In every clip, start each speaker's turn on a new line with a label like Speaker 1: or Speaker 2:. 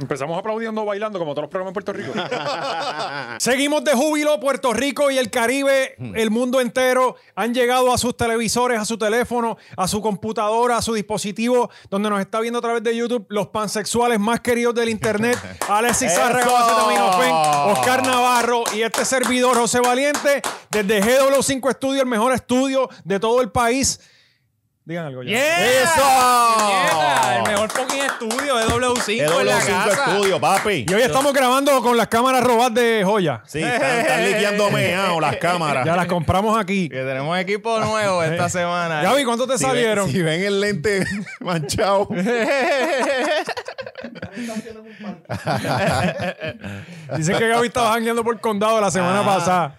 Speaker 1: Empezamos aplaudiendo, bailando, como todos los programas en Puerto Rico. Seguimos de júbilo, Puerto Rico y el Caribe,
Speaker 2: Hmm.
Speaker 1: el mundo entero, han llegado a sus televisores, a su teléfono, a su computadora, a su dispositivo, donde nos está viendo a través de YouTube los pansexuales más queridos del Internet, Alexis
Speaker 2: ¡Eso!
Speaker 1: Sarra, Oscar Navarro y este servidor, José Valiente, desde GW5 Estudio, el mejor estudio de todo el país. Digan algo ya.
Speaker 3: Yeah.
Speaker 2: ¡Eso!
Speaker 3: Puñeta,
Speaker 2: Oh.
Speaker 3: El mejor fucking estudio de W5 en la
Speaker 2: W5
Speaker 3: casa.
Speaker 2: Estudio, papi.
Speaker 1: Y hoy estamos grabando con las cámaras robadas de joya.
Speaker 2: Sí, están, están liqueando meao las cámaras.
Speaker 1: Ya las compramos aquí.
Speaker 3: Que tenemos equipo nuevo esta semana.
Speaker 1: Gaby, ¿cuántos te
Speaker 2: Si ven-
Speaker 1: salieron?
Speaker 2: si ven el lente manchado.
Speaker 1: Dicen que Gaby estaba jangueando por condado la semana pasada.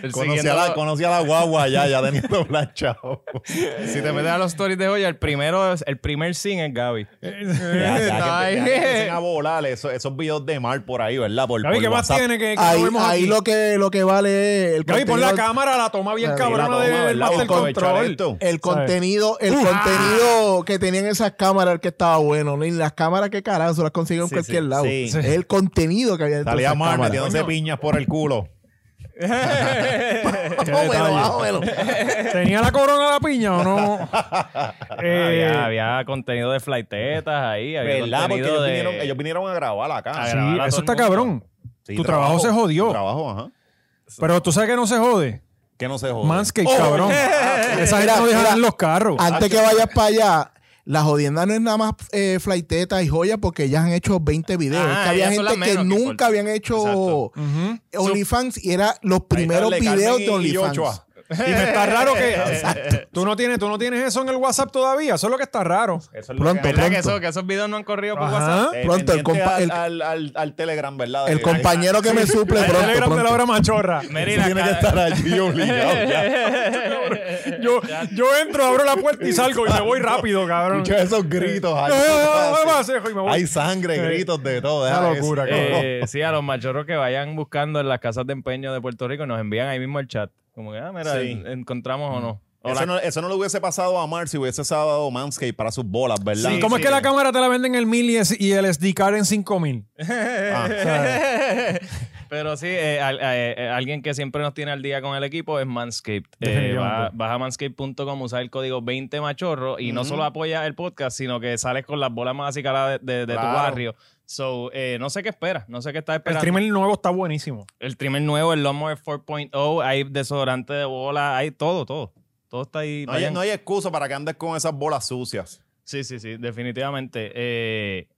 Speaker 3: El
Speaker 2: Conocí
Speaker 3: siguiente-
Speaker 2: a, la, conocí a la guagua ya, ya teniendo planchado.
Speaker 3: Si te metes a los stories de hoy, el primero, es- el primer sin es Gaby.
Speaker 2: Ya, ya,
Speaker 3: Está
Speaker 2: que,
Speaker 3: ahí.
Speaker 2: ya que empiecen a volar esos, esos videos de mar por ahí, ¿verdad? Por,
Speaker 1: Gaby,
Speaker 2: por
Speaker 1: ¿qué más
Speaker 2: WhatsApp.
Speaker 1: tiene que, que no
Speaker 4: Ahí,
Speaker 1: vemos
Speaker 4: ahí
Speaker 1: aquí?
Speaker 4: lo que, lo que vale es el
Speaker 1: Gaby, pon la
Speaker 4: contenido-
Speaker 1: cámara, la toma bien
Speaker 2: Sí, la
Speaker 1: cabrona
Speaker 2: toma,
Speaker 1: del
Speaker 2: ¿verdad?
Speaker 1: Master
Speaker 2: Vamos a aprovechar
Speaker 1: Control.
Speaker 2: esto.
Speaker 4: El contenido, el contenido que tenían esas cámaras el que estaba bueno. Ni las cámaras que carajo, se las consiguen en
Speaker 2: Sí,
Speaker 4: cualquier
Speaker 2: sí,
Speaker 4: lado.
Speaker 2: sí.
Speaker 4: Es el contenido que había dentro de
Speaker 2: Salía
Speaker 4: esas
Speaker 2: mar
Speaker 4: cámaras.
Speaker 2: metiéndose piñas por el culo.
Speaker 4: Más o menos, más o menos.
Speaker 1: ¿Tenía la corona de la piña o no? Eh,
Speaker 3: había, había contenido de flightetas ahí. Había
Speaker 2: ¿Verdad? Porque
Speaker 3: contenido
Speaker 2: ellos,
Speaker 3: de...
Speaker 2: vinieron, ellos vinieron a grabar acá.
Speaker 3: A
Speaker 1: sí,
Speaker 3: grabar a
Speaker 1: eso
Speaker 3: todo
Speaker 1: está
Speaker 3: el mundo.
Speaker 1: cabrón.
Speaker 2: Sí,
Speaker 1: tu trabajo se jodió.
Speaker 2: tu Trabajo, ajá.
Speaker 1: Pero tú sabes que no se jode.
Speaker 2: Que no se jode.
Speaker 1: Manscaped,
Speaker 2: Oh,
Speaker 1: cabrón. Esa gente
Speaker 4: Mira,
Speaker 1: no deja
Speaker 4: mira. Ah.
Speaker 1: en los carros.
Speaker 4: Antes que vayas para allá, la jodienda no es nada más eh, flaiteta y joya porque ellas han hecho 20 videos.
Speaker 3: Ah,
Speaker 4: Es que había
Speaker 3: ellas son
Speaker 4: gente
Speaker 3: las menos
Speaker 4: que
Speaker 3: que
Speaker 4: nunca
Speaker 3: importan.
Speaker 4: habían hecho
Speaker 1: Ujú.
Speaker 4: OnlyFans y eran
Speaker 2: Ahí
Speaker 4: los
Speaker 2: está
Speaker 4: primeros
Speaker 2: el de Carmen
Speaker 4: videos
Speaker 2: y-
Speaker 4: de
Speaker 2: y
Speaker 4: OnlyFans.
Speaker 2: Ochoa.
Speaker 1: Y me está raro que tú no tienes, tú no tienes eso en el WhatsApp todavía. Eso es lo que está raro.
Speaker 2: Eso es lo
Speaker 4: Pronto,
Speaker 2: que-
Speaker 3: ¿Verdad que,
Speaker 4: pronto.
Speaker 3: eso- que esos videos no han corrido por
Speaker 1: Ajá.
Speaker 3: WhatsApp?
Speaker 2: Eh,
Speaker 4: Pronto, el
Speaker 2: pendiente
Speaker 4: compa-
Speaker 2: al,
Speaker 4: el-
Speaker 2: al, al, al Telegram, ¿verdad? De-
Speaker 4: El compañero que me suple
Speaker 1: El
Speaker 4: pronto.
Speaker 1: Telegram de la
Speaker 4: pronto.
Speaker 1: hora machorra.
Speaker 3: Mira, y
Speaker 2: Eso
Speaker 3: la
Speaker 2: tiene que
Speaker 3: cara-
Speaker 2: estar allí obligado ya.
Speaker 1: Yo, yo entro, abro la puerta y salgo y me voy rápido, cabrón.
Speaker 2: Escucha esos gritos. ahí.
Speaker 1: Eh, eh, eh, vas, hijo, y me voy.
Speaker 2: Hay sangre, gritos de todo.
Speaker 1: Una
Speaker 2: déjale eso.
Speaker 1: locura, cabrón.
Speaker 3: Eh, sí, a los machorros que vayan buscando en las casas de empeño de Puerto Rico nos envían ahí mismo el chat. Como que, ah, mira,
Speaker 2: Sí. Mm.
Speaker 3: en- encontramos o no. O
Speaker 2: Eso
Speaker 3: la-
Speaker 2: no, eso no le hubiese pasado a Mar si hubiese sábado Manscape para sus bolas, ¿verdad?
Speaker 1: Sí, ¿Cómo es que la cámara te la venden en mil y, es- y el SD card en cinco mil?
Speaker 2: Ah.
Speaker 3: Pero sí, eh, al- eh, eh, alguien que siempre nos tiene al día con el equipo es Manscaped. Eh,
Speaker 1: Definitivamente.
Speaker 3: va- vas a manscaped.com, usar el código 20machorro y no solo apoyas el podcast, sino que sales con las bolas más acicaladas de, de- de
Speaker 2: Claro.
Speaker 3: tu barrio. So, eh, no sé qué esperas, no sé qué estás
Speaker 1: El
Speaker 3: esperando.
Speaker 1: trimmer nuevo está buenísimo.
Speaker 3: El trimmer nuevo, el Lawnmower 4.0, hay desodorante de bola, hay todo, todo. Todo está ahí.
Speaker 2: No hay,
Speaker 3: vayan.
Speaker 2: no hay excusa para que andes con esas bolas sucias.
Speaker 3: Sí, sí, sí, definitivamente. Eh,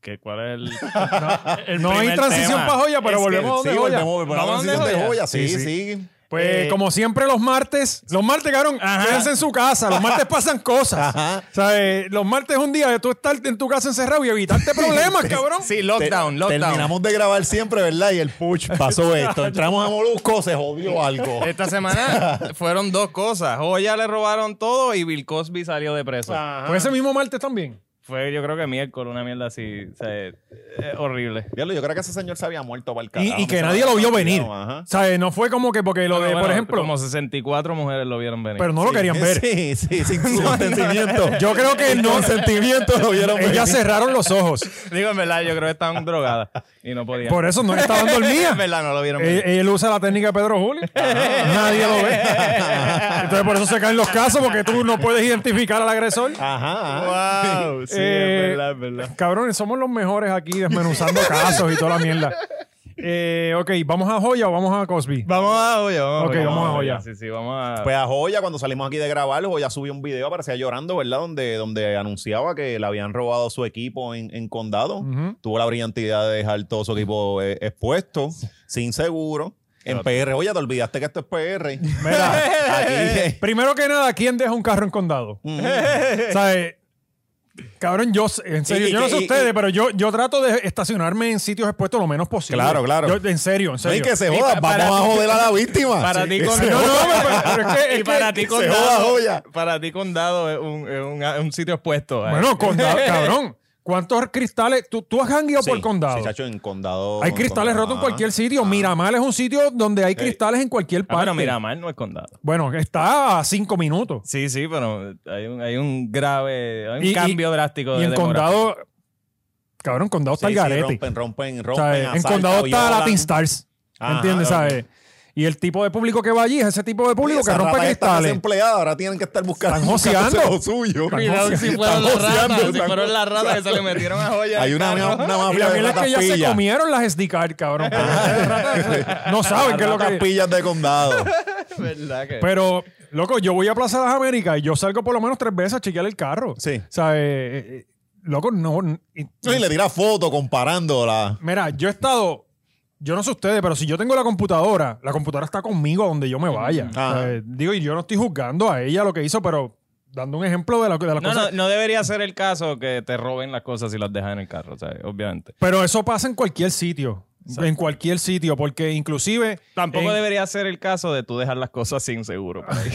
Speaker 3: ¿qué- ¿Cuál es el.? el
Speaker 1: No hay
Speaker 3: primer
Speaker 1: transición
Speaker 3: tema?
Speaker 1: para joya, pero
Speaker 3: Es que-
Speaker 1: volvemos a donde
Speaker 2: Sí,
Speaker 1: joya.
Speaker 2: volvemos, volvemos a la
Speaker 3: ¿Vamos a
Speaker 2: transición
Speaker 3: donde
Speaker 2: de
Speaker 3: joya?
Speaker 2: joya. Sí,
Speaker 1: Sí,
Speaker 2: sí.
Speaker 1: Pues
Speaker 3: Eh,
Speaker 1: como siempre los martes, los martes, cabrón,
Speaker 3: Ajá.
Speaker 1: quédense en su casa. Los martes pasan cosas.
Speaker 2: Ajá.
Speaker 1: O sea, eh, los martes es un día de tú estar en tu casa encerrado y evitarte problemas, cabrón.
Speaker 3: Sí, lockdown,
Speaker 2: Te-
Speaker 3: lockdown.
Speaker 2: Terminamos de grabar siempre, ¿verdad? Y el push pasó esto. Entramos a Molusco, se jodió algo.
Speaker 3: Esta semana fueron dos cosas. Joya le robaron todo y Bill Cosby salió de preso.
Speaker 1: Fue Pues ese mismo martes también.
Speaker 3: Fue yo creo que miércoles, una mierda así. o sea, eh, eh, horrible.
Speaker 2: Diablo, yo creo que ese señor se había muerto para el
Speaker 1: Y,
Speaker 2: carajo.
Speaker 1: y que
Speaker 2: No se
Speaker 1: nadie
Speaker 2: había
Speaker 1: lo vio venir.
Speaker 2: cambiado,
Speaker 1: O
Speaker 2: ajá.
Speaker 1: sea, no fue como que porque lo de,
Speaker 3: Bueno,
Speaker 1: por ejemplo,
Speaker 3: Como 64 mujeres lo vieron venir.
Speaker 1: pero no lo querían ver.
Speaker 2: Sí, sí, sin su consentimiento.
Speaker 1: Yo creo que no.
Speaker 2: consentimiento lo vieron venir.
Speaker 1: Ellas cerraron los ojos.
Speaker 3: Digo, en verdad, yo creo que estaban drogadas y no podían.
Speaker 1: Por eso no estaban dormidas.
Speaker 3: En verdad, no lo vieron
Speaker 1: Él,
Speaker 3: venir.
Speaker 1: él usa la técnica de Pedro Julio. Nadie lo ve. Entonces por eso se caen los casos, porque tú no puedes identificar al agresor.
Speaker 2: Ah, Ajá. ajá.
Speaker 3: Wow, Ah, sí,
Speaker 1: Eh,
Speaker 3: es verdad, es verdad.
Speaker 1: Cabrones, somos los mejores aquí desmenuzando casos y toda la mierda. Eh, ok, ¿vamos a Joya o vamos a Cosby?
Speaker 3: Vamos a olla, vamos
Speaker 1: Ok, vamos a olla.
Speaker 3: Sí, sí, vamos a.
Speaker 2: Pues a Joya, cuando salimos aquí de grabar, Joya subió un video, parecía llorando, ¿verdad? Donde, donde anunciaba que le habían robado su equipo en, en condado. Tuvo la brillante idea de dejar todo su equipo eh, expuesto, sin seguro. En PR, oye, te olvidaste que esto es PR. Mira, aquí.
Speaker 1: Primero que nada, ¿quién deja un carro en condado? o sea, eh, cabrón, yo, sé- en serio,
Speaker 2: Y- y
Speaker 1: yo no
Speaker 2: que-
Speaker 1: sé
Speaker 2: y-
Speaker 1: ustedes,
Speaker 2: y-
Speaker 1: pero yo, yo trato de estacionarme en sitios expuestos lo menos posible.
Speaker 2: Claro, claro.
Speaker 1: Yo- en serio, en serio.
Speaker 2: Ven que se
Speaker 3: Y
Speaker 2: joda,
Speaker 3: pa- para
Speaker 2: vamos a
Speaker 3: ti-
Speaker 2: joder a la víctima.
Speaker 3: para
Speaker 2: Sí,
Speaker 3: ti
Speaker 2: que
Speaker 3: con-
Speaker 2: se
Speaker 1: No, no,
Speaker 2: joda.
Speaker 1: pero, pero es que, es
Speaker 3: y para
Speaker 1: que-
Speaker 3: ti
Speaker 2: joda
Speaker 3: condado,
Speaker 2: olla. pues.
Speaker 3: para ti condado es un, es un, es un sitio expuesto. eh. Ah, ahí.
Speaker 1: Bueno, condado, cabrón. ¿Cuántos cristales? Tú, tú has hangueado por
Speaker 2: Sí,
Speaker 1: condado.
Speaker 2: sí, chacho, en condado. ah.
Speaker 1: hay cristales rotos en cualquier sitio.
Speaker 2: mira
Speaker 1: Miramar es un sitio donde hay cristales en cualquier
Speaker 3: Ah,
Speaker 1: parte.
Speaker 3: pero Miramar no es condado.
Speaker 1: Bueno, está a cinco minutos.
Speaker 3: Sí, sí, pero hay un, hay un grave, hay un
Speaker 1: Y- y-
Speaker 3: cambio drástico
Speaker 1: Y
Speaker 3: de
Speaker 1: en
Speaker 3: demográfico.
Speaker 1: condado, cabrón, condado está
Speaker 2: Sí,
Speaker 1: el
Speaker 2: sí,
Speaker 1: garete.
Speaker 2: rompen, rompen,
Speaker 1: O
Speaker 2: rompen.
Speaker 1: sea, en
Speaker 2: asaltan,
Speaker 1: condado está
Speaker 2: violan.
Speaker 1: Latin Stars.
Speaker 2: Ajá,
Speaker 1: ¿Entiendes?
Speaker 2: ok.
Speaker 1: ¿Sabes? Y el tipo de público que va allí es ese tipo de público que
Speaker 2: Esa
Speaker 1: rompe
Speaker 2: rata está
Speaker 1: cristales.
Speaker 2: desempleada, ahora tienen que estar buscando.
Speaker 1: Están
Speaker 2: buscándose
Speaker 1: joseando.
Speaker 2: lo suyo.
Speaker 1: Cuidado
Speaker 3: si
Speaker 2: Están
Speaker 3: fueron las
Speaker 2: joseando,
Speaker 3: ratas, si
Speaker 2: están
Speaker 3: fueron las ratas que se le metieron a joya.
Speaker 2: Hay una, una, una
Speaker 1: Y la
Speaker 2: mafia
Speaker 1: mierda
Speaker 2: de
Speaker 1: es que ya
Speaker 2: ratas
Speaker 1: se
Speaker 2: pillas.
Speaker 1: comieron las SD card, cabrón. no saben qué es lo
Speaker 2: Ratas
Speaker 1: que...
Speaker 2: pillas de condado.
Speaker 3: ¿Verdad que?
Speaker 1: Pero, loco, yo voy a Plaza de las Américas y yo salgo por lo menos tres veces a chequear el carro.
Speaker 2: Sí.
Speaker 1: O sea, eh, eh, loco, no... n- y-
Speaker 2: No, y le tira foto comparándola.
Speaker 1: Mira, yo he estado... Yo no sé ustedes, pero si yo tengo la computadora, la computadora está conmigo a donde yo me vaya.
Speaker 2: Ajá.
Speaker 1: O sea, eh, digo, y yo no estoy juzgando a ella lo que hizo, pero dando un ejemplo de, la, de las
Speaker 3: No,
Speaker 1: cosas...
Speaker 3: no, no debería ser el caso que te roben las cosas si las dejas en el carro, ¿sabes? Obviamente.
Speaker 1: Pero eso pasa en cualquier sitio. En cualquier sitio, porque inclusive...
Speaker 3: Tampoco
Speaker 1: en-
Speaker 3: debería ser el caso de tú dejar las cosas sin seguro. por ahí.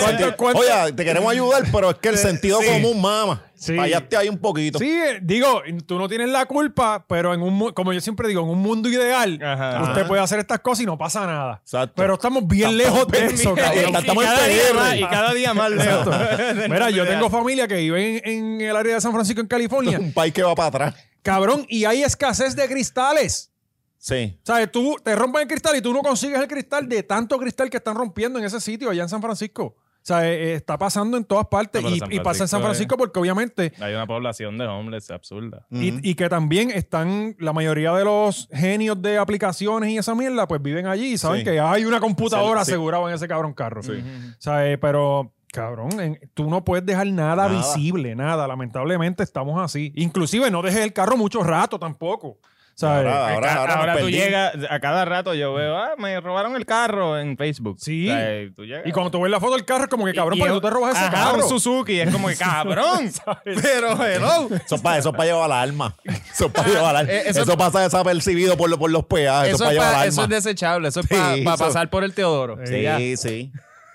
Speaker 1: ¿Cuánto- cuánto-
Speaker 2: Oye, te queremos ayudar, pero es que el sentido
Speaker 1: Sí.
Speaker 2: común, mama.
Speaker 1: Sí.
Speaker 2: Fallaste ahí un poquito.
Speaker 1: Sí, eh, digo, tú no tienes la culpa, pero en un mu- como yo siempre digo, en un mundo ideal,
Speaker 3: Ajá.
Speaker 1: usted
Speaker 2: Ajá.
Speaker 1: puede hacer estas cosas y no pasa nada.
Speaker 2: Exacto.
Speaker 1: Pero estamos bien lejos de eso,
Speaker 2: pendientes.
Speaker 1: cabrón.
Speaker 2: Estamos
Speaker 3: y,
Speaker 2: en
Speaker 3: cada día
Speaker 2: peligro.
Speaker 3: más, y cada día más lejos.
Speaker 1: Exacto. Mira, yo
Speaker 3: Ideal.
Speaker 1: tengo familia que vive en, en el área de San Francisco, en California.
Speaker 2: Un país que va para atrás.
Speaker 1: Cabrón, y hay escasez de cristales.
Speaker 2: Sí.
Speaker 1: O sea, tú te rompen el cristal y tú no consigues el cristal de tanto cristal que están rompiendo en ese sitio allá en San Francisco. O sea, eh, eh, está pasando en todas partes
Speaker 3: No, pero
Speaker 1: y,
Speaker 3: San
Speaker 1: y pasa en San
Speaker 3: Francisco,
Speaker 1: Francisco porque obviamente
Speaker 3: Hay una población de hombres absurda.
Speaker 1: Y, y que también están, la mayoría de los genios de aplicaciones y esa mierda, pues viven allí y saben
Speaker 2: Sí.
Speaker 1: que hay una computadora
Speaker 2: Sí.
Speaker 1: asegurada en ese cabrón carro.
Speaker 2: Sí.
Speaker 1: O sea, eh, pero, cabrón, en- tú no puedes dejar nada,
Speaker 2: Nada.
Speaker 1: visible, nada. Lamentablemente estamos así. Inclusive no dejes el carro mucho rato tampoco. O sea,
Speaker 2: Ahora,
Speaker 1: eh,
Speaker 2: ahora,
Speaker 3: Ahora,
Speaker 2: ahora, nos
Speaker 3: tú
Speaker 2: perdí.
Speaker 3: llegas, a cada rato yo veo, ah, me robaron el carro en Facebook.
Speaker 1: Sí.
Speaker 3: O sea, y tú llegas.
Speaker 1: y cuando tú ves la foto del carro es como que, cabrón,
Speaker 3: Y-
Speaker 1: ¿para
Speaker 3: y-
Speaker 1: qué tú te robas ese
Speaker 3: ajá,
Speaker 1: carro?
Speaker 3: un Suzuki, es como que cabrón. pero hello.
Speaker 2: Eso es para eso es pa llevar la alma. Eso es para llevar la alma.
Speaker 5: eh,
Speaker 2: Eso,
Speaker 5: eso-
Speaker 2: pasa desapercibido por, lo- por los peajes. Eso,
Speaker 5: Eso,
Speaker 2: es para
Speaker 5: es
Speaker 2: llevar
Speaker 5: pa-
Speaker 2: la
Speaker 5: eso
Speaker 2: alma.
Speaker 5: es desechable, eso es
Speaker 2: Sí,
Speaker 5: para
Speaker 2: eso-
Speaker 5: pasar por el Teodoro.
Speaker 1: Eh,
Speaker 2: Sí,
Speaker 5: Ya.
Speaker 2: sí.
Speaker 1: Sí,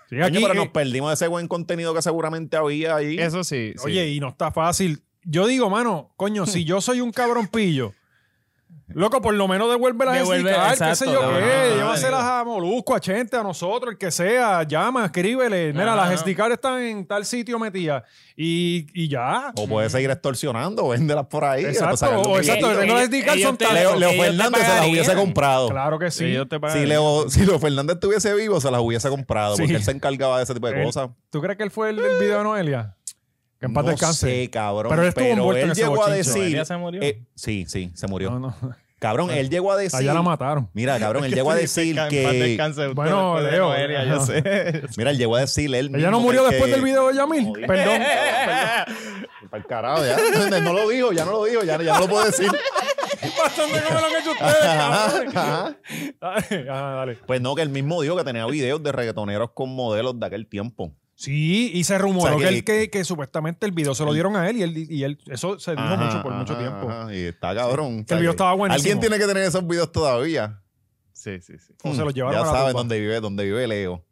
Speaker 2: Coño,
Speaker 1: aquí,
Speaker 2: pero
Speaker 1: eh,
Speaker 2: nos perdimos de ese buen contenido que seguramente había ahí.
Speaker 5: Eso sí. sí.
Speaker 1: Oye, y no está fácil. Yo digo, mano, coño, si yo soy un cabrón pillo, loco, por lo menos devuelve las
Speaker 3: Devuelve,
Speaker 1: SD card, qué
Speaker 3: exacto,
Speaker 1: sé yo
Speaker 3: no,
Speaker 1: qué.
Speaker 3: no, no,
Speaker 1: Llévaselas a Molusco, a Chente, a nosotros, el que sea. Llama, escríbele. Mira,
Speaker 3: Ajá.
Speaker 1: las SD card están en tal sitio metidas. Y, y ya.
Speaker 2: O
Speaker 3: Mm.
Speaker 2: puedes seguir extorsionando, véndelas por ahí.
Speaker 1: Exacto,
Speaker 2: para sacar lo
Speaker 1: o
Speaker 2: que
Speaker 1: exacto,
Speaker 2: quieras.
Speaker 1: yo tengo las SD card,
Speaker 3: ellos
Speaker 1: son
Speaker 3: te-
Speaker 1: tal.
Speaker 2: Leo, Leo
Speaker 3: ellos te
Speaker 2: Fernández se las
Speaker 3: pagarían.
Speaker 2: hubiese comprado.
Speaker 1: Claro que sí.
Speaker 3: Ellos te
Speaker 2: Si
Speaker 3: pagarían.
Speaker 2: Leo, si Leo Fernández estuviese vivo, se las hubiese comprado,
Speaker 1: Sí.
Speaker 2: porque él se encargaba de ese tipo de
Speaker 1: Él-
Speaker 2: cosas.
Speaker 1: ¿Tú crees que él fue el del video de Noelia? Que en paz
Speaker 2: no
Speaker 1: descanse.
Speaker 2: sé,
Speaker 1: Pero
Speaker 2: cabrón. Pero
Speaker 1: él
Speaker 2: él,
Speaker 1: estuvo envuelto en ese
Speaker 2: llegó a
Speaker 1: bochinche.
Speaker 2: decir.
Speaker 3: ¿Noelia se murió?
Speaker 2: eh, sí, sí, se murió.
Speaker 1: No, no.
Speaker 2: Cabrón, él llegó a decir.
Speaker 1: Allá la mataron.
Speaker 2: Mira, cabrón, él llegó a decir que.
Speaker 1: Bueno, Leo,
Speaker 3: yo
Speaker 1: ajá.
Speaker 3: sé.
Speaker 2: Mira, él llegó a decir él.
Speaker 1: Ella no
Speaker 2: mismo
Speaker 1: murió
Speaker 2: que-
Speaker 1: después del video de Yamil.
Speaker 2: No, Dios.
Speaker 1: Perdón.
Speaker 2: Pa'l carajo, ya. ¿Entiendes? No lo dijo, ya no lo dijo, ya, ya no lo puedo decir.
Speaker 1: Bastante como lo que he hecho ustedes, cabrones. Dale, ajá, dale.
Speaker 2: Pues no, que él mismo dijo que tenía videos de reggaetoneros con modelos de aquel tiempo.
Speaker 1: Sí, y se rumoró
Speaker 2: O sea,
Speaker 1: que,
Speaker 2: que-
Speaker 1: él- que, que supuestamente el video se lo dieron a él y él, y él eso se dijo
Speaker 2: Ajá,
Speaker 1: mucho por mucho
Speaker 2: ajá,
Speaker 1: tiempo.
Speaker 2: ajá, y está cabrón. O
Speaker 1: el video
Speaker 2: que
Speaker 1: estaba buenísimo.
Speaker 2: Alguien tiene que tener esos videos todavía.
Speaker 5: Sí, sí, sí.
Speaker 1: O se
Speaker 2: Hmm,
Speaker 1: los llevaron
Speaker 2: Ya
Speaker 1: a la
Speaker 2: saben
Speaker 1: tumba.
Speaker 2: dónde vive, dónde vive Leo.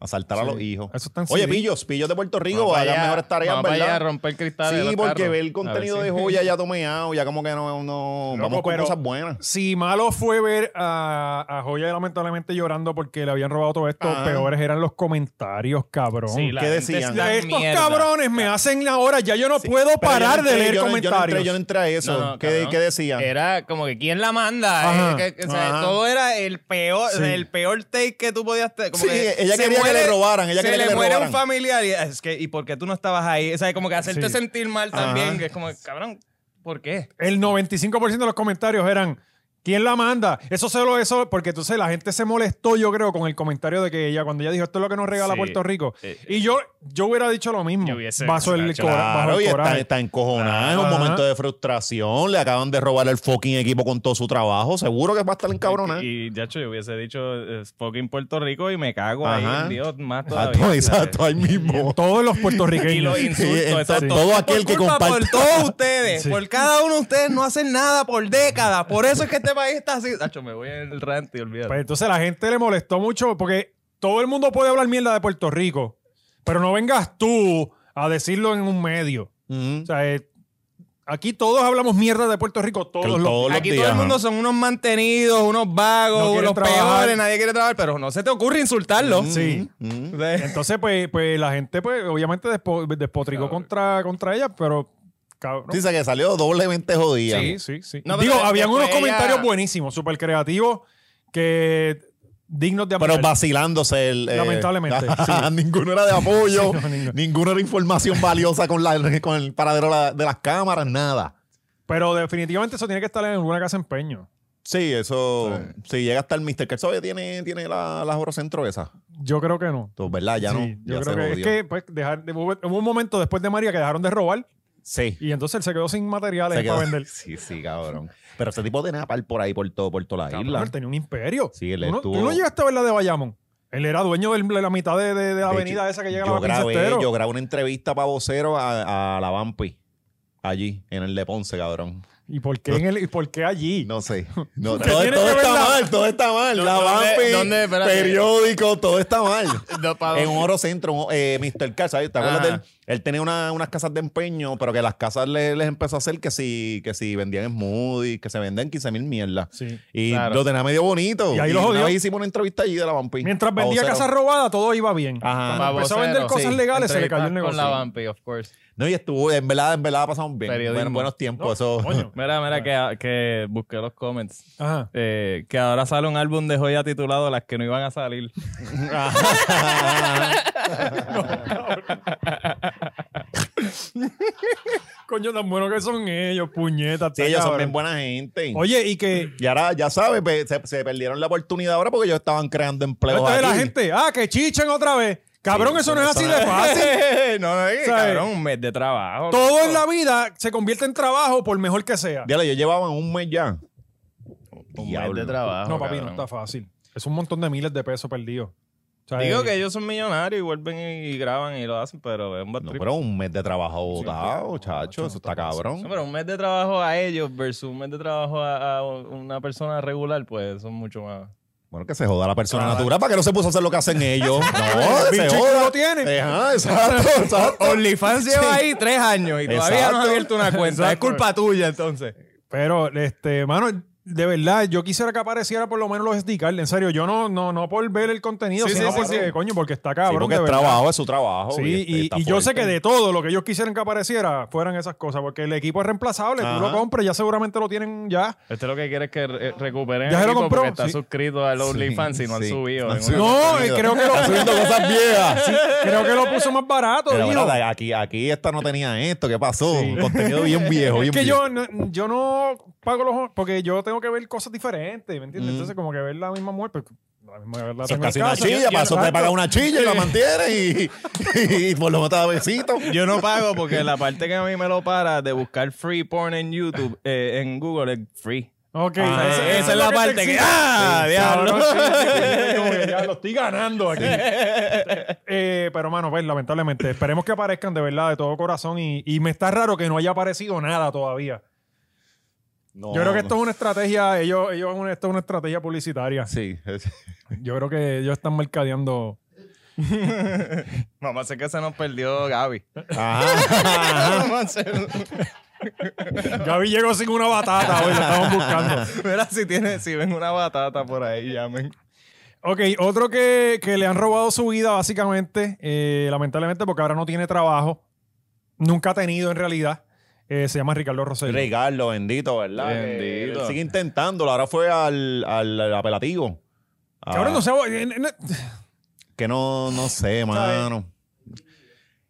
Speaker 2: Asaltar a
Speaker 1: Sí.
Speaker 2: los hijos.
Speaker 1: Eso está en
Speaker 2: Oye,
Speaker 1: CD.
Speaker 2: pillos, pillos de Puerto Rico,
Speaker 5: Vamos pa'
Speaker 2: hagan
Speaker 5: allá,
Speaker 2: mejores tareas,
Speaker 5: vamos pa' allá a
Speaker 2: ¿verdad?
Speaker 5: romper cristales. de
Speaker 2: Sí,
Speaker 5: los
Speaker 2: porque
Speaker 5: carros.
Speaker 2: ver el
Speaker 5: A ver
Speaker 2: contenido
Speaker 5: si-
Speaker 2: de joya ya tomeado, ya como que no, no
Speaker 1: Loco,
Speaker 2: vamos con
Speaker 1: pero-
Speaker 2: cosas buenas.
Speaker 1: Si malo fue ver a, a Joya lamentablemente llorando porque le habían robado todo esto,
Speaker 2: Ajá.
Speaker 1: peores eran los comentarios, cabrón.
Speaker 3: Sí, la
Speaker 2: ¿Qué
Speaker 3: gente
Speaker 2: decían?
Speaker 3: está
Speaker 1: De Estos
Speaker 3: mierda.
Speaker 1: cabrones me hacen ahora, ya yo no puedo
Speaker 2: Pero yo no
Speaker 1: parar de
Speaker 2: entré,
Speaker 1: leer
Speaker 2: yo no-
Speaker 1: comentarios.
Speaker 2: Yo no entré, yo no entré a eso.
Speaker 5: No, no,
Speaker 2: ¿Qué,
Speaker 5: cabrón.
Speaker 2: ¿Qué decían?
Speaker 5: Era como que quién la manda.
Speaker 1: Ajá,
Speaker 5: Eh, que- que- o sea,
Speaker 2: ajá.
Speaker 5: todo era el peor,
Speaker 1: Sí.
Speaker 5: el peor take que tú podías tener. Como
Speaker 2: Sí,
Speaker 5: que
Speaker 2: ella
Speaker 5: se
Speaker 2: quería que
Speaker 5: muere-
Speaker 2: le robaran, ella
Speaker 5: se
Speaker 2: quería
Speaker 5: le
Speaker 2: que le
Speaker 5: muere
Speaker 2: robaran.
Speaker 5: un familiar y es que, ¿y por qué tú no estabas ahí? O sea, como que hacerte
Speaker 1: Sí.
Speaker 5: sentir mal
Speaker 2: Ajá.
Speaker 5: también. que Es como, cabrón, ¿por qué?
Speaker 1: el 95% de los comentarios eran ¿Quién la manda? Eso se lo eso porque entonces la gente se molestó, yo creo, con el comentario de que ella cuando ella dijo esto es lo que nos regala
Speaker 3: Sí.
Speaker 1: Puerto Rico.
Speaker 3: Eh,
Speaker 1: y yo yo hubiera dicho lo mismo.
Speaker 3: Yo hubiese-
Speaker 1: bajo el,
Speaker 3: claro,
Speaker 1: cora- bajo
Speaker 2: Claro,
Speaker 1: el
Speaker 2: y está,
Speaker 1: coraje.
Speaker 2: está encojonada, es un
Speaker 1: Ajá.
Speaker 2: momento de frustración. Le acaban de robar el fucking equipo con todo su trabajo. Seguro que va a estar encabronada.
Speaker 3: Y, de hecho, yo hubiese dicho eh, fucking Puerto Rico y me cago ahí
Speaker 2: Ajá.
Speaker 3: en Dios más
Speaker 2: Exacto,
Speaker 3: todavía.
Speaker 2: exacto, ahí mismo.
Speaker 1: Todos los
Speaker 3: Y
Speaker 1: puertorriqueños.
Speaker 3: los insultos,
Speaker 2: Sí,
Speaker 3: exacto.
Speaker 2: entonces, Todo aquel que
Speaker 5: culpa
Speaker 2: comparte.
Speaker 5: por todos ustedes, por cada uno de ustedes no hacen nada por décadas. Por eso es que este país está así. Nacho, me voy en el rant y olvídate.
Speaker 1: Pues entonces la gente le molestó mucho porque todo el mundo puede hablar mierda de Puerto Rico, pero no vengas tú a decirlo en un medio.
Speaker 2: Ujú.
Speaker 1: O sea, eh, aquí todos hablamos mierda de Puerto Rico, todos
Speaker 2: Todos
Speaker 1: los
Speaker 2: los
Speaker 5: Aquí
Speaker 2: días,
Speaker 5: todo el
Speaker 2: ajá.
Speaker 5: mundo son unos mantenidos, unos vagos,
Speaker 1: No quieren
Speaker 5: unos
Speaker 1: trabajar.
Speaker 5: peores, nadie quiere trabajar, pero no se te ocurre insultarlo. Mm.
Speaker 2: Ujú,
Speaker 1: sí.
Speaker 2: ujú.
Speaker 1: Entonces, pues, pues la gente, pues, obviamente despo- despotricó contra, contra ella, pero cabrón.
Speaker 2: Dice que salió doblemente jodida.
Speaker 1: Sí, sí, sí.
Speaker 5: No, pero
Speaker 1: Digo, habían unos
Speaker 5: después ella-
Speaker 1: comentarios buenísimos, súper creativos, que dignos de
Speaker 2: Pero
Speaker 1: apoyar.
Speaker 2: vacilándose el. eh,
Speaker 1: Lamentablemente, sí.
Speaker 2: ninguno era de apoyo,
Speaker 1: Sí, no, ninguno.
Speaker 2: ninguno era información valiosa con, la, con el paradero la- de las cámaras, nada.
Speaker 1: Pero definitivamente eso tiene que estar en alguna casa de empeño.
Speaker 2: Sí, eso. Si llega hasta el Mr. Kersoy, tiene, tiene la, la Jorocentro esa.
Speaker 1: Yo creo que no.
Speaker 2: Entonces, ¿verdad? Ya no.
Speaker 1: Sí, yo
Speaker 2: ya
Speaker 1: creo
Speaker 2: se
Speaker 1: que es
Speaker 2: jodió.
Speaker 1: que pues, dejar, de- hubo hubo un momento después de María que dejaron de robar
Speaker 2: Sí.
Speaker 1: y entonces él se quedó sin
Speaker 2: se
Speaker 1: materiales
Speaker 2: quedó-
Speaker 1: para vender.
Speaker 2: Sí, sí, cabrón. Pero ese tipo de napal por ahí, por todo, por toda la
Speaker 1: Cabrón,
Speaker 2: isla.
Speaker 1: él tenía un imperio.
Speaker 2: Sí, él
Speaker 1: Tú no-
Speaker 2: estuvo-
Speaker 1: Tú no llegaste a ver la de Bayamón. Él era dueño del- de la mitad de, de- de la
Speaker 2: De
Speaker 1: avenida
Speaker 2: hecho,
Speaker 1: esa que llega a
Speaker 2: yo
Speaker 1: la
Speaker 2: grabé,
Speaker 1: Pincestero.
Speaker 2: yo grabé una entrevista para vocero a, a la Vampi. Allí, en el de Ponce, cabrón.
Speaker 1: ¿Y por qué, en el- y por qué allí?
Speaker 2: No sé. No,
Speaker 1: ¿Qué
Speaker 2: todo
Speaker 1: tiene
Speaker 2: todo
Speaker 1: que ver
Speaker 2: está
Speaker 1: la-
Speaker 2: mal, todo está mal. La
Speaker 5: ¿Dónde-
Speaker 2: Vampi,
Speaker 5: dónde? Espérate.
Speaker 2: periódico, todo está mal.
Speaker 5: No, pa-
Speaker 2: en un oro centro, un- eh, Mr. Car, ¿sabes? ¿Te acuerdas
Speaker 5: Ajá.
Speaker 2: de él? Él tenía una- unas casas de empeño, pero que las casas le- les empezó a hacer que si, que si vendían Smoothies, que se vendían 15 mil mierdas.
Speaker 1: Sí.
Speaker 2: Y
Speaker 5: Claro.
Speaker 2: lo tenía medio bonito.
Speaker 1: Y ahí lo
Speaker 2: una
Speaker 1: jodió.
Speaker 2: vez hicimos una entrevista allí de la Vampi.
Speaker 1: Mientras
Speaker 2: Pa'
Speaker 1: vendía
Speaker 2: vocero.
Speaker 1: casa robada, todo iba bien.
Speaker 2: Ajá.
Speaker 1: Cuando empezó a vender
Speaker 5: Babocero,
Speaker 1: cosas
Speaker 5: sí.
Speaker 1: legales, se le cayó el
Speaker 3: Entrevistas
Speaker 1: negocio.
Speaker 3: Con la Vampi, of course.
Speaker 2: No, y estuvo, en verdad, en verdad pasamos bien.
Speaker 3: Periodismo.
Speaker 2: Bueno, buenos tiempos,
Speaker 1: No,
Speaker 2: eso.
Speaker 1: coño.
Speaker 3: Mira, mira, que, que busqué los comments.
Speaker 1: Ajá.
Speaker 3: Eh, que ahora sale un álbum de joya titulado Las que no iban a salir.
Speaker 1: Coño, tan bueno que son ellos, puñetas.
Speaker 2: Sí,
Speaker 1: está
Speaker 2: ellos son
Speaker 1: cabrón.
Speaker 2: bien buena gente.
Speaker 1: Oye, y que.
Speaker 2: Y ahora, ya sabes, pe- se, se perdieron la oportunidad ahora porque ellos estaban creando empleos
Speaker 1: Entonces la
Speaker 2: aquí.
Speaker 1: gente, ah, que chichen otra vez. Cabrón,
Speaker 2: Sí,
Speaker 1: eso no es así de
Speaker 3: Ah,
Speaker 1: fácil.
Speaker 3: no, no, es que,
Speaker 1: ¿Sabes?
Speaker 3: cabrón, un mes de trabajo.
Speaker 1: Todo en la vida se convierte en trabajo por mejor que sea.
Speaker 2: Diablo, yo llevaban un mes ya.
Speaker 5: Un mes
Speaker 2: Diablo.
Speaker 5: de trabajo.
Speaker 1: No, papi, no
Speaker 5: cabrón.
Speaker 1: está fácil. Es un montón de miles de pesos perdidos. O sea,
Speaker 3: Digo
Speaker 1: eh,
Speaker 3: que ellos son millonarios y vuelven y graban y lo hacen, pero es un bad
Speaker 2: No,
Speaker 3: trip.
Speaker 2: pero un mes de trabajo
Speaker 1: claro,
Speaker 2: botado, chacho.
Speaker 1: no,
Speaker 2: Eso está cabrón.
Speaker 3: No, pero un mes de trabajo a ellos versus un mes de trabajo a, a una persona regular, pues son mucho más.
Speaker 2: Bueno, que se joda la persona natural para que no se puso a hacer lo que hacen ellos. No, se
Speaker 1: Ah. Bicho,
Speaker 2: joda.
Speaker 1: lo tienen.
Speaker 2: Eh, Ajá, exacto, exacto.
Speaker 5: OnlyFans lleva ahí tres años y todavía no has
Speaker 2: Exacto.
Speaker 5: abierto una cuenta. es
Speaker 1: Exacto.
Speaker 5: culpa tuya, entonces.
Speaker 1: Pero, este, mano, de verdad, yo quisiera que apareciera por lo menos los SD cards. En serio, yo no, no, no por ver el contenido,
Speaker 5: Sí,
Speaker 1: sino
Speaker 5: sí, sí,
Speaker 1: porque,
Speaker 5: sí.
Speaker 1: coño, porque está
Speaker 2: Sí,
Speaker 1: cabrón.
Speaker 2: porque
Speaker 1: de
Speaker 2: es
Speaker 1: verdad.
Speaker 2: trabajo, es su trabajo.
Speaker 1: Sí,
Speaker 2: este,
Speaker 1: y,
Speaker 2: está
Speaker 1: y yo sé
Speaker 2: fuerte.
Speaker 1: que de todo lo que ellos quisieran que apareciera fueran esas cosas, porque el equipo es reemplazable, tú lo
Speaker 2: Ajá.
Speaker 1: compras, ya seguramente lo tienen ya.
Speaker 3: Este lo que quiere es que re- recuperen
Speaker 1: Ya
Speaker 3: el
Speaker 1: se lo
Speaker 3: equipo
Speaker 1: compró,
Speaker 3: porque está
Speaker 1: sí.
Speaker 3: suscrito al OnlyFans y no han
Speaker 2: sí.
Speaker 3: subido.
Speaker 2: No
Speaker 3: en
Speaker 2: han
Speaker 3: una-
Speaker 2: subido.
Speaker 1: No, eh, creo que
Speaker 2: Está
Speaker 1: lo,
Speaker 2: subiendo cosas viejas.
Speaker 1: creo que lo puso más barato,
Speaker 2: Pero
Speaker 1: dijo.
Speaker 2: verdad, aquí, aquí esta no tenía esto. ¿Qué pasó? Contenido bien viejo,
Speaker 1: Es
Speaker 2: bien
Speaker 1: que
Speaker 2: viejo.
Speaker 1: yo no, yo no pago los porque yo tengo que ver cosas diferentes, ¿me
Speaker 3: Mm.
Speaker 1: entiendes? Entonces, como que ver la misma muerte, la misma verdad.
Speaker 2: Eso es casi una chilla, para eso te pagas una chilla y la mantienes y, y por lo menos te da besito.
Speaker 3: Yo no pago porque la parte que a mí me lo para de buscar free porn en YouTube, eh, en Google es free.
Speaker 1: Ok,
Speaker 3: Ah,
Speaker 1: eso-
Speaker 3: esa
Speaker 1: eso
Speaker 3: es la
Speaker 1: lo te
Speaker 3: parte que-
Speaker 1: exige.
Speaker 3: ¡Ah, diablo!
Speaker 1: cabrón, sí, sí, como que ya lo estoy ganando aquí. Eh, pero, mano, pues, lamentablemente, esperemos que aparezcan de verdad, de todo corazón. Y, y me está raro que no haya aparecido nada todavía. Yo creo que esto es una estrategia, ellos, ellos, esto es una estrategia publicitaria.
Speaker 2: Sí.
Speaker 1: Yo creo que ellos están mercadeando.
Speaker 3: Mamá, sé que se nos perdió Gaby.
Speaker 2: Ajá.
Speaker 3: Mamá, se-
Speaker 1: Gaby llegó sin una batata hoy, la estamos buscando.
Speaker 3: Mira, si, tiene, si ven una batata por ahí, llamen.
Speaker 1: Ok, otro que, que le han robado su vida, básicamente, eh, lamentablemente, porque ahora no tiene trabajo, nunca ha tenido en realidad, eh, se llama Ricardo Rosselló.
Speaker 2: Ricardo, bendito, ¿verdad? Que
Speaker 3: Bendito.
Speaker 2: él Sigue intentándolo. Ahora fue al, al, al apelativo. Ah,
Speaker 1: Cabrón, no sé. eh, eh, eh,
Speaker 2: Que no, no sé, mano.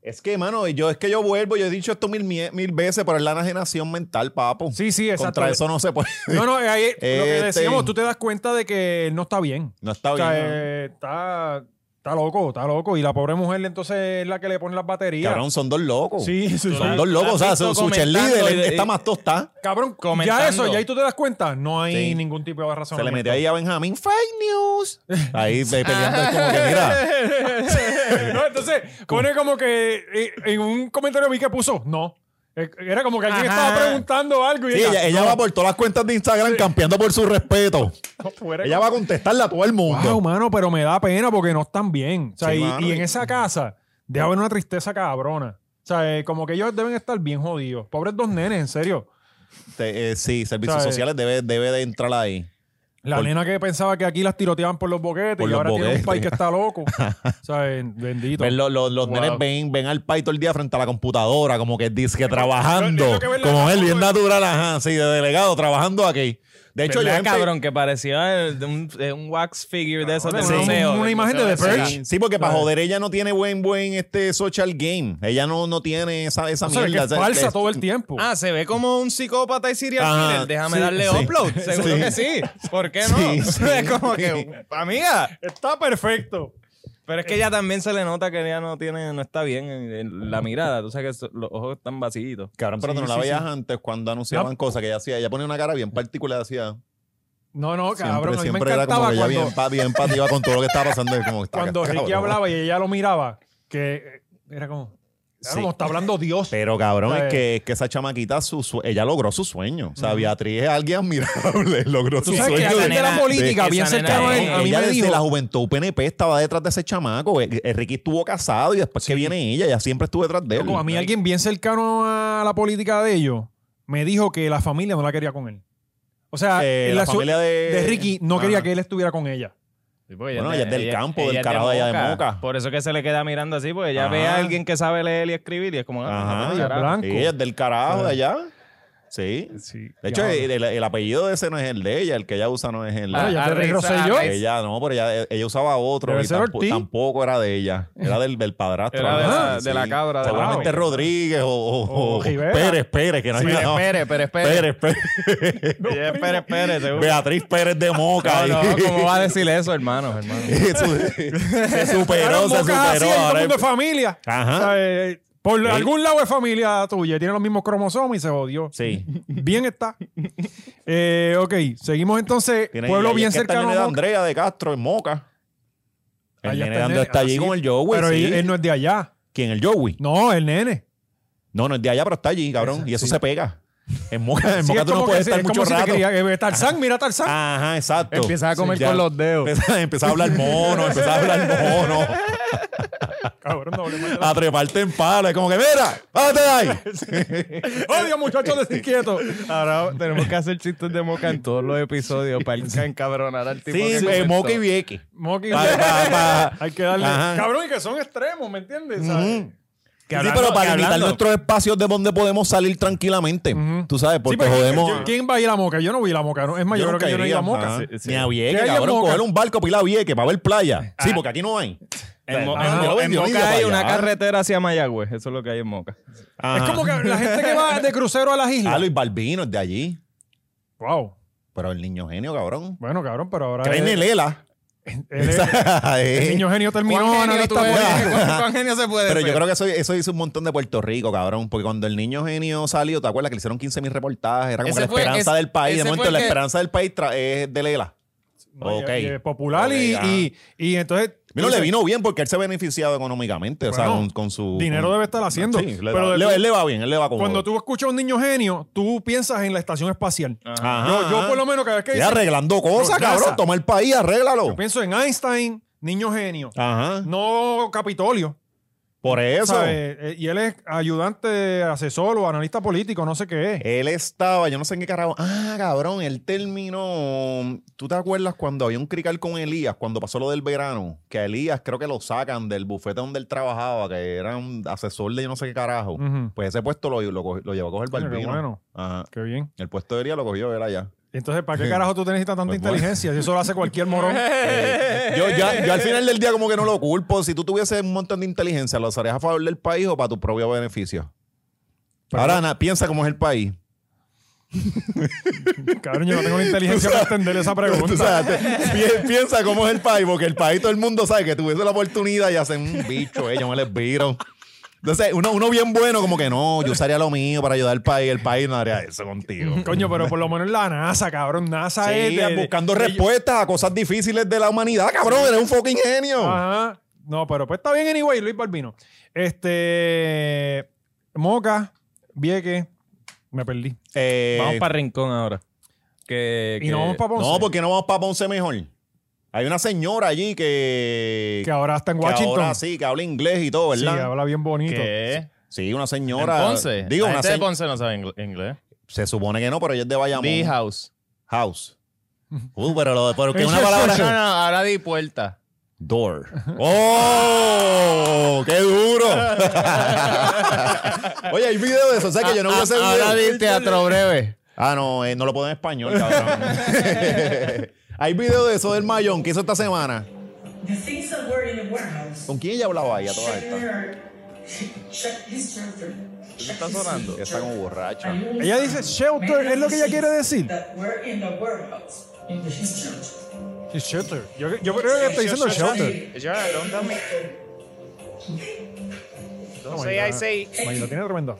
Speaker 2: Es que, mano, yo es que yo vuelvo, yo he dicho esto mil, mie- mil veces, pero es la enajenación mental, papo.
Speaker 1: Sí, sí, exacto.
Speaker 2: Contra eso no se puede.
Speaker 1: No, no, eh, ahí lo que
Speaker 2: Este-
Speaker 1: decíamos, tú te das cuenta de que él no está bien.
Speaker 2: No está
Speaker 1: O
Speaker 2: bien.
Speaker 1: sea,
Speaker 2: ¿no?
Speaker 1: eh, está, está loco, está loco. Y la pobre mujer entonces es la que le pone las baterías.
Speaker 2: Cabrón, son dos locos.
Speaker 1: Sí, sí, sí.
Speaker 2: Son dos locos. O
Speaker 3: ¿Has
Speaker 2: sea,
Speaker 3: visto
Speaker 2: su, su
Speaker 3: comentando
Speaker 2: cheerleader, el
Speaker 3: y-
Speaker 2: que está más tostado.
Speaker 1: Cabrón,
Speaker 3: Comentando.
Speaker 1: ya eso, ya ahí tú te das cuenta, no hay
Speaker 2: Sí.
Speaker 1: ningún tipo de razón.
Speaker 2: Se le metió ahí a Benjamín. Fake news. Ahí pe- peleando es como que, mira.
Speaker 1: No, entonces pone como que eh, en un comentario vi que puso no. Eh, Era como que alguien
Speaker 5: Ajá.
Speaker 1: estaba preguntando algo y
Speaker 2: Sí, ella, ella va por todas las cuentas de Instagram campeando por su respeto.
Speaker 1: no, fuera
Speaker 2: Ella va a contestarle a todo el mundo.
Speaker 1: Wow, mano, pero me da pena porque no están bien. O sea,
Speaker 2: Sí,
Speaker 1: y,
Speaker 2: mano,
Speaker 1: y
Speaker 2: y-
Speaker 1: en esa casa debe haber una tristeza cabrona. sea, eh, como que ellos deben estar bien jodidos. Pobres dos nenes, en serio.
Speaker 2: Te- eh, sí, servicios
Speaker 1: ¿Sabes?
Speaker 2: sociales debe, debe de entrar ahí.
Speaker 1: La
Speaker 2: Por-
Speaker 1: nena que pensaba que aquí las tiroteaban por los boquetes
Speaker 2: Por
Speaker 1: y
Speaker 2: los
Speaker 1: ahora tiene un
Speaker 2: boquetes.
Speaker 1: país que está loco. o sea, eh, bendito.
Speaker 2: Ver lo- lo- los
Speaker 3: Wow.
Speaker 2: nenes ven, ven al pai todo el día frente a la computadora, como que dice que
Speaker 1: es lo
Speaker 2: trabajando.
Speaker 1: que ven la
Speaker 2: Como él, bien
Speaker 1: foto,
Speaker 2: natural, ajá, sí, de delegado, trabajando aquí. De hecho, yo
Speaker 3: ¿Verdad,
Speaker 2: empe-
Speaker 3: cabrón, que parecía el- de un, de un wax figure de esos
Speaker 1: Una-
Speaker 3: del
Speaker 1: una-
Speaker 3: museo.
Speaker 1: una
Speaker 3: del
Speaker 1: imagen de
Speaker 3: museo
Speaker 1: The
Speaker 3: de
Speaker 1: Purge.
Speaker 2: Sí,
Speaker 3: Cera.
Speaker 2: sí, porque para joder ella no tiene buen buen este social game. Ella no, no tiene esa, esa
Speaker 1: O sea, que
Speaker 2: mierda.
Speaker 1: es
Speaker 2: o sea,
Speaker 1: falsa
Speaker 2: es-
Speaker 1: todo el tiempo.
Speaker 3: Ah, se ve como un psicópata y serial
Speaker 2: Ajá,
Speaker 3: killer. Déjame
Speaker 2: sí,
Speaker 3: darle
Speaker 2: sí.
Speaker 3: upload. Seguro
Speaker 2: Sí.
Speaker 3: que sí. ¿Por qué no?
Speaker 2: Sí, sí.
Speaker 3: es como que, amiga.
Speaker 1: Está perfecto.
Speaker 3: Pero es que ella también se le nota que ella no tiene, no está bien en, en la mirada. Tú sabes que so- los ojos están vacíos.
Speaker 2: Cabrón, pero tú
Speaker 1: Sí,
Speaker 2: no la
Speaker 1: sí,
Speaker 2: veías antes cuando anunciaban cosas que ella hacía. Ella ponía una cara bien particular, hacía.
Speaker 1: No, no,
Speaker 2: Siempre,
Speaker 1: cabrón. a mí me
Speaker 2: siempre era como
Speaker 1: encantaba
Speaker 2: que ella bien,
Speaker 1: cuando,
Speaker 2: empa- bien empativa con todo lo que estaba pasando. Es Como, está
Speaker 1: cuando
Speaker 2: cabrón.
Speaker 1: Ricky hablaba y ella lo miraba, que eh, era como. Era
Speaker 2: Sí.
Speaker 1: como está hablando Dios.
Speaker 2: Pero cabrón,
Speaker 1: ¿Sabes?
Speaker 2: es que, es que esa chamaquita, su, su- ella logró su sueño. O sea, Beatriz es alguien admirable. logró
Speaker 1: Tú
Speaker 2: su
Speaker 1: sabes que
Speaker 2: sueño.
Speaker 1: la gente de la
Speaker 3: nena-
Speaker 1: política,
Speaker 3: esa
Speaker 1: bien
Speaker 3: nena
Speaker 1: cercano a él,
Speaker 3: es-
Speaker 1: a mí
Speaker 2: ella
Speaker 1: me
Speaker 2: desde
Speaker 1: dijo.
Speaker 2: la juventud PNP estaba detrás de ese chamaco. Eh, eh, Ricky estuvo casado y después que viene ella, ella siempre estuvo detrás de él.
Speaker 1: Como a mí alguien bien cercano a la política de ellos me dijo que la familia no la quería con él. O sea,
Speaker 2: Eh,
Speaker 1: la
Speaker 2: la
Speaker 1: su-
Speaker 2: familia de,
Speaker 1: de Ricky no
Speaker 2: Ajá.
Speaker 1: quería que él estuviera con ella.
Speaker 2: Bueno, ella es del campo, del carajo de allá de Moca.
Speaker 3: Por eso es que se le queda mirando así, porque ella
Speaker 2: Ajá.
Speaker 3: ve a alguien que sabe leer y escribir y es como.
Speaker 2: Ajá,
Speaker 3: ah,
Speaker 1: ella es
Speaker 3: carajo.
Speaker 1: blanca.
Speaker 2: Sí, ella es del carajo
Speaker 1: Ah.
Speaker 2: de allá. Sí. De hecho,
Speaker 1: Ya.
Speaker 2: el, el- el apellido de ese no es el de ella, el que ella usa no es el
Speaker 1: Ah,
Speaker 2: de
Speaker 1: ya te
Speaker 3: Arre-
Speaker 1: Rosselló.
Speaker 3: Arre-
Speaker 2: ella. No, pero ella, e-, ella usaba otro.
Speaker 1: Debe
Speaker 2: y
Speaker 1: ser
Speaker 2: tampo-
Speaker 1: Ortiz.
Speaker 2: tampoco era de ella. Era del, del padrastro.
Speaker 3: Era de
Speaker 2: ¿no?
Speaker 3: la- de la cabra, de la
Speaker 2: Seguramente
Speaker 3: cabra.
Speaker 2: Rodríguez o, o-
Speaker 1: O
Speaker 2: o
Speaker 1: Rivera.
Speaker 2: Pérez Pérez, que no hay nada.
Speaker 3: Espere, espere, espere.
Speaker 2: Pérez, Pérez.
Speaker 3: Ella, Espere, espere. seguro.
Speaker 2: Beatriz Pérez de Moca.
Speaker 3: No,
Speaker 2: ahí.
Speaker 3: no, ¿cómo va a decir eso, hermano? hermano?
Speaker 2: Eso- se
Speaker 1: Claro,
Speaker 2: superó, se
Speaker 1: Moca es así, ahí
Speaker 2: superó.
Speaker 1: todo el
Speaker 2: ahora
Speaker 1: mundo
Speaker 2: es-
Speaker 1: es familia. O
Speaker 2: Ajá.
Speaker 1: sea, eh, por
Speaker 2: Sí.
Speaker 1: algún lado es familia tuya, tiene los mismos cromosomas y se jodió.
Speaker 2: Sí.
Speaker 1: Bien está. Eh, ok, seguimos entonces.
Speaker 2: Tiene- y
Speaker 1: Pueblo
Speaker 2: ahí
Speaker 1: bien
Speaker 2: es que está el
Speaker 1: cercano.
Speaker 2: nene de
Speaker 1: a Moca.
Speaker 2: Andrea de Castro en Moca. El
Speaker 1: Allá está el
Speaker 2: nene de Andrea
Speaker 1: nene.
Speaker 2: está allí
Speaker 1: Ah,
Speaker 2: con
Speaker 1: sí.
Speaker 2: el Joey.
Speaker 1: Pero
Speaker 2: sí.
Speaker 1: él, él no es de allá.
Speaker 2: ¿Quién? ¿El Joey?
Speaker 1: No, el nene.
Speaker 2: No, no es de allá, pero está allí, cabrón. y eso se pega. En Moca, en
Speaker 1: Sí,
Speaker 2: Moca
Speaker 1: es
Speaker 2: tú no
Speaker 1: como
Speaker 2: puedes
Speaker 1: que-
Speaker 2: estar
Speaker 1: es como
Speaker 2: mucho
Speaker 1: si te
Speaker 2: rato.
Speaker 1: quería- eh, Tarzán, mira Tarzán.
Speaker 2: Ajá, exacto.
Speaker 5: Empiezas a comer
Speaker 2: Sí, ya. Pues,
Speaker 5: con los dedos.
Speaker 2: Empieza, empieza a hablar mono, empieza a hablar mono.
Speaker 1: Cabrón, no hable mal de la-
Speaker 2: A treparte en palo. Es como que, mira, párate de ahí.
Speaker 1: Odio muchachos desinquietos.
Speaker 3: Ahora tenemos que hacer chistes de moca en todos los episodios para encabronar al tipo.
Speaker 2: Sí,
Speaker 3: que
Speaker 2: eh,
Speaker 3: comenzó.
Speaker 2: Moca y Vieque.
Speaker 1: Moqui.
Speaker 2: Pa- pa- pa-
Speaker 1: Hay que darle.
Speaker 2: Ajá.
Speaker 1: Cabrón, y que son extremos, ¿me entiendes? ¿Sabes?
Speaker 2: Ujú.
Speaker 3: Que
Speaker 2: sí,
Speaker 3: hablando-
Speaker 2: pero para
Speaker 3: que
Speaker 2: limitar
Speaker 3: hablando-
Speaker 2: nuestros espacios de donde podemos salir tranquilamente. Tú sabes, porque
Speaker 1: Sí, pero
Speaker 2: jodemos.
Speaker 1: yo- ¿Quién va a ir a Moca? Yo no voy a la Moca. ¿no? Es más, yo, creo que yo no he ido a
Speaker 2: caería,
Speaker 1: Moca.
Speaker 2: ajá.
Speaker 1: Sí, sí.
Speaker 2: Ni a
Speaker 1: ¿Qué
Speaker 2: Vieque,
Speaker 1: hay en
Speaker 2: cabrón.
Speaker 1: Moca? Ah.
Speaker 2: Coger un barco para ir a Vieque para ver playa. Sí, porque aquí no hay.
Speaker 3: En, Mo-
Speaker 2: Ajá.
Speaker 3: en Mo- en
Speaker 2: Yo ni iba
Speaker 3: Moca hay
Speaker 2: para
Speaker 3: una
Speaker 2: allá.
Speaker 3: carretera hacia Mayagüez. Eso es lo que hay en Moca.
Speaker 1: Es como que la gente que va de crucero a las islas.
Speaker 2: Ah, Luis Balbino es de allí.
Speaker 1: Wow.
Speaker 2: Pero el niño genio, cabrón.
Speaker 1: Bueno, cabrón, pero ahora.
Speaker 2: Creen en
Speaker 1: él-
Speaker 2: Lela.
Speaker 1: él es- el niño genio terminó analista político.
Speaker 5: ¿Cuán genio se puede
Speaker 2: Pero yo
Speaker 5: ser?
Speaker 2: creo que eso, eso hizo un montón de Puerto Rico, cabrón. Porque cuando el niño genio salió, ¿te acuerdas que le hicieron 15 mil reportajes? Era como
Speaker 5: Ese
Speaker 2: la
Speaker 5: fue-
Speaker 2: esperanza
Speaker 5: ese-
Speaker 2: del país. De
Speaker 5: ese
Speaker 2: momento,
Speaker 5: fue el
Speaker 2: la
Speaker 5: que-
Speaker 2: esperanza del país tra- es de Lela.
Speaker 1: No, y-
Speaker 2: Ok.
Speaker 1: y es popular
Speaker 2: Ok,
Speaker 1: y,
Speaker 2: ajá.
Speaker 1: y, y entonces.
Speaker 2: Mira, le
Speaker 1: dice,
Speaker 2: vino bien porque él se ha beneficiado económicamente. o sea,
Speaker 1: Bueno,
Speaker 2: con, con su.
Speaker 1: Dinero
Speaker 2: con-
Speaker 1: debe estar haciendo.
Speaker 2: Sí, le
Speaker 1: pero
Speaker 2: va-
Speaker 1: de-
Speaker 2: le- él le va bien, él le va cómodo.
Speaker 1: cuando tú escuchas a un niño genio, tú piensas en la estación espacial.
Speaker 2: Ajá,
Speaker 1: Yo, yo
Speaker 2: ajá.
Speaker 1: por lo menos, cada vez que
Speaker 2: Y
Speaker 1: dicen-
Speaker 2: arreglando cosas,
Speaker 1: No, NASA.
Speaker 2: cabrón. Toma el país, arréglalo.
Speaker 1: pienso en Einstein, niño genio.
Speaker 2: Ajá.
Speaker 1: No Capitolio.
Speaker 2: Por eso.
Speaker 1: ¿sabes? Eh, Y él es ayudante, asesor o analista político, no sé qué es.
Speaker 2: Él estaba, yo no sé en qué carajo. Ah, cabrón, él terminó. ¿Tú te acuerdas cuando había un crical con Elías, cuando pasó lo del verano? Que a Elías creo que lo sacan del bufete donde él trabajaba, que era un asesor de yo no sé qué carajo.
Speaker 1: Ujú.
Speaker 2: Pues ese puesto lo, lo, cogió- lo llevó a coger
Speaker 1: Mm. Coño, qué
Speaker 2: Balbino.
Speaker 1: bueno.
Speaker 2: Ajá.
Speaker 1: Qué bien.
Speaker 2: El puesto de Elías lo cogió él allá.
Speaker 1: Entonces, ¿para qué carajo tú necesitas tanta
Speaker 2: Pues bueno.
Speaker 1: inteligencia? Si eso lo hace cualquier morón.
Speaker 2: Yo, ya- yo al final del día como que no lo culpo. Si tú tuvieses un montón de inteligencia, ¿lo usarías a favor del país o para tu propio beneficio? Ahora, Ana, piensa cómo es el país.
Speaker 1: Cabrón, yo no tengo la inteligencia para entender esa
Speaker 2: Tú
Speaker 1: pregunta.
Speaker 2: sabes, te- pi- piensa cómo es el país, porque el país todo el mundo sabe que tuviese la oportunidad y hacen un bicho, ellos me les viro. Entonces, uno, uno bien bueno, como que no, yo usaría lo mío para ayudar al país, el país no haría eso contigo.
Speaker 1: Coño, pero por lo menos la NASA, cabrón. NASA es.
Speaker 2: Sí,
Speaker 1: de- de-
Speaker 2: buscando respuestas a cosas difíciles de la humanidad, cabrón, eres un fucking genio.
Speaker 1: Ajá. No, pero pues está bien anyway, Luis Balbino. Este. Moca, Vieque, me perdí.
Speaker 2: Eh,
Speaker 3: Vamos para Rincón ahora. Que,
Speaker 1: Y
Speaker 3: que-
Speaker 1: no vamos para Ponce.
Speaker 2: No, porque no vamos para Ponce mejor. Hay una señora allí que,
Speaker 1: Que ahora está en
Speaker 2: que
Speaker 1: Washington.
Speaker 2: ahora sí, que habla inglés y todo,
Speaker 1: Sí,
Speaker 2: ¿verdad?
Speaker 1: habla bien bonito.
Speaker 3: que-
Speaker 2: Sí, una señora.
Speaker 3: Entonces,
Speaker 2: digo,
Speaker 3: la
Speaker 2: una
Speaker 3: gente de
Speaker 2: se-
Speaker 3: Ponce no sabe ingl- inglés.
Speaker 2: se supone que no, pero ella es de Bayamón.
Speaker 3: Di house.
Speaker 2: House. Uh, pero lo de, porque una
Speaker 1: Eso es
Speaker 2: palabra
Speaker 3: No, no, ahora di puerta.
Speaker 2: Door. ¡Oh! ¡Qué duro! Oye, hay video de eso, o sea que yo no voy a hacer
Speaker 3: Ah, Ahora
Speaker 2: video.
Speaker 3: di teatro breve.
Speaker 2: Ah, no, eh, no lo puedo en español, cabrón. hay video de eso del Mayón que hizo esta semana.
Speaker 6: The things that were in the warehouse.
Speaker 2: ¿Con quién ella hablaba ahí a todas
Speaker 6: Check
Speaker 2: estas?
Speaker 6: their- check his shelter. Check
Speaker 3: está
Speaker 6: his
Speaker 3: sonando?
Speaker 6: shelter.
Speaker 2: Está como borracha.
Speaker 6: And you
Speaker 1: Ella dice shelter,
Speaker 6: may
Speaker 1: es lo que ella
Speaker 6: not
Speaker 1: quiere
Speaker 6: see
Speaker 1: decir.
Speaker 6: That were in the warehouse. In the his shelter.
Speaker 1: Shelter. Yo, yo creo que está diciendo shelter.
Speaker 3: No sé, ahí sí.
Speaker 1: Ay, lo tiene tremendo.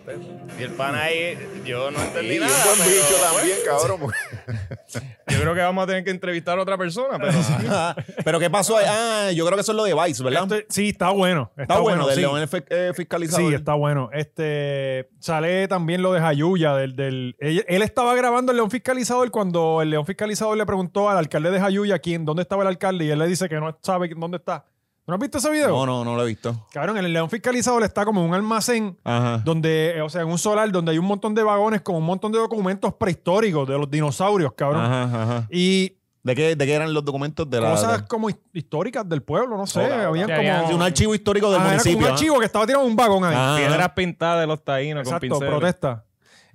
Speaker 3: Y el pan ahí, yo no entendí
Speaker 2: Y un
Speaker 3: nada.
Speaker 2: buen
Speaker 3: pero-
Speaker 2: bicho también, cabrón. porque-
Speaker 3: Yo creo que vamos a tener que entrevistar a otra persona, pero...
Speaker 2: Ajá. Pero ¿qué pasó ahí? Ah, yo creo que eso es lo de Vice, ¿verdad?
Speaker 1: Esto- sí, está bueno. Está,
Speaker 2: Está bueno,
Speaker 1: bueno,
Speaker 2: del
Speaker 1: sí.
Speaker 2: León el fi- eh, fiscalizador.
Speaker 1: Sí, está bueno. Este sale también lo de Jayuya del, del él, él estaba grabando el León Fiscalizador cuando el León Fiscalizador le preguntó al alcalde de Jayuya quién dónde estaba el alcalde y él le dice que no sabe quién- dónde está. ¿No has visto ese video?
Speaker 2: No, no, no lo he visto.
Speaker 1: Cabrón, el León Fiscalizador está como en un almacén
Speaker 2: Ajá.
Speaker 1: donde, eh, o sea, en un solar donde hay un montón de vagones con un montón de documentos prehistóricos de los dinosaurios, cabrón.
Speaker 2: Ajá, ajá.
Speaker 1: Y
Speaker 2: ¿De qué, ¿De qué eran los documentos de la
Speaker 1: cosas
Speaker 2: de-
Speaker 1: como his- históricas del pueblo, no sé,
Speaker 2: Hola,
Speaker 1: habían
Speaker 3: Que
Speaker 1: como
Speaker 3: habían
Speaker 2: de un archivo histórico del
Speaker 1: Ah, era como
Speaker 2: municipio?
Speaker 1: un
Speaker 2: ¿ah?
Speaker 1: archivo que estaba tirado en un vagón ahí.
Speaker 2: Ajá.
Speaker 3: Piedras pintadas de los taínos con
Speaker 1: Exacto,
Speaker 3: pinceles.
Speaker 1: protesta.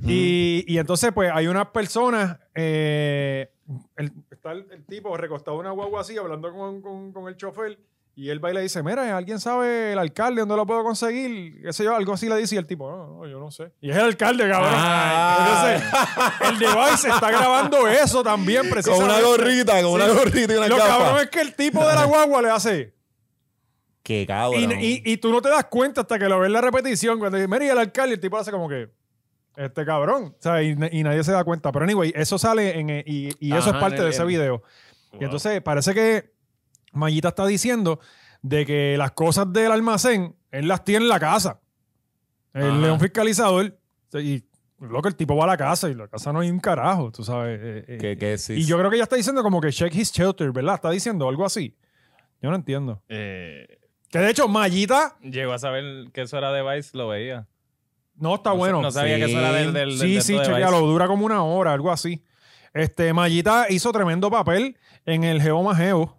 Speaker 1: Y, y entonces, pues, hay unas personas. eh, el- está el, el tipo recostado en una guagua así, hablando con, con- con el chofer. Y él va y le dice: Mira, ¿alguien sabe el alcalde dónde lo puedo conseguir? ¿Qué sé yo? Algo así le dice. Y el tipo: No, no, yo no sé. Y es el alcalde, cabrón.
Speaker 2: Ah.
Speaker 1: Entonces, el device está grabando eso también,
Speaker 2: Con
Speaker 1: precisamente.
Speaker 2: una gorrita, con una
Speaker 1: Sí.
Speaker 2: gorrita y una
Speaker 1: Lo
Speaker 2: capa.
Speaker 1: cabrón es que el tipo de la guagua le hace.
Speaker 2: Qué cabrón.
Speaker 1: Y, y- y tú no te das cuenta hasta que lo ves en la repetición. Cuando dice, mira, y el alcalde, el tipo hace como que, este cabrón. O sea, y, na- y nadie se da cuenta. Pero anyway, eso sale en, eh, y, y eso es
Speaker 3: Ajá,
Speaker 1: parte
Speaker 3: en el-
Speaker 1: de ese
Speaker 3: en-
Speaker 1: video. Y entonces parece que Mayita está diciendo de que las cosas del almacén, él las tiene en la casa. El
Speaker 3: Ajá.
Speaker 1: león fiscalizador. Y loco, el tipo va a la casa y en la casa no hay un carajo, tú sabes. eh, eh,
Speaker 2: Que- que sí.
Speaker 1: y yo creo que ella está diciendo como que check his shelter, ¿verdad? Está diciendo algo así. Yo no entiendo.
Speaker 3: Eh,
Speaker 1: Que de hecho, Mayita
Speaker 3: llegó a saber que eso era de Vice, lo veía.
Speaker 1: No, está
Speaker 3: No sa-
Speaker 1: Ah, bueno.
Speaker 3: No sabía que eso era del... del
Speaker 1: sí,
Speaker 3: del-
Speaker 1: sí,
Speaker 3: de Vice.
Speaker 1: chequealo. Dura como una hora, algo así. Este, Mayita hizo tremendo papel en el Geo Majeo.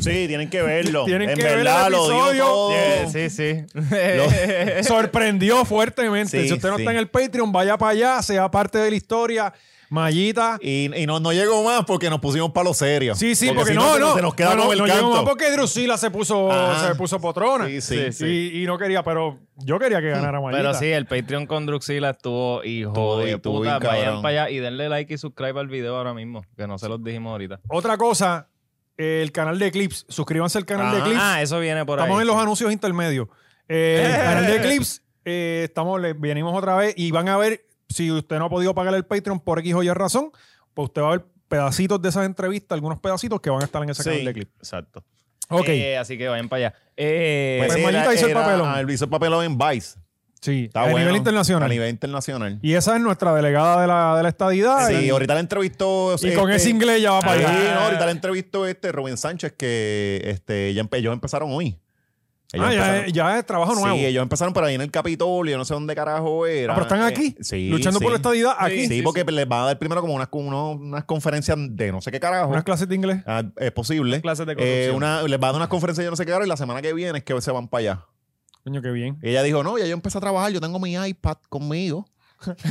Speaker 2: Sí, tienen que verlo.
Speaker 1: Tienen
Speaker 2: en
Speaker 1: que ver el
Speaker 2: verdad, lo digo
Speaker 1: episodio.
Speaker 2: todo.
Speaker 3: Yeah, sí, sí.
Speaker 2: Lo-
Speaker 1: Sorprendió fuertemente.
Speaker 2: Sí,
Speaker 1: si usted no
Speaker 2: sí.
Speaker 1: está en el Patreon, vaya para allá, sea parte de la historia. Mayita.
Speaker 2: Y, y no, no llegó más porque nos pusimos palo serio.
Speaker 1: Sí, sí, porque,
Speaker 2: si
Speaker 1: no, no.
Speaker 2: Se nos queda
Speaker 1: no,
Speaker 2: con el
Speaker 1: no, no llegó
Speaker 2: canto.
Speaker 1: más porque Drusila se puso,
Speaker 2: Ajá.
Speaker 1: se puso potrona.
Speaker 2: Sí, sí,
Speaker 1: Y- Y, no quería, pero yo quería que ganara Mayita.
Speaker 3: Pero sí, el Patreon con Druxila estuvo hijo
Speaker 2: Estuvo-
Speaker 3: de
Speaker 2: estuvo
Speaker 3: puta.
Speaker 2: bien
Speaker 3: Vayan
Speaker 2: cabrón.
Speaker 3: para allá y denle like y subscribe al video ahora mismo, que no se los dijimos ahorita.
Speaker 1: Otra cosa, el canal de Clips. Suscríbanse al canal de
Speaker 2: Ajá.
Speaker 1: Clips.
Speaker 3: Ah, eso viene por
Speaker 1: Estamos
Speaker 3: ahí.
Speaker 1: en los anuncios intermedios. Eh, el canal de Clips, eh, estamos, le- venimos otra vez y van a ver si usted no ha podido pagar el Patreon por X o Y razón, pues usted va a ver pedacitos de esas entrevistas, algunos pedacitos que van a estar en ese canal de Clips.
Speaker 2: Exacto.
Speaker 1: Ok,
Speaker 3: Eh, así que vayan para allá. Eh,
Speaker 2: Pues
Speaker 1: Pues Mayita
Speaker 2: era-
Speaker 1: hizo el
Speaker 2: era-
Speaker 1: papelón.
Speaker 2: ah, él hizo el papelón en Vice.
Speaker 1: sí, a
Speaker 2: Está bueno.
Speaker 1: nivel internacional.
Speaker 2: A nivel internacional.
Speaker 1: Y esa es nuestra delegada de la, de la estadidad.
Speaker 2: Sí,
Speaker 1: y,
Speaker 2: ahorita la entrevistó. este,
Speaker 1: y con ese inglés Ah, pues, ya va para
Speaker 2: Sí,
Speaker 1: allá.
Speaker 2: no, ahorita la entrevistó este Rubén Sánchez que este, ya empe- ellos empezaron hoy. Ellos
Speaker 1: Ah, ya,
Speaker 2: empezaron-
Speaker 1: es- ya es trabajo nuevo.
Speaker 2: Sí, ellos empezaron por ahí en el Capitolio, no sé dónde carajo era.
Speaker 1: Ah, pero están
Speaker 2: Eh,
Speaker 1: aquí,
Speaker 2: sí,
Speaker 1: luchando
Speaker 2: sí.
Speaker 1: por la estadidad aquí.
Speaker 2: Sí, porque les van a dar primero como unas, como unos- unas conferencias de no sé qué carajo.
Speaker 1: Unas clases de inglés.
Speaker 2: Ah, es posible.
Speaker 3: clases de
Speaker 2: Eh,
Speaker 3: corrupción.
Speaker 2: una- les va a dar unas conferencias de no sé qué carajo y la semana que viene es que se van para allá.
Speaker 1: Coño, qué bien.
Speaker 2: Y ella dijo, no, ya yo empecé a trabajar, yo tengo mi iPad conmigo.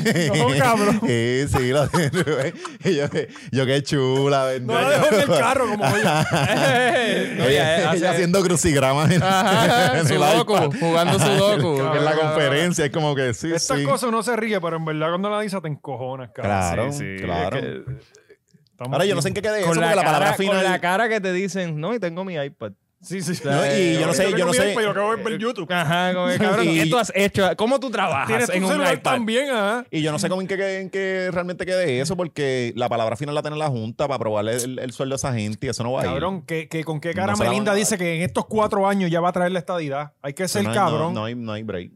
Speaker 1: No, cabrón.
Speaker 2: Sí, sí, la tiene. Y yo, yo qué chula.
Speaker 1: No
Speaker 2: bendito.
Speaker 1: la dejo en el carro como hoy.
Speaker 2: Ella, ella haciendo crucigramas en, en el iPad.
Speaker 5: Sudoku, jugando Sudoku.
Speaker 2: Porque en la conferencia es como que sí,
Speaker 1: Estas
Speaker 2: sí.
Speaker 1: cosas uno se ríe, pero en verdad cuando la dice te encojonas, cabrón.
Speaker 2: Claro,
Speaker 3: Sí, sí,
Speaker 2: claro.
Speaker 3: es que-
Speaker 1: Estamos
Speaker 2: Ahora yo no sé en qué quede Eh, eso, porque la palabra
Speaker 3: cara,
Speaker 2: final...
Speaker 3: con la cara que te dicen, no, y tengo mi iPad. eh,
Speaker 1: Sí, sí. Eh,
Speaker 2: No, y yo no sé, yo no sé. Eh,
Speaker 1: Yo acabo de ver YouTube.
Speaker 3: Ajá, como que, cabrón,
Speaker 2: Y-
Speaker 3: ¿qué tú has hecho? ¿Cómo tú
Speaker 1: Tienes
Speaker 3: trabajas
Speaker 1: tu
Speaker 3: en un
Speaker 1: celular
Speaker 3: iPad?
Speaker 1: también, ¿ah? ajá.
Speaker 2: Y yo no sé cómo en qué, en qué realmente quede eso, porque la palabra final la tiene la Junta para aprobarle el, el sueldo a esa gente y eso no va a ir.
Speaker 1: Cabrón, que, que con qué cara
Speaker 2: No se la
Speaker 1: Melinda
Speaker 2: van a
Speaker 1: dice que en estos cuatro años ya va a traer la estadidad. Hay que ser
Speaker 2: No hay- no-
Speaker 1: cabrón.
Speaker 2: No, hay, no hay break.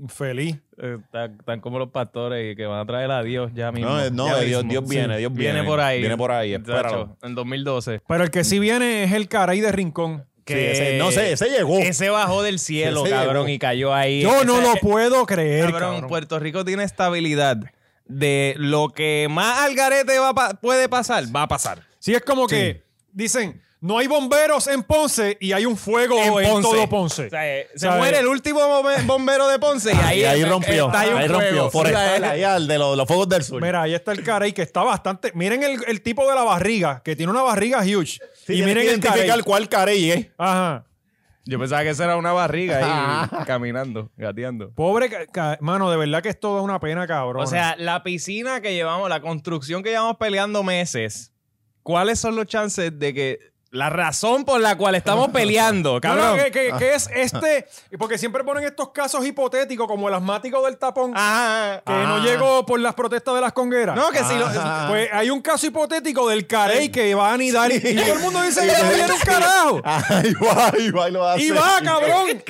Speaker 1: Infeliz.
Speaker 3: Eh, Están, están como los pastores que van a traer a Dios ya mismo.
Speaker 2: No, eh, no,
Speaker 3: Ya
Speaker 2: Dios,
Speaker 3: mismo.
Speaker 2: Dios viene, Dios viene.
Speaker 3: Viene por ahí.
Speaker 2: Viene por ahí,
Speaker 3: Chacho,
Speaker 2: espéralo.
Speaker 3: En 2012.
Speaker 1: Pero el que sí viene es el caray de Rincón.
Speaker 3: que
Speaker 2: Sí, ese- no sé, ese llegó.
Speaker 3: Ese bajó del cielo,
Speaker 2: Ese
Speaker 3: cabrón,
Speaker 2: llegó.
Speaker 3: y cayó ahí.
Speaker 1: Yo no
Speaker 3: Ese-
Speaker 1: lo puedo creer,
Speaker 3: Cabrón,
Speaker 1: cabrón.
Speaker 5: Puerto Rico tiene estabilidad. De lo que más al garete va pa- puede pasar, va a pasar.
Speaker 1: Sí, es como que dicen, no hay bomberos en Ponce y hay un fuego en,
Speaker 5: En Ponce.
Speaker 1: todo Ponce.
Speaker 3: O sea, eh,
Speaker 5: Se
Speaker 1: ¿Sabes?
Speaker 5: muere el último bombe- bombero de Ponce y ahí,
Speaker 2: Y ahí
Speaker 5: está-
Speaker 2: rompió.
Speaker 5: está ahí un
Speaker 2: Ahí
Speaker 5: fuego.
Speaker 2: rompió. Forestal,
Speaker 5: O sea,
Speaker 2: ahí al de los, los fuegos del sur.
Speaker 1: Mira, ahí está el carey que está bastante. Miren el, el tipo de la barriga, que tiene una barriga huge.
Speaker 2: Sí,
Speaker 1: y
Speaker 2: tienes
Speaker 1: miren
Speaker 2: que
Speaker 1: el carey.
Speaker 2: identificar cuál carey es.
Speaker 1: Ajá.
Speaker 3: Yo pensaba que esa era una barriga ahí caminando, gateando.
Speaker 1: Pobre, ca- ca- mano, de verdad que es toda una pena, cabrón.
Speaker 3: O sea, la piscina que llevamos, la construcción que llevamos peleando meses, ¿cuáles son los chances de que la razón por la cual estamos peleando,
Speaker 1: cabrón.
Speaker 3: cabrón?
Speaker 1: que, que- que es este? Porque siempre ponen estos casos hipotéticos, como el asmático del tapón,
Speaker 3: Ajá.
Speaker 1: que
Speaker 2: Ah.
Speaker 1: no llegó por las protestas de las congueras.
Speaker 3: Ah. No, que si lo-
Speaker 1: Pues hay un caso hipotético del carey que va a anidar y, y todo el mundo dice que no viene un carajo.
Speaker 3: Ah.
Speaker 2: Ahí va, ahí va, y lo hace.
Speaker 1: Y va, cabrón.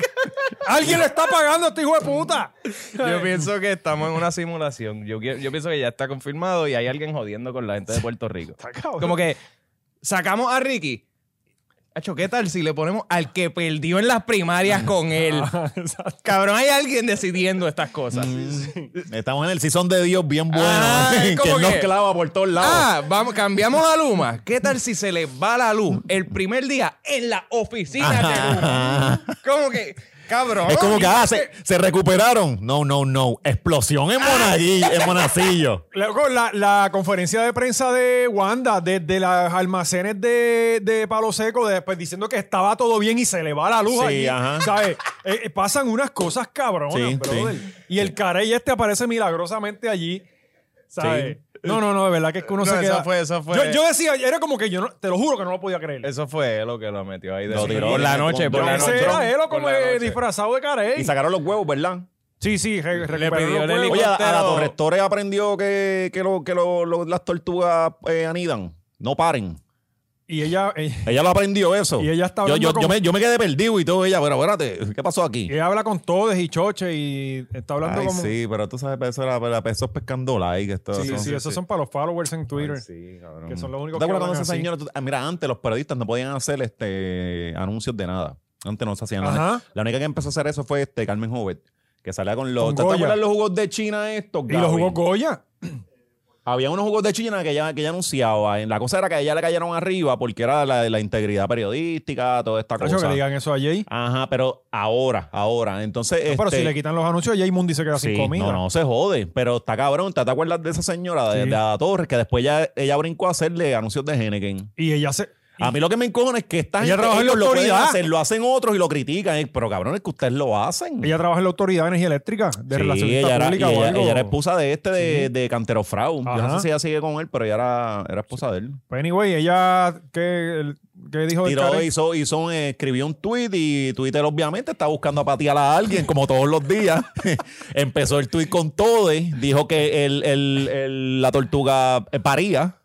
Speaker 1: Alguien le está pagando a este hijo de puta.
Speaker 3: Yo pienso que estamos en una simulación. Yo, qui- yo pienso que ya está confirmado y hay alguien jodiendo con la gente de Puerto Rico. Como que sacamos a Ricky. Acho, ¿qué tal si le ponemos al que perdió en las primarias con él? Cabrón, hay alguien decidiendo estas cosas.
Speaker 2: Estamos en el season de Dios bien bueno. ¿eh?
Speaker 3: Ah, es
Speaker 2: que
Speaker 3: como
Speaker 2: nos
Speaker 3: que-
Speaker 2: clava por todos lados.
Speaker 3: Ah, vamos, cambiamos a Luma. ¿Qué tal si se le va la luz el primer día en la oficina de Luma? Como que, cabrón.
Speaker 2: es como que, ah, se, se recuperaron. No, no, no. Explosión en Monaguillo, en Monacillo.
Speaker 1: Luego, la, la conferencia de prensa de Wanda, desde los almacenes de, de Palo Seco, de- pues, diciendo que estaba todo bien y se le va la luz
Speaker 2: Sí,
Speaker 1: allí,
Speaker 2: ajá.
Speaker 1: ¿sabes? Eh, eh, pasan unas cosas cabronas,
Speaker 2: Sí,
Speaker 1: brother.
Speaker 2: sí.
Speaker 1: Y el carey este aparece milagrosamente allí, ¿sabes? No, no, no, de verdad que es que uno
Speaker 3: No,
Speaker 1: se
Speaker 3: eso
Speaker 1: queda...
Speaker 3: fue- eso fue-
Speaker 1: Yo, yo decía, era como que yo, no, te lo juro que no lo podía creer.
Speaker 3: Eso fue lo que lo metió ahí. de-
Speaker 2: Lo tiró.
Speaker 3: por la
Speaker 2: Lo
Speaker 3: noche, por la
Speaker 2: tiró.
Speaker 1: Ese
Speaker 3: noche.
Speaker 1: era él o como
Speaker 3: Por la
Speaker 1: eh,
Speaker 3: noche.
Speaker 1: disfrazado de carey.
Speaker 2: Y sacaron los huevos, ¿verdad?
Speaker 1: Sí, sí, re- recuperaron
Speaker 3: pidió
Speaker 1: los
Speaker 3: el
Speaker 1: huevos.
Speaker 3: helicóptero.
Speaker 2: Oye, a, a la
Speaker 3: Helicóptero.
Speaker 2: Torres Torres aprendió que, que, lo- que lo- lo- las tortugas eh, anidan. No paren.
Speaker 1: Y ella, ella,
Speaker 2: Ella lo aprendió eso.
Speaker 1: Y ella está
Speaker 2: yo,
Speaker 1: hablando
Speaker 2: yo,
Speaker 1: con-
Speaker 2: yo, me, yo me quedé perdido y todo. Ella, pero espérate, ¿qué pasó aquí?
Speaker 1: ella habla con todos y choche y está hablando
Speaker 2: Ay,
Speaker 1: como...
Speaker 2: sí, pero tú sabes, pero eso era para pesos pescando like. Esto,
Speaker 1: Sí, sí,
Speaker 2: eso-
Speaker 1: esos son para los followers en Twitter.
Speaker 2: Ay, sí, cabrón.
Speaker 1: que son los únicos
Speaker 2: ¿Tú te
Speaker 1: que
Speaker 2: acuerdas cuando
Speaker 1: hablan
Speaker 2: esa
Speaker 1: así?
Speaker 2: señora- tú- ah, mira, antes los periodistas no podían hacer este anuncios de nada. Antes no se hacían
Speaker 1: Ajá.
Speaker 2: nada. La única que empezó a hacer eso fue este Carmen Jovet, que salía con los.
Speaker 1: Con
Speaker 2: ¿Te
Speaker 1: Goya.
Speaker 2: acuerdas los jugos de China estos?
Speaker 1: Y los
Speaker 2: Gaby?
Speaker 1: jugó Goya.
Speaker 2: Había unos jugos de China que ella, que ella anunciaba. La cosa era que a ella le cayeron arriba porque era la, la integridad periodística, toda esta
Speaker 1: Tacho, que le
Speaker 2: cosa.
Speaker 1: digan eso a Jay.
Speaker 2: Ajá, pero ahora, ahora. Entonces.
Speaker 1: No, Ah, pero
Speaker 2: este,
Speaker 1: si le quitan los anuncios, Jay Mundi se queda
Speaker 2: Sí,
Speaker 1: sin comida.
Speaker 2: No, no, se jode. Pero está cabrón. ¿Te, te acuerdas de esa señora de,
Speaker 1: Sí.
Speaker 2: de Ada Torres que después ya, ella brincó a hacerle anuncios de Henneken?
Speaker 1: Y ella se.
Speaker 2: A mí lo que me encojona es que esta
Speaker 1: Ella
Speaker 2: gente
Speaker 1: trabaja en la
Speaker 2: ellos lo pueden
Speaker 1: autoridad.
Speaker 2: hacer, lo hacen otros y lo critican. eh, Pero cabrón, es que ustedes lo hacen.
Speaker 1: Ella trabaja en la autoridad de energía eléctrica, de
Speaker 2: Sí,
Speaker 1: relaciones
Speaker 2: ella era,
Speaker 1: públicas o
Speaker 2: y ella-
Speaker 1: algo.
Speaker 2: ella era esposa de este de, de Cantero Frau. Yo no
Speaker 1: Ajá.
Speaker 2: sé si ella sigue con él, pero ella era, era esposa de él.
Speaker 1: Pues anyway, ella que, el- que dijo del
Speaker 2: Tiró,
Speaker 1: Carey?
Speaker 2: hizo, hizo, eh, escribió un tweet y Twitter obviamente está buscando a patear a alguien como todos los días. Empezó el tweet con todo, dijo que el, el- el- la tortuga eh, paría.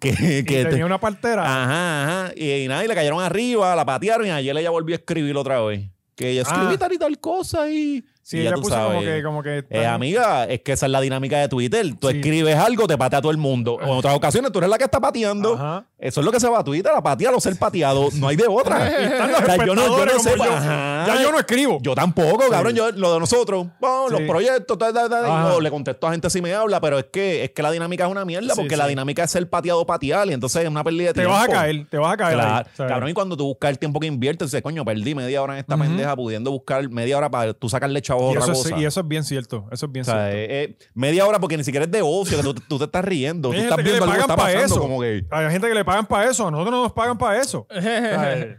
Speaker 2: Que,
Speaker 1: Y
Speaker 2: que
Speaker 1: tenía una
Speaker 2: Ah,
Speaker 1: partera.
Speaker 2: Ajá, ajá. Y, y nada, y le cayeron arriba, la patearon y ayer ella volvió a escribir otra vez. Que ella escribí
Speaker 1: Ah.
Speaker 2: tal y tal cosa y...
Speaker 1: sí,
Speaker 2: y ya
Speaker 1: ella
Speaker 2: tú
Speaker 1: puso como
Speaker 2: sabes.
Speaker 1: que, como que.
Speaker 2: Eh, amiga, es que esa es la dinámica de Twitter. Tú
Speaker 1: Sí. Ah.
Speaker 2: escribes algo, te patea a todo el mundo. O en otras ocasiones tú eres la que está pateando.
Speaker 1: Ajá.
Speaker 2: Eso es lo que se va a Twitter, a patear o ser pateado. No hay de otra.
Speaker 1: Están los
Speaker 2: O sea, yo no, yo no
Speaker 1: espectadores
Speaker 2: sé.
Speaker 1: como yo.
Speaker 2: Ajá.
Speaker 1: Ya yo no escribo.
Speaker 2: Yo tampoco, cabrón. Yo, lo de nosotros, bueno,
Speaker 1: Sí.
Speaker 2: los proyectos, tal, tal, tal, y
Speaker 1: Ajá.
Speaker 2: yo le contesto a gente si me habla, pero es que, es que la dinámica es una mierda
Speaker 1: Sí,
Speaker 2: porque
Speaker 1: sí.
Speaker 2: la dinámica es ser pateado patear y entonces es una pérdida de
Speaker 1: te
Speaker 2: tiempo.
Speaker 1: vas a caer, te vas a caer.
Speaker 2: Claro,
Speaker 1: ahí, ¿sabes?
Speaker 2: cabrón, y cuando tú buscas el tiempo que inviertes, dices, coño, perdí media hora en esta pendeja pudiendo buscar media hora para tú sacarle chavo a
Speaker 1: Y eso,
Speaker 2: otra cosa.
Speaker 1: es, y eso es bien cierto. Eso es bien
Speaker 2: O sea,
Speaker 1: cierto.
Speaker 2: eh, eh, media hora porque ni siquiera es de ocio, que tú, tú te estás riendo, tú
Speaker 1: Hay
Speaker 2: estás
Speaker 1: gente que le
Speaker 2: viendo algo que
Speaker 1: pagan
Speaker 2: está
Speaker 1: para
Speaker 2: pasando
Speaker 1: eso.
Speaker 2: como que...
Speaker 1: Hay gente que le pagan para eso. A nosotros no nos pagan para eso. O sea, eh,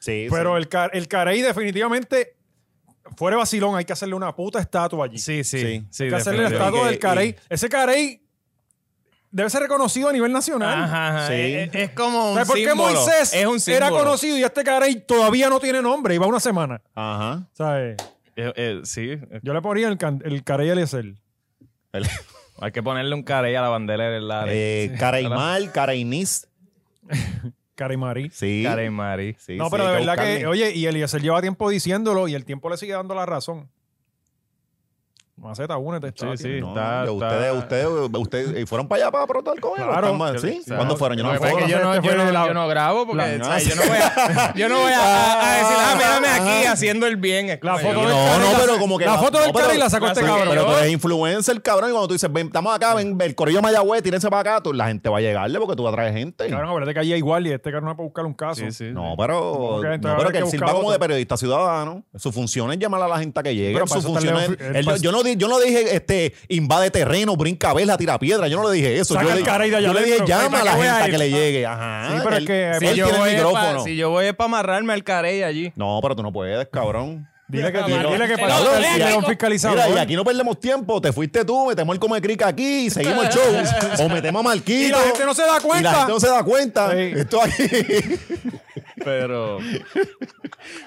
Speaker 2: Sí,
Speaker 1: Pero el, car el Carey definitivamente, fuera de vacilón, hay que hacerle una puta estatua allí.
Speaker 3: Sí, sí.
Speaker 2: Sí.
Speaker 3: sí,
Speaker 1: hay que hacerle la
Speaker 3: definitivo.
Speaker 1: estatua
Speaker 2: Y-
Speaker 1: del Carey. Ese Carey debe ser reconocido a nivel nacional.
Speaker 3: Ajá, ajá.
Speaker 2: Sí.
Speaker 3: Es, es como un
Speaker 1: ¿Sabes por qué
Speaker 3: símbolo.
Speaker 1: Moisés
Speaker 3: es un
Speaker 1: era
Speaker 3: símbolo.
Speaker 1: conocido y este Carey todavía no tiene nombre? Iba una semana.
Speaker 2: Ajá.
Speaker 1: ¿Sabes?
Speaker 3: Eh, eh, sí, eh,
Speaker 1: Yo le ponía el, can- el Carey Eliezer.
Speaker 2: El-
Speaker 3: hay que ponerle un carey a la bandera del lado.
Speaker 2: Eh, Caraimal, Carainis.
Speaker 1: Carey Marí.
Speaker 2: Sí.
Speaker 3: Carey Mari.
Speaker 2: Sí,
Speaker 1: no,
Speaker 2: sí,
Speaker 1: pero
Speaker 2: hay
Speaker 1: de verdad que,
Speaker 2: buscarle.
Speaker 1: oye, y Eliezer lleva tiempo diciéndolo y el tiempo le sigue dando la razón. Maceta, únete.
Speaker 5: Sí,
Speaker 1: chaval.
Speaker 5: sí.
Speaker 2: No,
Speaker 5: está,
Speaker 2: yo-
Speaker 5: está-
Speaker 2: ustedes, ustedes, ustedes, ¿y fueron para allá para brotar con él.
Speaker 1: Claro.
Speaker 2: ¿Están mal? ¿Sí?
Speaker 5: Sí.
Speaker 2: ¿Cuándo fueron? Yo no me
Speaker 5: Lo que pasa es
Speaker 2: acuerdo.
Speaker 5: que yo no, yo no- yo no grabo porque
Speaker 2: La-
Speaker 5: o sea, yo no voy a, yo no voy a, a- a decir, ah, mírame aquí haciendo el bien. Es
Speaker 1: La
Speaker 5: como
Speaker 1: foto
Speaker 5: yo-
Speaker 1: del
Speaker 2: no,
Speaker 1: carro
Speaker 2: no,
Speaker 1: y la-
Speaker 2: pero como que
Speaker 1: La
Speaker 2: la-
Speaker 1: foto
Speaker 2: no,
Speaker 1: del
Speaker 2: pero-
Speaker 1: carro y la sacó este
Speaker 5: la-
Speaker 1: cabrón.
Speaker 2: Pero
Speaker 5: yo-
Speaker 2: tú eres influencer, cabrón. Y cuando tú dices, ven, estamos acá, ven, el corillo Mayagüez, tírense para acá, tú, la gente va a llegarle porque tú atraes gente.
Speaker 1: Cabrón, acuérdate que allí hay igual y este cabrón es para buscar un caso.
Speaker 5: Sí, sí.
Speaker 2: No, pero,
Speaker 1: Ok, entonces
Speaker 2: no,
Speaker 1: habrá
Speaker 2: pero
Speaker 1: que
Speaker 2: que él sirva
Speaker 1: buscar
Speaker 2: como de
Speaker 1: otro.
Speaker 2: periodista ciudadano. Su función es llamar a la gente a que llegue.
Speaker 1: Pero para
Speaker 2: Su
Speaker 1: eso está
Speaker 2: función
Speaker 1: Leo
Speaker 2: es-
Speaker 1: Fi- el
Speaker 2: él no-
Speaker 1: pas-
Speaker 2: yo, no, di- yo no dije este, invade terreno, brinca vela, tira piedra. Yo no le dije eso.
Speaker 1: Saca
Speaker 2: Yo
Speaker 1: el
Speaker 2: le,
Speaker 1: Carey de allá
Speaker 2: yo le dije
Speaker 1: adentro. Ay,
Speaker 2: llama
Speaker 1: ¿para
Speaker 2: a la
Speaker 1: qué voy
Speaker 2: gente
Speaker 1: a
Speaker 2: a
Speaker 1: ir?
Speaker 2: que le llegue. Ajá.
Speaker 1: Sí, pero
Speaker 2: él,
Speaker 1: es que-
Speaker 2: él
Speaker 1: si
Speaker 5: Si yo,
Speaker 2: tiene
Speaker 5: voy
Speaker 2: el
Speaker 5: es pa-
Speaker 2: micrófono.
Speaker 5: si yo voy es para amarrarme al carey allí.
Speaker 2: No, pero tú no puedes, cabrón.
Speaker 1: Dile que,
Speaker 5: Cabrón,
Speaker 1: dile que
Speaker 5: el
Speaker 1: para
Speaker 5: otro
Speaker 1: el
Speaker 5: es
Speaker 1: león
Speaker 5: rico.
Speaker 1: fiscalizador.
Speaker 2: Mira, y aquí no perdemos tiempo. Te fuiste tú, metemos el come crica aquí y seguimos el show. o metemos a Marquito.
Speaker 1: Y la gente no se da
Speaker 2: Y la
Speaker 1: cuenta.
Speaker 2: gente no se da cuenta.
Speaker 1: Sí.
Speaker 2: Esto aquí.
Speaker 5: Pero.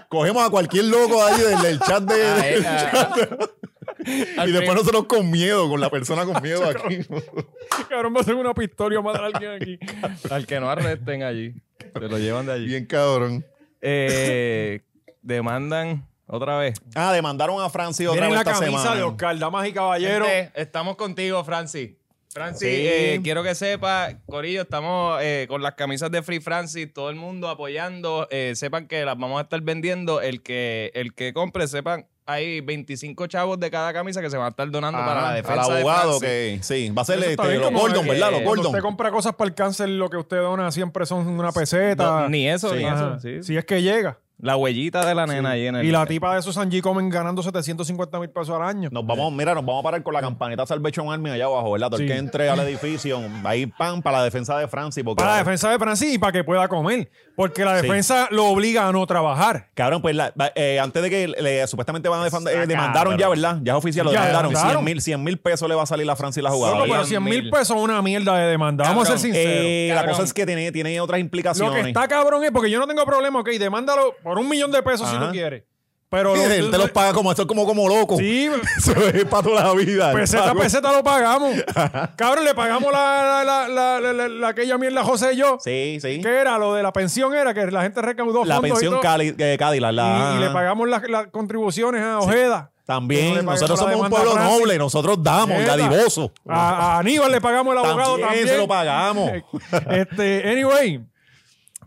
Speaker 2: Cogemos a cualquier loco ahí del, del chat de.
Speaker 5: Ay, ah.
Speaker 2: y después nosotros con miedo, con la persona con miedo aquí.
Speaker 1: Cabrón, va a ser una pistola y va a matar a alguien aquí.
Speaker 5: Al que no arresten allí. Se lo llevan de allí.
Speaker 2: Bien cabrón.
Speaker 5: Eh, demandan otra vez.
Speaker 2: Ah, demandaron a Francis otra
Speaker 1: Tienen
Speaker 2: vez
Speaker 1: la
Speaker 2: esta
Speaker 1: camisa
Speaker 2: semana.
Speaker 1: de Oscar, damas y caballeros.
Speaker 5: Gente, estamos contigo, Francis. Francis,
Speaker 2: Sí.
Speaker 5: eh, quiero que sepa, Corillo, estamos eh, con las camisas de Free Francis, todo el mundo apoyando. eh, sepan que las vamos a estar vendiendo. El que, el que compre, sepan, hay 25 chavos de cada camisa que se van a estar donando
Speaker 2: Ah,
Speaker 5: para la defensa.
Speaker 2: al abogado
Speaker 5: de Francis.
Speaker 2: que sí, va a ser
Speaker 1: Eso está
Speaker 2: este,
Speaker 1: bien,
Speaker 2: los
Speaker 1: como
Speaker 2: Gordon,
Speaker 5: que-
Speaker 2: ¿verdad? Los
Speaker 1: Cuando usted
Speaker 2: Gordon.
Speaker 1: compra cosas para el cáncer, lo que usted dona siempre son una peseta.
Speaker 5: No, ni eso,
Speaker 1: Sí.
Speaker 5: ni
Speaker 1: Ajá.
Speaker 5: eso. sí.
Speaker 1: Si es que llega.
Speaker 5: La huellita de la nena llena.
Speaker 1: Y la tipa de Susan G. Comen ganando 750 mil pesos al año.
Speaker 2: Nos vamos, mira, nos vamos a parar con la campanita Salvation Army allá abajo, ¿verdad? Todo el
Speaker 1: Sí.
Speaker 2: que entre al edificio, ahí pan para la defensa de Francis. Porque,
Speaker 1: Para la defensa de Francis y para que pueda comer. Porque la defensa lo obliga a no trabajar.
Speaker 2: Cabrón, pues la- va- eh, antes de que le- supuestamente van a defender, eh,
Speaker 1: Saca,
Speaker 2: demandaron ya,
Speaker 1: pero-
Speaker 2: ¿verdad? Ya es oficial, lo
Speaker 1: Ya
Speaker 2: demandaron.
Speaker 1: demandaron.
Speaker 2: 100 mil, 100 mil pesos le va a salir a Francis la jugada.
Speaker 1: Loco, pero
Speaker 2: ¿verdad?
Speaker 1: 100 mil pesos es una mierda de demanda. Vamos a ser
Speaker 5: Cabrón,
Speaker 1: sinceros.
Speaker 2: Eh, la
Speaker 5: Cabrón.
Speaker 2: cosa es que tiene, tiene otras
Speaker 1: Lo
Speaker 2: implicaciones.
Speaker 1: que está cabrón es porque yo no tengo problema, ok, demándalo por un millón de pesos si
Speaker 2: Ajá.
Speaker 1: tú quieres. Pero
Speaker 2: Sí,
Speaker 1: lo-
Speaker 2: él te los paga como esto es como, como loco.
Speaker 1: Sí,
Speaker 2: Eso es para toda la vida.
Speaker 1: peseta,
Speaker 2: Pago.
Speaker 1: peseta lo pagamos. Cabrón, le pagamos la, la, la, la- la- la- aquella mierda a José y yo.
Speaker 2: Sí, sí.
Speaker 1: Que era lo de la pensión, era que la gente recaudó
Speaker 2: La
Speaker 1: fondos y
Speaker 2: pensión
Speaker 1: todo,
Speaker 2: Cali, eh, Cádiz, la,
Speaker 1: y, y le pagamos las, las contribuciones a Ojeda.
Speaker 2: También,
Speaker 1: Que no le
Speaker 2: nosotros
Speaker 1: pagamos la
Speaker 2: somos un
Speaker 1: demanda a
Speaker 2: pueblo
Speaker 1: Francis.
Speaker 2: noble, nosotros damos,
Speaker 1: Mierda.
Speaker 2: dadivoso.
Speaker 1: A, a Aníbal le pagamos el abogado
Speaker 2: También
Speaker 1: también.
Speaker 2: se lo pagamos.
Speaker 1: este, anyway,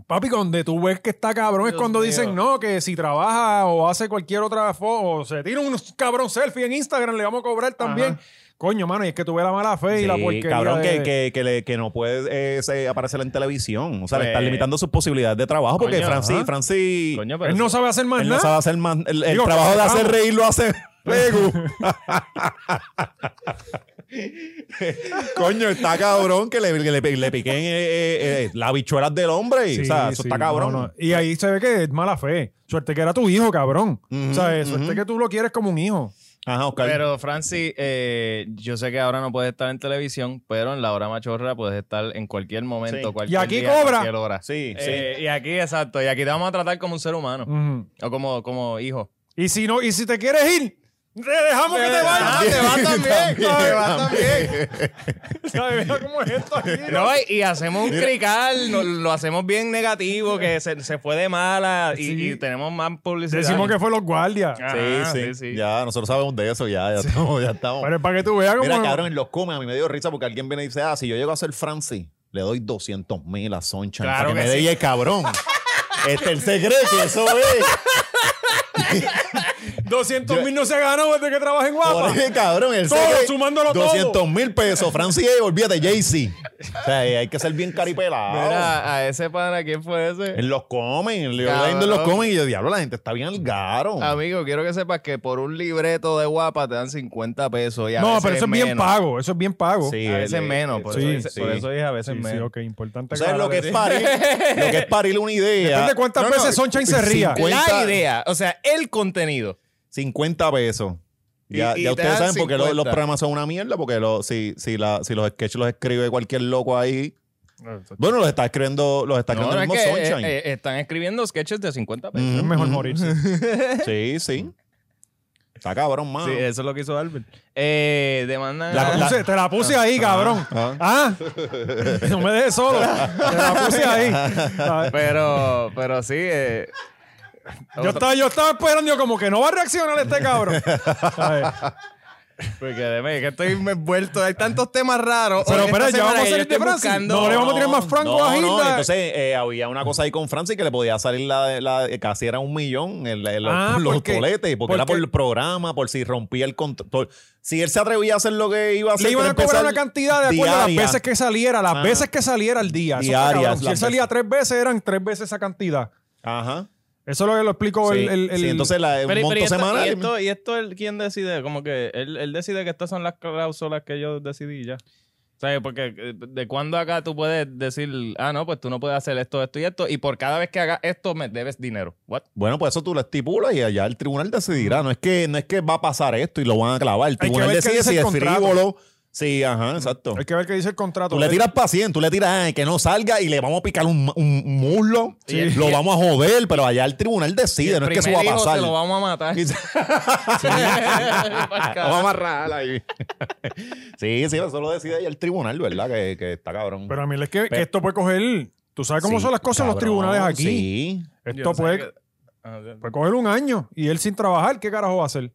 Speaker 1: papi, donde tú ves que está cabrón es cuando dicen no, que si trabaja o hace cualquier otra foto, o se tira un cabrón selfie en Instagram, le vamos a cobrar también. Coño, mano, y es que tuve la mala fe y la
Speaker 2: Sí,
Speaker 1: porquería.
Speaker 2: cabrón,
Speaker 1: de-
Speaker 2: que, que, que, le- que no puede eh, se- aparecer en televisión. O sea, le
Speaker 5: Pues-
Speaker 1: Eh.
Speaker 2: están limitando sus posibilidades de trabajo porque
Speaker 5: Coño,
Speaker 2: Francis,
Speaker 5: ajá.
Speaker 2: Francis,
Speaker 5: Coño, pero
Speaker 1: Él no
Speaker 5: eso-
Speaker 1: sabe hacer más
Speaker 2: él
Speaker 1: nada.
Speaker 2: no sabe hacer más. El, el
Speaker 1: Digo,
Speaker 2: trabajo de
Speaker 1: vamos.
Speaker 2: hacer reír lo hace Lego. Coño, está cabrón que le, que le- le piquen eh, eh, eh, las bichuelas del hombre.
Speaker 1: Sí,
Speaker 2: o sea, eso
Speaker 1: sí,
Speaker 2: está cabrón.
Speaker 1: no, no. Y ahí se ve que es mala fe. Suerte que era tu hijo, cabrón.
Speaker 2: Ujú,
Speaker 1: o sea, eh, suerte
Speaker 2: ujú.
Speaker 1: que tú lo quieres como un hijo.
Speaker 2: Ajá, Oscar.
Speaker 5: Pero, Francis, eh, yo sé que ahora no puedes estar en televisión, pero en la hora machorra puedes estar en cualquier momento,
Speaker 2: Sí.
Speaker 5: cualquier
Speaker 1: Y aquí
Speaker 5: día,
Speaker 1: cobra.
Speaker 5: cualquier hora.
Speaker 2: sí, sí.
Speaker 5: Eh, Y aquí, exacto. Y aquí te vamos a tratar como un ser humano.
Speaker 1: Ujú.
Speaker 5: O como, como hijo.
Speaker 1: Y si no, y si te quieres ir, te dejamos que te vayas.
Speaker 5: te va también.
Speaker 1: Te va ¿Sabes? Mira cómo es esto aquí, ¿no?
Speaker 5: No, y, y hacemos un crical, no- lo hacemos bien negativo, que se, se fue de mala y,
Speaker 1: Sí.
Speaker 5: y tenemos más publicidad.
Speaker 1: Decimos que fue los guardias.
Speaker 5: Ajá,
Speaker 2: sí, sí, Ya, nosotros sabemos de eso, ya, ya estamos, ya estamos.
Speaker 1: Pero es para que tú veas cómo.
Speaker 2: Mira, cabrón, en los comes a mí me dio risa porque alguien viene y dice, ah, si yo llego a ser Francis, le doy 200 mil a Sunshine
Speaker 5: Claro
Speaker 2: para que,
Speaker 5: que
Speaker 2: me dé
Speaker 5: sí.
Speaker 2: 10, cabrón. este, él se cree que eso es.
Speaker 1: 200 mil no se ganó desde que trabaja en Guapa.
Speaker 2: Por eso, cabrón, él se
Speaker 1: Todo,
Speaker 2: cree
Speaker 1: sumándolo todo.
Speaker 2: 200 mil pesos. Francis, olvídate, Jay-Z. O sea, eh, hay que ser bien caripelado.
Speaker 5: Mira, a ese pana, ¿quién fue ese?
Speaker 2: En los comen, le
Speaker 5: Cabrón. Ah,
Speaker 2: en los comen y yo, diablo, la gente está bien al garo.
Speaker 5: Amigo, quiero que sepas que por un libreto de guapa te dan 50 pesos. Y a
Speaker 1: No,
Speaker 5: veces
Speaker 1: pero eso es bien
Speaker 5: menos.
Speaker 1: pago. Eso es bien pago.
Speaker 2: Sí,
Speaker 5: A veces
Speaker 2: él-
Speaker 5: menos, por,
Speaker 1: Sí,
Speaker 5: eso, dije-
Speaker 1: sí.
Speaker 5: por eso dije a veces
Speaker 1: Sí, sí,
Speaker 5: menos.
Speaker 1: ok, importante.
Speaker 2: ¿Tú sabes
Speaker 1: aclarar
Speaker 2: lo que es
Speaker 1: eso.
Speaker 2: parir? lo que es parir una idea.
Speaker 1: Depende de cuántas
Speaker 2: No, no,
Speaker 1: veces Sunshine se ría.
Speaker 2: 50.
Speaker 5: La idea, o sea, el contenido.
Speaker 2: 50 pesos.
Speaker 5: Y-
Speaker 2: Ya,
Speaker 5: y
Speaker 2: ya
Speaker 5: te
Speaker 2: ustedes
Speaker 5: dan
Speaker 2: saben por qué los,
Speaker 5: 50.
Speaker 2: los programas son una mierda, porque lo- si, si, la- si los sketches los escribe cualquier loco ahí. Bueno, los está escribiendo, los está
Speaker 5: No,
Speaker 2: escribiendo
Speaker 5: no,
Speaker 2: el
Speaker 5: es
Speaker 2: mismo
Speaker 5: que,
Speaker 2: Sunshine.
Speaker 5: eh, eh, están escribiendo sketches de 50 pesos.
Speaker 1: Es
Speaker 2: Ujú,
Speaker 1: mejor
Speaker 2: ujú.
Speaker 1: morirse.
Speaker 5: eh.
Speaker 2: Sí, sí. Está cabrón, mano.
Speaker 5: eso es lo que hizo Albert. Eh, demandan.
Speaker 1: La
Speaker 5: a-
Speaker 1: puse- te la puse ahí, cabrón.
Speaker 2: ah.
Speaker 1: Ah, no me dejes solo. Te la puse ahí.
Speaker 5: Pero, pero sí. eh,
Speaker 1: Yo estaba, yo estaba esperando, yo como que no va a reaccionar este cabrón. A ver.
Speaker 5: Porque deme, que estoy envuelto. Hay tantos temas raros.
Speaker 1: Pero,
Speaker 5: Hoy,
Speaker 1: pero,
Speaker 5: esta
Speaker 1: ya vamos a
Speaker 5: semana que yo
Speaker 1: salir de
Speaker 5: estoy
Speaker 1: Francia.
Speaker 5: buscando-
Speaker 1: No le vamos a tirar más franco a
Speaker 2: no,
Speaker 1: Hilda.
Speaker 2: entonces eh, había una cosa ahí con Francis que le podía salir la, la- casi era un millón el, el-
Speaker 1: Ah,
Speaker 2: los
Speaker 1: porque-
Speaker 2: toletes, porque, era por
Speaker 1: porque-
Speaker 2: el programa, por si rompía el control. Si él se atrevía a hacer lo que iba a hacer,
Speaker 1: le iban
Speaker 2: que
Speaker 1: a cobrar
Speaker 2: empezar
Speaker 1: una cantidad de acuerdo a las
Speaker 2: diaria.
Speaker 1: veces que saliera, las
Speaker 2: Ah.
Speaker 1: veces que saliera al día. Eso está
Speaker 2: Diarias,
Speaker 1: cabrón. Si
Speaker 2: las
Speaker 1: él salía tres veces, eran tres veces esa cantidad.
Speaker 2: Ajá.
Speaker 1: Eso lo, lo explico
Speaker 2: Sí,
Speaker 1: el, el- el-
Speaker 2: sí, entonces la, un
Speaker 5: Pero- pero
Speaker 2: monto
Speaker 5: y esto-
Speaker 2: semanal.
Speaker 5: ¿Y esto, y esto él, quién decide? Como que él, él decide que estas son las cláusulas que yo decidí ya. ¿Sabes? Porque eh, de cuando acá tú puedes decir, ah, no, pues tú no puedes hacer esto, esto y esto, y por cada vez que hagas esto me debes dinero. ¿What?
Speaker 2: Bueno, pues eso tú lo estipulas y allá el tribunal decidirá. No es que no es que va a pasar esto y lo van a clavar. El
Speaker 1: que
Speaker 2: tribunal
Speaker 1: ver qué
Speaker 2: decide
Speaker 1: dice
Speaker 2: si
Speaker 1: el
Speaker 2: es
Speaker 1: contrato.
Speaker 2: frívolo. Sí, ajá, exacto.
Speaker 1: Hay que ver qué dice el contrato.
Speaker 2: Tú le tiras paciente, tú le tiras "Ay, que no salga y le vamos a picar un, un muslo,
Speaker 5: Sí.
Speaker 2: lo vamos a joder, pero allá el tribunal
Speaker 5: Y
Speaker 2: decide,
Speaker 5: el
Speaker 2: no es que eso va a
Speaker 5: primer hijo
Speaker 2: pasar.
Speaker 5: Te lo vamos a matar.
Speaker 2: Vamos a amarrar ahí. sí, sí, eso lo decide ahí el tribunal, ¿verdad? Que, que está cabrón.
Speaker 1: Pero a mí es que, que
Speaker 2: Pe-
Speaker 1: esto puede coger. Tú sabes cómo
Speaker 2: Sí,
Speaker 1: son las cosas en los
Speaker 2: cabrón,
Speaker 1: tribunales aquí.
Speaker 2: Sí.
Speaker 1: Esto puede,
Speaker 5: ah,
Speaker 1: puede coger un año y él sin trabajar, ¿qué carajo va a hacer?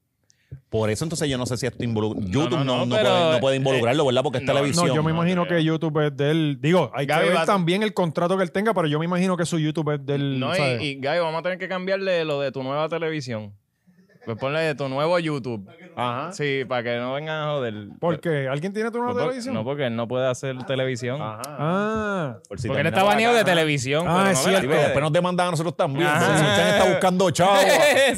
Speaker 2: Por eso entonces yo no sé si esto involucra. YouTube no,
Speaker 5: no, no,
Speaker 2: no
Speaker 5: pero,
Speaker 2: puede, no puede
Speaker 5: eh,
Speaker 2: involucrarlo, ¿verdad? Porque es
Speaker 5: no, no,
Speaker 2: televisión.
Speaker 1: No, yo me imagino que YouTube es del. Digo, hay
Speaker 5: Gaby
Speaker 1: que ver
Speaker 5: va-
Speaker 1: también el contrato que él tenga, pero yo me imagino que su YouTube es del.
Speaker 5: No, y,
Speaker 1: mm, ¿sabes?
Speaker 5: y Gaby, vamos a tener que cambiarle lo de tu nueva televisión. Pues ponle de tu nuevo YouTube.
Speaker 2: Ajá.
Speaker 5: Sí, para que no vengan a joder.
Speaker 1: ¿Por qué? ¿Alguien tiene tu nueva
Speaker 5: Pues por-
Speaker 1: televisión?
Speaker 5: No, porque él no puede hacer televisión.
Speaker 1: Ah,
Speaker 2: Por si
Speaker 5: Porque él
Speaker 2: terminamos
Speaker 5: está baneado de
Speaker 2: acá.
Speaker 5: televisión.
Speaker 1: Ah,
Speaker 5: pero
Speaker 1: es
Speaker 5: no me la
Speaker 1: cierto.
Speaker 2: Sí,
Speaker 1: Oh,
Speaker 2: pero
Speaker 5: puede.
Speaker 2: después nos demandan a nosotros también.
Speaker 5: Ajá.
Speaker 2: Porque Solchan está buscando chavo.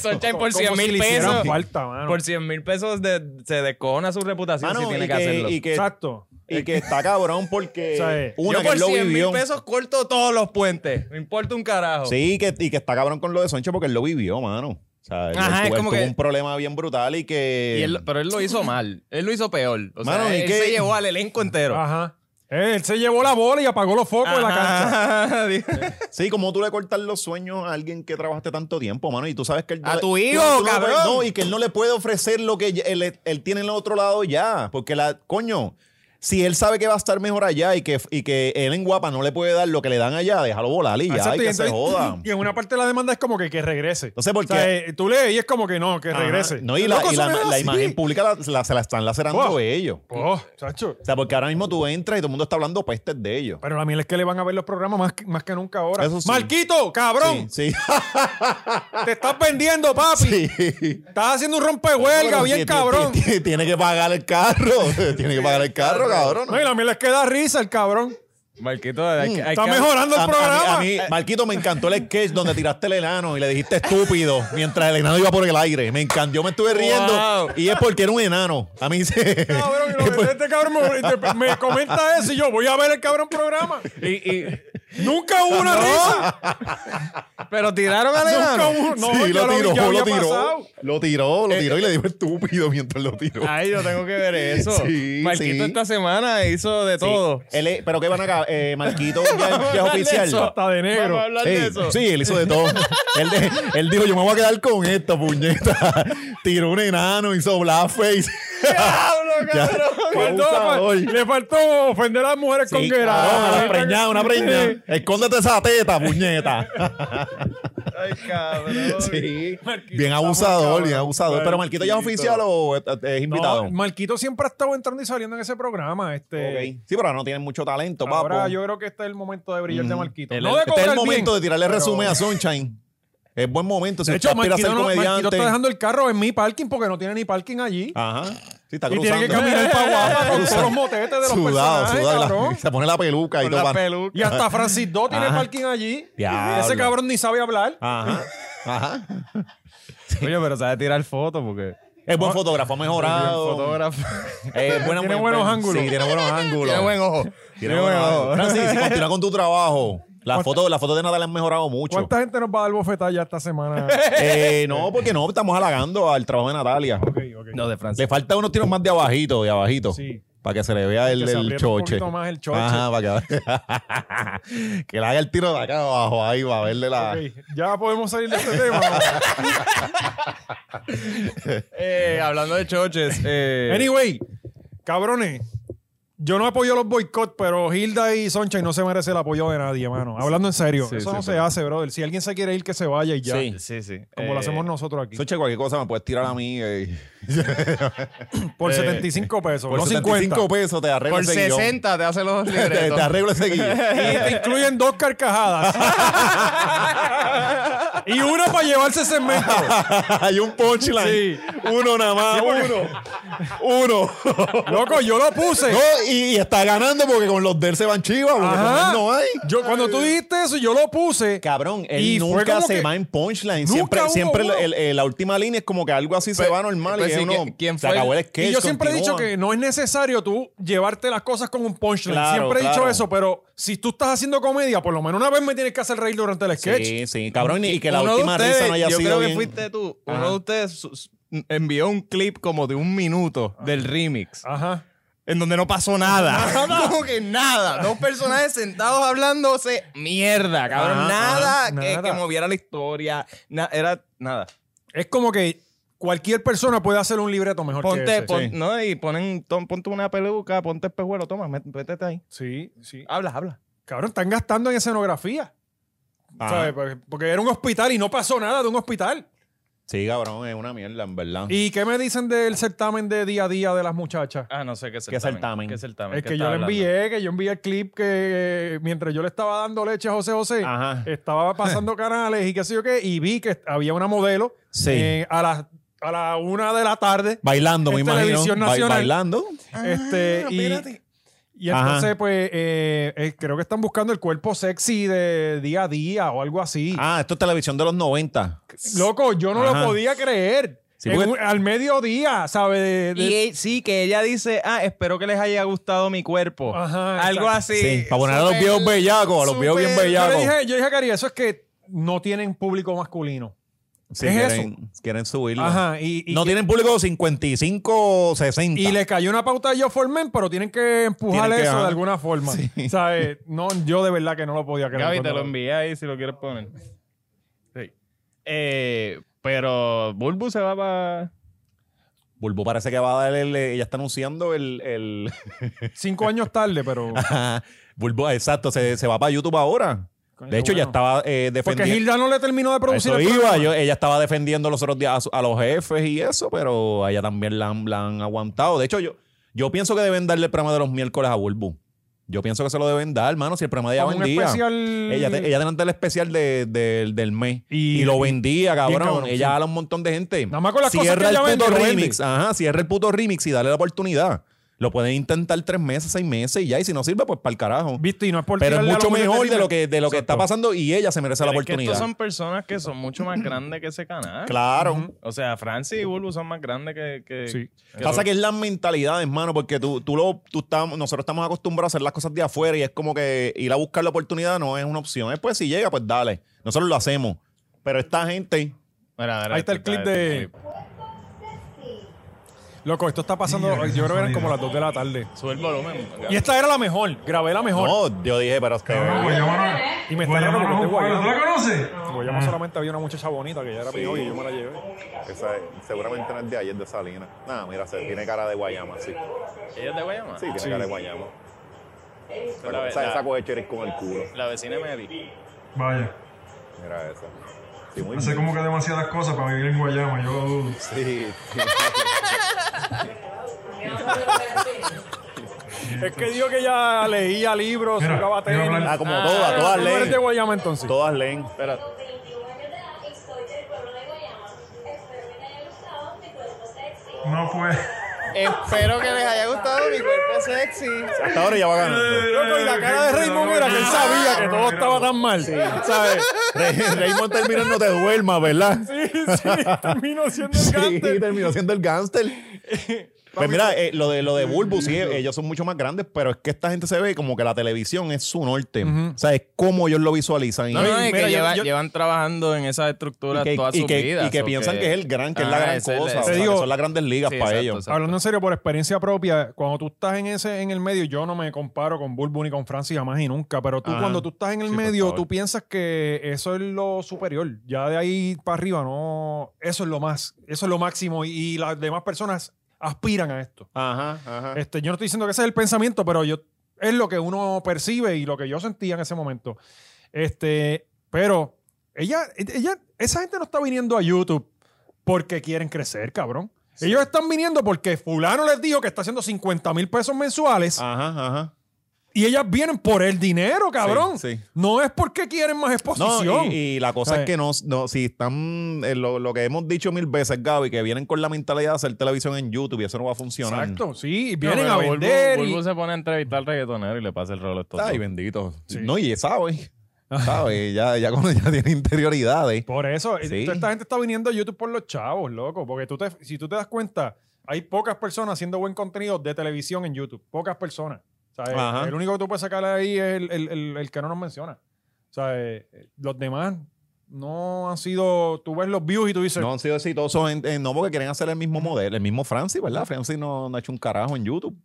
Speaker 5: Solchan por
Speaker 1: Como
Speaker 5: 100
Speaker 1: si
Speaker 5: mil
Speaker 1: le hicieran
Speaker 5: pesos.
Speaker 1: falta, mano.
Speaker 5: Por 100 mil pesos de- se descojona su reputación
Speaker 2: Ah,
Speaker 5: si
Speaker 2: no,
Speaker 5: tiene
Speaker 2: y
Speaker 5: que,
Speaker 2: que-
Speaker 5: hacerlo.
Speaker 2: y que-
Speaker 1: Exacto.
Speaker 2: Y que está cabrón porque
Speaker 1: Sí.
Speaker 2: una
Speaker 5: Yo
Speaker 2: que
Speaker 5: por
Speaker 2: él lo
Speaker 5: 100 mil
Speaker 2: vivió.
Speaker 5: pesos corto todos los puentes. Me importa un carajo.
Speaker 2: Sí, que, y que está cabrón con lo de Sonche porque él lo vivió, mano. O sea, él,
Speaker 5: Ajá,
Speaker 2: él
Speaker 5: es
Speaker 2: tuvo, él
Speaker 5: como
Speaker 2: tuvo
Speaker 5: que-
Speaker 2: un problema bien brutal y que.
Speaker 5: Y él- pero él lo hizo mal. Él lo hizo peor. O sea,
Speaker 2: Mano, ¿y
Speaker 5: él
Speaker 2: qué?
Speaker 5: se llevó al elenco entero.
Speaker 1: Ajá. Eh, Él se llevó la bola y apagó los focos de la cancha.
Speaker 5: Ajá.
Speaker 2: Sí, como tú le cortas los sueños a alguien que trabajaste tanto tiempo, mano, y tú sabes que él...
Speaker 5: A tu
Speaker 2: tú-
Speaker 5: hijo,
Speaker 2: tú no le
Speaker 5: cabrón.
Speaker 2: puedes- No, y que él no le puede ofrecer lo que ya- él, él tiene en el otro lado ya, porque la... Coño, si él sabe que va a estar mejor allá y que, y que él en Guapa no le puede dar lo que le dan allá, déjalo volar y ya,
Speaker 1: Exacto,
Speaker 2: y
Speaker 1: y
Speaker 2: que se
Speaker 1: entonces-
Speaker 2: joda.
Speaker 1: Y en una parte de la demanda es como que, que regrese.
Speaker 2: Entonces, ¿por
Speaker 1: O sea,
Speaker 2: qué?
Speaker 1: eh, tú lees y es como que no, que
Speaker 2: Ajá.
Speaker 1: regrese.
Speaker 2: No, y la,
Speaker 1: Loco,
Speaker 2: y
Speaker 1: eso
Speaker 2: la-
Speaker 1: no es
Speaker 2: la
Speaker 1: así.
Speaker 2: imagen pública la, la- se la están lacerando
Speaker 1: Wow.
Speaker 2: ellos.
Speaker 1: Oh, chacho.
Speaker 2: O sea, porque ahora mismo tú entras y todo el mundo está hablando pestes de ellos.
Speaker 1: Pero la miel es que le van a ver los programas más que, más que nunca ahora.
Speaker 2: Eso sí.
Speaker 1: Marquito, cabrón,
Speaker 2: Sí,
Speaker 1: te estás vendiendo, papi.
Speaker 2: sí. sí.
Speaker 1: Estás haciendo un rompehuelga,
Speaker 2: Pero
Speaker 1: bien
Speaker 2: ti- ti-
Speaker 1: cabrón.
Speaker 2: ti- Tiene que pagar el carro. Tiene que pagar el carro, cabrón.
Speaker 1: No, y la miel es que da risa el cabrón.
Speaker 5: Marquito, hay que- hay
Speaker 1: Mm. Está
Speaker 5: que-
Speaker 1: mejorando
Speaker 2: A-
Speaker 1: el
Speaker 2: a mí-
Speaker 1: programa.
Speaker 2: a mí, Marquito, me encantó el sketch donde tiraste el enano y le dijiste estúpido mientras el enano iba por el aire. Me encantó, yo me estuve riendo
Speaker 5: Wow.
Speaker 2: y es porque era un enano. A mí se.
Speaker 1: Cabrón, y lo
Speaker 2: es por-
Speaker 1: este cabrón me, me comenta eso y yo voy a ver el cabrón programa.
Speaker 5: y- y-
Speaker 1: Nunca hubo una risa.
Speaker 5: pero tiraron al
Speaker 1: Nunca
Speaker 5: enano.
Speaker 1: hubo. No,
Speaker 2: Sí,
Speaker 1: ya
Speaker 2: lo
Speaker 1: vi,
Speaker 2: tiró,
Speaker 1: ya
Speaker 2: lo
Speaker 1: había
Speaker 2: tiró,
Speaker 1: pasado. Eh,
Speaker 2: lo tiró, lo tiró y le dijo estúpido mientras lo tiró.
Speaker 5: Ay, yo tengo que ver eso.
Speaker 2: Sí, sí.
Speaker 5: Marquito esta semana hizo de
Speaker 2: Sí.
Speaker 5: todo.
Speaker 2: Él es- pero qué van acá, eh, Marquito ya, ya es
Speaker 5: Vamos a
Speaker 2: oficial.
Speaker 5: hablar de eso.
Speaker 1: Hasta de negro.
Speaker 5: Vamos a hablar
Speaker 2: Ey,
Speaker 5: de eso.
Speaker 2: sí, él hizo de todo. él, de- él dijo, yo me voy a quedar con esta puñeta. Tiró un enano, hizo blackface.
Speaker 5: Diablo,
Speaker 2: Ya,
Speaker 5: cabrón.
Speaker 2: qué
Speaker 1: Faltó- pues,
Speaker 2: abusador.
Speaker 1: le faltó ofender a las mujeres
Speaker 2: Sí,
Speaker 1: con guerra.
Speaker 2: cabrón, una preñada, una preñada. Escóndete esa teta, puñeta.
Speaker 5: Ay, cabrón.
Speaker 2: Sí. Bien abusador, bien abusador. Pero Marquito ya es oficial o es, es invitado.
Speaker 1: No, Marquito siempre ha estado entrando y saliendo en ese programa. Este,
Speaker 2: Ok. Sí, pero ahora no tiene mucho talento,
Speaker 1: Ahora
Speaker 2: papo.
Speaker 1: yo creo que este es el momento de brillar de Marquito.
Speaker 5: El-
Speaker 1: no de
Speaker 2: este es
Speaker 1: cobrar
Speaker 2: el momento
Speaker 1: bien,
Speaker 2: de tirarle
Speaker 1: pero-
Speaker 2: resumen a Sunshine. Es buen momento. Si
Speaker 1: De
Speaker 2: usted
Speaker 1: hecho,
Speaker 2: aspira a
Speaker 1: Marquito,
Speaker 2: ser
Speaker 1: no- Marquito
Speaker 2: comediante.
Speaker 1: está dejando el carro en mi parking porque no tiene ni parking allí.
Speaker 2: Ajá. Sí, está
Speaker 1: y
Speaker 2: cruzando.
Speaker 1: tiene que caminar para Guapa con todos los motetes de los
Speaker 2: Sudado,
Speaker 1: personajes,
Speaker 2: sudado. y la-
Speaker 1: cabrón.
Speaker 2: se pone la peluca y todo.
Speaker 5: La
Speaker 2: para-
Speaker 5: peluca.
Speaker 1: Y hasta Francis Do tiene
Speaker 2: Ajá.
Speaker 1: parking allí.
Speaker 2: Diablo. Ah,
Speaker 1: Ese cabrón ni sabe hablar.
Speaker 2: Ajá. Ajá.
Speaker 5: Oye, pero sabe tirar fotos porque.
Speaker 2: Es buen fotógrafo, ha mejorado.
Speaker 5: Fotógrafo.
Speaker 2: Eh, buena-
Speaker 1: Tiene buenos ángulos.
Speaker 2: Sí, tiene buenos ángulos.
Speaker 5: Tiene buen ojo.
Speaker 2: Tiene buen ojo. Francis, si continúa con tu trabajo. Las fotos las fotos de Natalia han mejorado mucho.
Speaker 1: ¿Cuánta gente nos va a dar bofetada ya esta semana?
Speaker 2: Eh, no, porque no, estamos halagando al trabajo de Natalia.
Speaker 1: Ok, ok.
Speaker 5: No, de Francia.
Speaker 2: Le falta unos tiros más de abajito, de abajito.
Speaker 1: Sí.
Speaker 2: Para que se le vea el,
Speaker 1: se
Speaker 2: el
Speaker 1: apriete un
Speaker 2: choche.
Speaker 1: poquito más el choche.
Speaker 2: Ajá, para que, que le haga el tiro de acá abajo, ahí va a verle la.
Speaker 1: Ok, Ya podemos salir de este tema.
Speaker 5: Eh, hablando de choches. Eh,
Speaker 1: anyway, cabrones. Yo no apoyo los boicots, pero Hilda y Soncha no se merece el apoyo de nadie, mano. Hablando en serio,
Speaker 5: Sí,
Speaker 1: eso
Speaker 5: sí,
Speaker 1: no se
Speaker 5: pero-
Speaker 1: hace, brother. Si alguien se quiere ir, que se vaya y ya.
Speaker 2: Sí.
Speaker 5: Sí, sí.
Speaker 1: Como
Speaker 5: Eh,
Speaker 1: lo hacemos nosotros aquí.
Speaker 2: Soche, cualquier cosa me puedes tirar a mí. eh.
Speaker 1: Por
Speaker 2: eh,
Speaker 1: 75 pesos,
Speaker 2: Por
Speaker 1: no 50.
Speaker 2: 75 pesos te arreglo
Speaker 5: Por
Speaker 2: ese guión.
Speaker 5: 60 te hace los
Speaker 2: Te, te
Speaker 5: libretos.
Speaker 2: arreglo ese
Speaker 1: Y
Speaker 2: guión.
Speaker 1: te incluyen dos carcajadas. y una para llevarse cemento.
Speaker 2: Hay un punchline. Uno nada más. uno. Uno.
Speaker 1: Loco, yo lo puse.
Speaker 2: No, y, y está ganando porque con los del se van chivas, porque con
Speaker 1: Ajá.
Speaker 2: él no hay.
Speaker 1: Yo, cuando tú dijiste eso, yo lo puse.
Speaker 2: Cabrón, él
Speaker 1: Y fue
Speaker 2: nunca
Speaker 1: como
Speaker 2: se
Speaker 1: que-
Speaker 2: va en punchline.
Speaker 1: Nunca
Speaker 2: Siempre,
Speaker 1: hubo
Speaker 2: siempre
Speaker 1: uno.
Speaker 2: el- el- la última línea es como que algo así se va normal.
Speaker 5: pues
Speaker 2: y es
Speaker 5: sí,
Speaker 2: uno,
Speaker 5: ¿quién- quién
Speaker 2: se
Speaker 5: fue?
Speaker 2: acabó el sketch.
Speaker 1: y yo siempre he dicho
Speaker 2: continúan.
Speaker 1: que no es necesario tú llevarte las cosas con un punchline.
Speaker 2: Claro,
Speaker 1: siempre he dicho
Speaker 2: claro.
Speaker 1: eso, pero si tú estás haciendo comedia, por lo menos una vez me tienes que hacer reír durante el sketch.
Speaker 2: Sí, sí, cabrón. Y, y que la
Speaker 5: Uno de
Speaker 2: última
Speaker 5: ustedes,
Speaker 2: risa no haya
Speaker 5: yo
Speaker 2: sido
Speaker 5: creo que
Speaker 2: bien.
Speaker 5: fuiste tú. Uno de ustedes su- su- envió un clip como de un minuto
Speaker 1: Ah.
Speaker 5: del remix.
Speaker 1: Ajá.
Speaker 5: En donde no pasó nada. Como que nada. Dos personajes sentados hablándose. Mierda, cabrón.
Speaker 1: Ajá,
Speaker 5: nada,
Speaker 1: ajá,
Speaker 5: que,
Speaker 1: nada.
Speaker 5: que moviera la historia. na- era nada.
Speaker 1: Es como que cualquier persona puede hacer un libreto mejor que
Speaker 5: Ponte,
Speaker 1: ese.
Speaker 5: pon- no, y ponen, ton- ponte una peluca, ponte espejuelo, toma, met- métete ahí.
Speaker 1: Sí, sí.
Speaker 5: Habla, habla.
Speaker 1: Cabrón, están gastando en escenografía.
Speaker 2: Ajá.
Speaker 1: ¿Sabes? Porque- Porque era un hospital y no pasó nada de un hospital.
Speaker 2: Sí, cabrón, es una mierda, en verdad.
Speaker 1: ¿Y qué me dicen del certamen de día a día de las muchachas?
Speaker 5: Ah, no sé qué
Speaker 2: ¿Qué certamen?
Speaker 5: ¿Qué certamen?
Speaker 1: es
Speaker 5: ¿Qué
Speaker 1: que yo
Speaker 5: estaba
Speaker 1: le
Speaker 5: hablando?
Speaker 1: envié, que yo envié el clip que eh, mientras yo le estaba dando leche a José José,
Speaker 2: Ajá.
Speaker 1: estaba pasando canales y qué sé yo qué, y vi que había una modelo
Speaker 2: Sí.
Speaker 1: eh, a las a la una de la tarde.
Speaker 2: Bailando, me
Speaker 1: en
Speaker 2: imagino.
Speaker 1: Televisión
Speaker 2: Ba-
Speaker 1: Nacional.
Speaker 2: bailando.
Speaker 1: este, y, y entonces,
Speaker 2: Ajá.
Speaker 1: pues, eh, eh, creo que están buscando el cuerpo sexy de día a día o algo así.
Speaker 2: Ah, esto es televisión de los 90.
Speaker 1: Loco, yo no
Speaker 2: Ajá.
Speaker 1: lo podía creer.
Speaker 2: Sí,
Speaker 1: En
Speaker 2: porque-
Speaker 1: un- al mediodía, ¿sabes? De- de-
Speaker 5: Y eh, sí, que ella dice, ah, espero que les haya gustado mi cuerpo.
Speaker 1: Ajá,
Speaker 5: Algo
Speaker 1: exacto.
Speaker 5: así.
Speaker 2: Sí, para poner a los
Speaker 5: Súper-
Speaker 2: viejos bellacos, a los viejos bien
Speaker 5: súper-
Speaker 1: yo le
Speaker 2: bellacos.
Speaker 1: dije, yo dije a Cari, eso es que no tienen público masculino.
Speaker 2: Sí,
Speaker 1: es
Speaker 2: quieren, quieren subirlo.
Speaker 1: Ajá, y, y-
Speaker 2: no tienen público 55 60.
Speaker 1: y le cayó una pauta a Joe Forman, pero tienen que empujar
Speaker 2: Tienen que,
Speaker 1: eso
Speaker 2: ajá.
Speaker 1: de alguna forma.
Speaker 2: Sí.
Speaker 1: ¿Sabes? No, yo de verdad que no lo podía creer.
Speaker 5: Gaby, te
Speaker 1: cuando-
Speaker 5: lo envié ahí si lo quieres poner. Sí. Eh, pero Bulbu se va para...
Speaker 2: Bulbo parece que va a dar el. Ella está anunciando el. el...
Speaker 1: Cinco años tarde, pero...
Speaker 2: Ajá. Bulbo, exacto, se, se va para YouTube ahora.
Speaker 1: Coño,
Speaker 2: De hecho, ya
Speaker 1: bueno.
Speaker 2: estaba eh,
Speaker 1: Porque
Speaker 2: defendiendo.
Speaker 1: Hilda no le terminó de
Speaker 2: A
Speaker 1: producir
Speaker 2: Eso
Speaker 1: el
Speaker 2: iba,
Speaker 1: programa.
Speaker 2: yo- ella estaba defendiendo los otros días a su- a, los jefes y eso, pero a ella también la han, la han aguantado. De hecho, yo, yo pienso que deben darle el programa de los miércoles a Bulbu. Yo pienso que se lo deben dar, hermano, si el programa de ella
Speaker 1: Como un
Speaker 2: vendía.
Speaker 1: especial-
Speaker 2: Ella, te- ella delante del especial de- de- del mes
Speaker 1: Y-
Speaker 2: y, lo vendía, cabrón.
Speaker 1: cabrón,
Speaker 2: ella
Speaker 1: sí.
Speaker 2: habla a un montón de gente.
Speaker 1: Nada más con las cosas que
Speaker 2: Cierra
Speaker 1: ella
Speaker 2: el
Speaker 1: vende,
Speaker 2: puto
Speaker 1: lo vende.
Speaker 2: remix. Ajá, cierra el puto remix y dale la oportunidad. Lo pueden intentar tres meses, seis meses y ya. Y si no sirve, pues para el carajo.
Speaker 1: Viste, y no es por
Speaker 2: Pero es
Speaker 1: tirarle a
Speaker 2: mucho
Speaker 1: los
Speaker 2: mejor de
Speaker 1: muñequitos.
Speaker 2: lo que, de lo que está
Speaker 1: Exacto.
Speaker 2: pasando y ella se merece la
Speaker 5: Pero es que
Speaker 2: oportunidad.
Speaker 5: estos son personas que son mucho más grandes que ese canal.
Speaker 2: Claro.
Speaker 5: O sea, Francis y Bulbu son más grandes que... que-
Speaker 1: Sí.
Speaker 5: que-
Speaker 2: Pasa que es las mentalidades, hermano, porque tú, tú lo, tú estamos, nosotros estamos acostumbrados a hacer las cosas de afuera y es como que ir a buscar la oportunidad no es una opción. Es pues si llega, pues dale. Nosotros lo hacemos. Pero esta gente,
Speaker 5: Mira, este, mira,
Speaker 1: Ahí está el clip de... Loco, esto está pasando, yo creo que eran como las dos de la tarde.
Speaker 5: Sube el volumen.
Speaker 1: Y esta era la mejor, grabé la mejor.
Speaker 2: no, yo dije, pero este-
Speaker 7: Pues
Speaker 1: Y me está raro porque estoy guayando.
Speaker 7: conoces? Ah.
Speaker 1: En Guayama Pues solamente había una muchacha bonita que ya era mi novia y yo me la llevé.
Speaker 2: Esa es- seguramente no es de ayer de Salina. Nada, mira, se, tiene cara de Guayama, sí.
Speaker 5: ¿Ella es este. de Guayama?
Speaker 2: Sí, tiene cara de Guayama. Pero
Speaker 5: la-
Speaker 2: esa,
Speaker 5: la-
Speaker 2: esa cohecho eres con el culo.
Speaker 5: La vecina de Mary.
Speaker 7: Vaya,
Speaker 2: Mira esa. Sí, muy
Speaker 7: hace
Speaker 2: bien.
Speaker 7: como que demasiadas cosas para vivir en Guayama, yo lo dudo.
Speaker 2: Sí, sí.
Speaker 1: Es que dijo que ella leía libros,
Speaker 7: Mira,
Speaker 1: jugaba
Speaker 7: iba a
Speaker 1: tenis.
Speaker 7: hablar-
Speaker 2: Ah, como
Speaker 5: Ah,
Speaker 2: todas,
Speaker 1: Ah,
Speaker 2: todas
Speaker 1: tú eres de
Speaker 2: leen.
Speaker 1: Guayama entonces.
Speaker 2: Todas leen.
Speaker 5: Espera.
Speaker 7: No fue.
Speaker 5: Espero que les haya gustado mi cuerpo sexy.
Speaker 2: Hasta ahora ya va ganando.
Speaker 1: Loco, y la cara de Raymond era que él sabía que todo estaba tan mal. ¿Sabes?
Speaker 2: Re- Raymond terminó no te duermas, ¿verdad?
Speaker 1: Sí, sí, terminó siendo el
Speaker 2: Sí,
Speaker 1: gánster.
Speaker 2: terminó siendo el gángster. Pues mira, eh, lo de lo de Bulbu, sí, ellos son mucho más grandes, pero es que esta gente se ve como que la televisión es su norte. O sea, es como ellos lo visualizan.
Speaker 5: No,
Speaker 2: y,
Speaker 5: no, es
Speaker 1: mira, yo-
Speaker 5: que lleva-
Speaker 1: yo-
Speaker 5: llevan trabajando en esa
Speaker 2: y
Speaker 5: estructura
Speaker 2: que,
Speaker 5: toda
Speaker 2: y
Speaker 5: su
Speaker 2: que-
Speaker 5: vida.
Speaker 2: y que
Speaker 5: so
Speaker 2: piensan que es el gran, que es la
Speaker 5: Ah,
Speaker 2: gran
Speaker 5: ese es el-
Speaker 2: cosa. o
Speaker 5: ese
Speaker 2: sea,
Speaker 1: es
Speaker 2: que
Speaker 1: el-
Speaker 2: son las grandes ligas
Speaker 5: Sí,
Speaker 2: para
Speaker 5: exacto,
Speaker 2: ellos.
Speaker 5: exacto.
Speaker 1: Hablando en serio, por experiencia propia, cuando tú estás en ese en el medio, yo no me comparo con Bulbu ni con Francis jamás y nunca, pero tú
Speaker 2: Ajá.
Speaker 1: cuando tú estás en el
Speaker 5: Sí, por
Speaker 1: medio,
Speaker 5: favor.
Speaker 1: tú piensas que eso es lo superior. Ya de ahí para arriba, no, eso es lo más, eso es lo máximo y, y las demás personas aspiran a esto.
Speaker 2: Ajá, ajá.
Speaker 1: Este, yo no estoy diciendo que ese es el pensamiento, pero yo es lo que uno percibe y lo que yo sentía en ese momento. Este, pero ella, ella, esa gente no está viniendo a YouTube porque quieren crecer, cabrón. Ellos están viniendo porque fulano les dijo que está haciendo 50 mil pesos mensuales
Speaker 2: Ajá, ajá.
Speaker 1: y ellas vienen por el dinero, cabrón.
Speaker 2: Ah. Sí, sí.
Speaker 1: No es porque quieren más
Speaker 2: No,
Speaker 1: exposición.
Speaker 2: y, y la cosa
Speaker 1: ¿Sabes?
Speaker 2: es que no, no si están, eh, lo, lo que hemos dicho mil veces, Gaby, que vienen con la mentalidad de hacer televisión en YouTube y eso no va a funcionar.
Speaker 1: Exacto, sí, vienen
Speaker 5: No,
Speaker 1: a
Speaker 5: pero
Speaker 1: vender.
Speaker 5: Bulbu-
Speaker 1: y-
Speaker 5: Bulbu se pone a entrevistar al reggaetonero y le pasa el rolo a estos
Speaker 2: Ay,
Speaker 5: dos.
Speaker 2: bendito.
Speaker 1: Sí.
Speaker 2: Pues No, y sabe, sabe, ya, ya, cuando ya tiene interioridades.
Speaker 1: Por eso, eh,
Speaker 2: Sí.
Speaker 1: toda esta gente está viniendo a YouTube por los chavos, loco. Porque tú te, si tú te das cuenta, hay pocas personas haciendo buen contenido de televisión en YouTube. Pocas personas. O sea, eh,
Speaker 2: Ajá.
Speaker 1: El único que tú puedes sacar ahí es el, el- el- el que no nos menciona. O sea, eh, los demás no han sido. Tú ves los views y tú dices.
Speaker 2: No han sido exitosos, en, en- no porque quieren hacer el mismo modelo, el mismo Francis, ¿verdad? Francis no, no ha hecho un carajo en YouTube.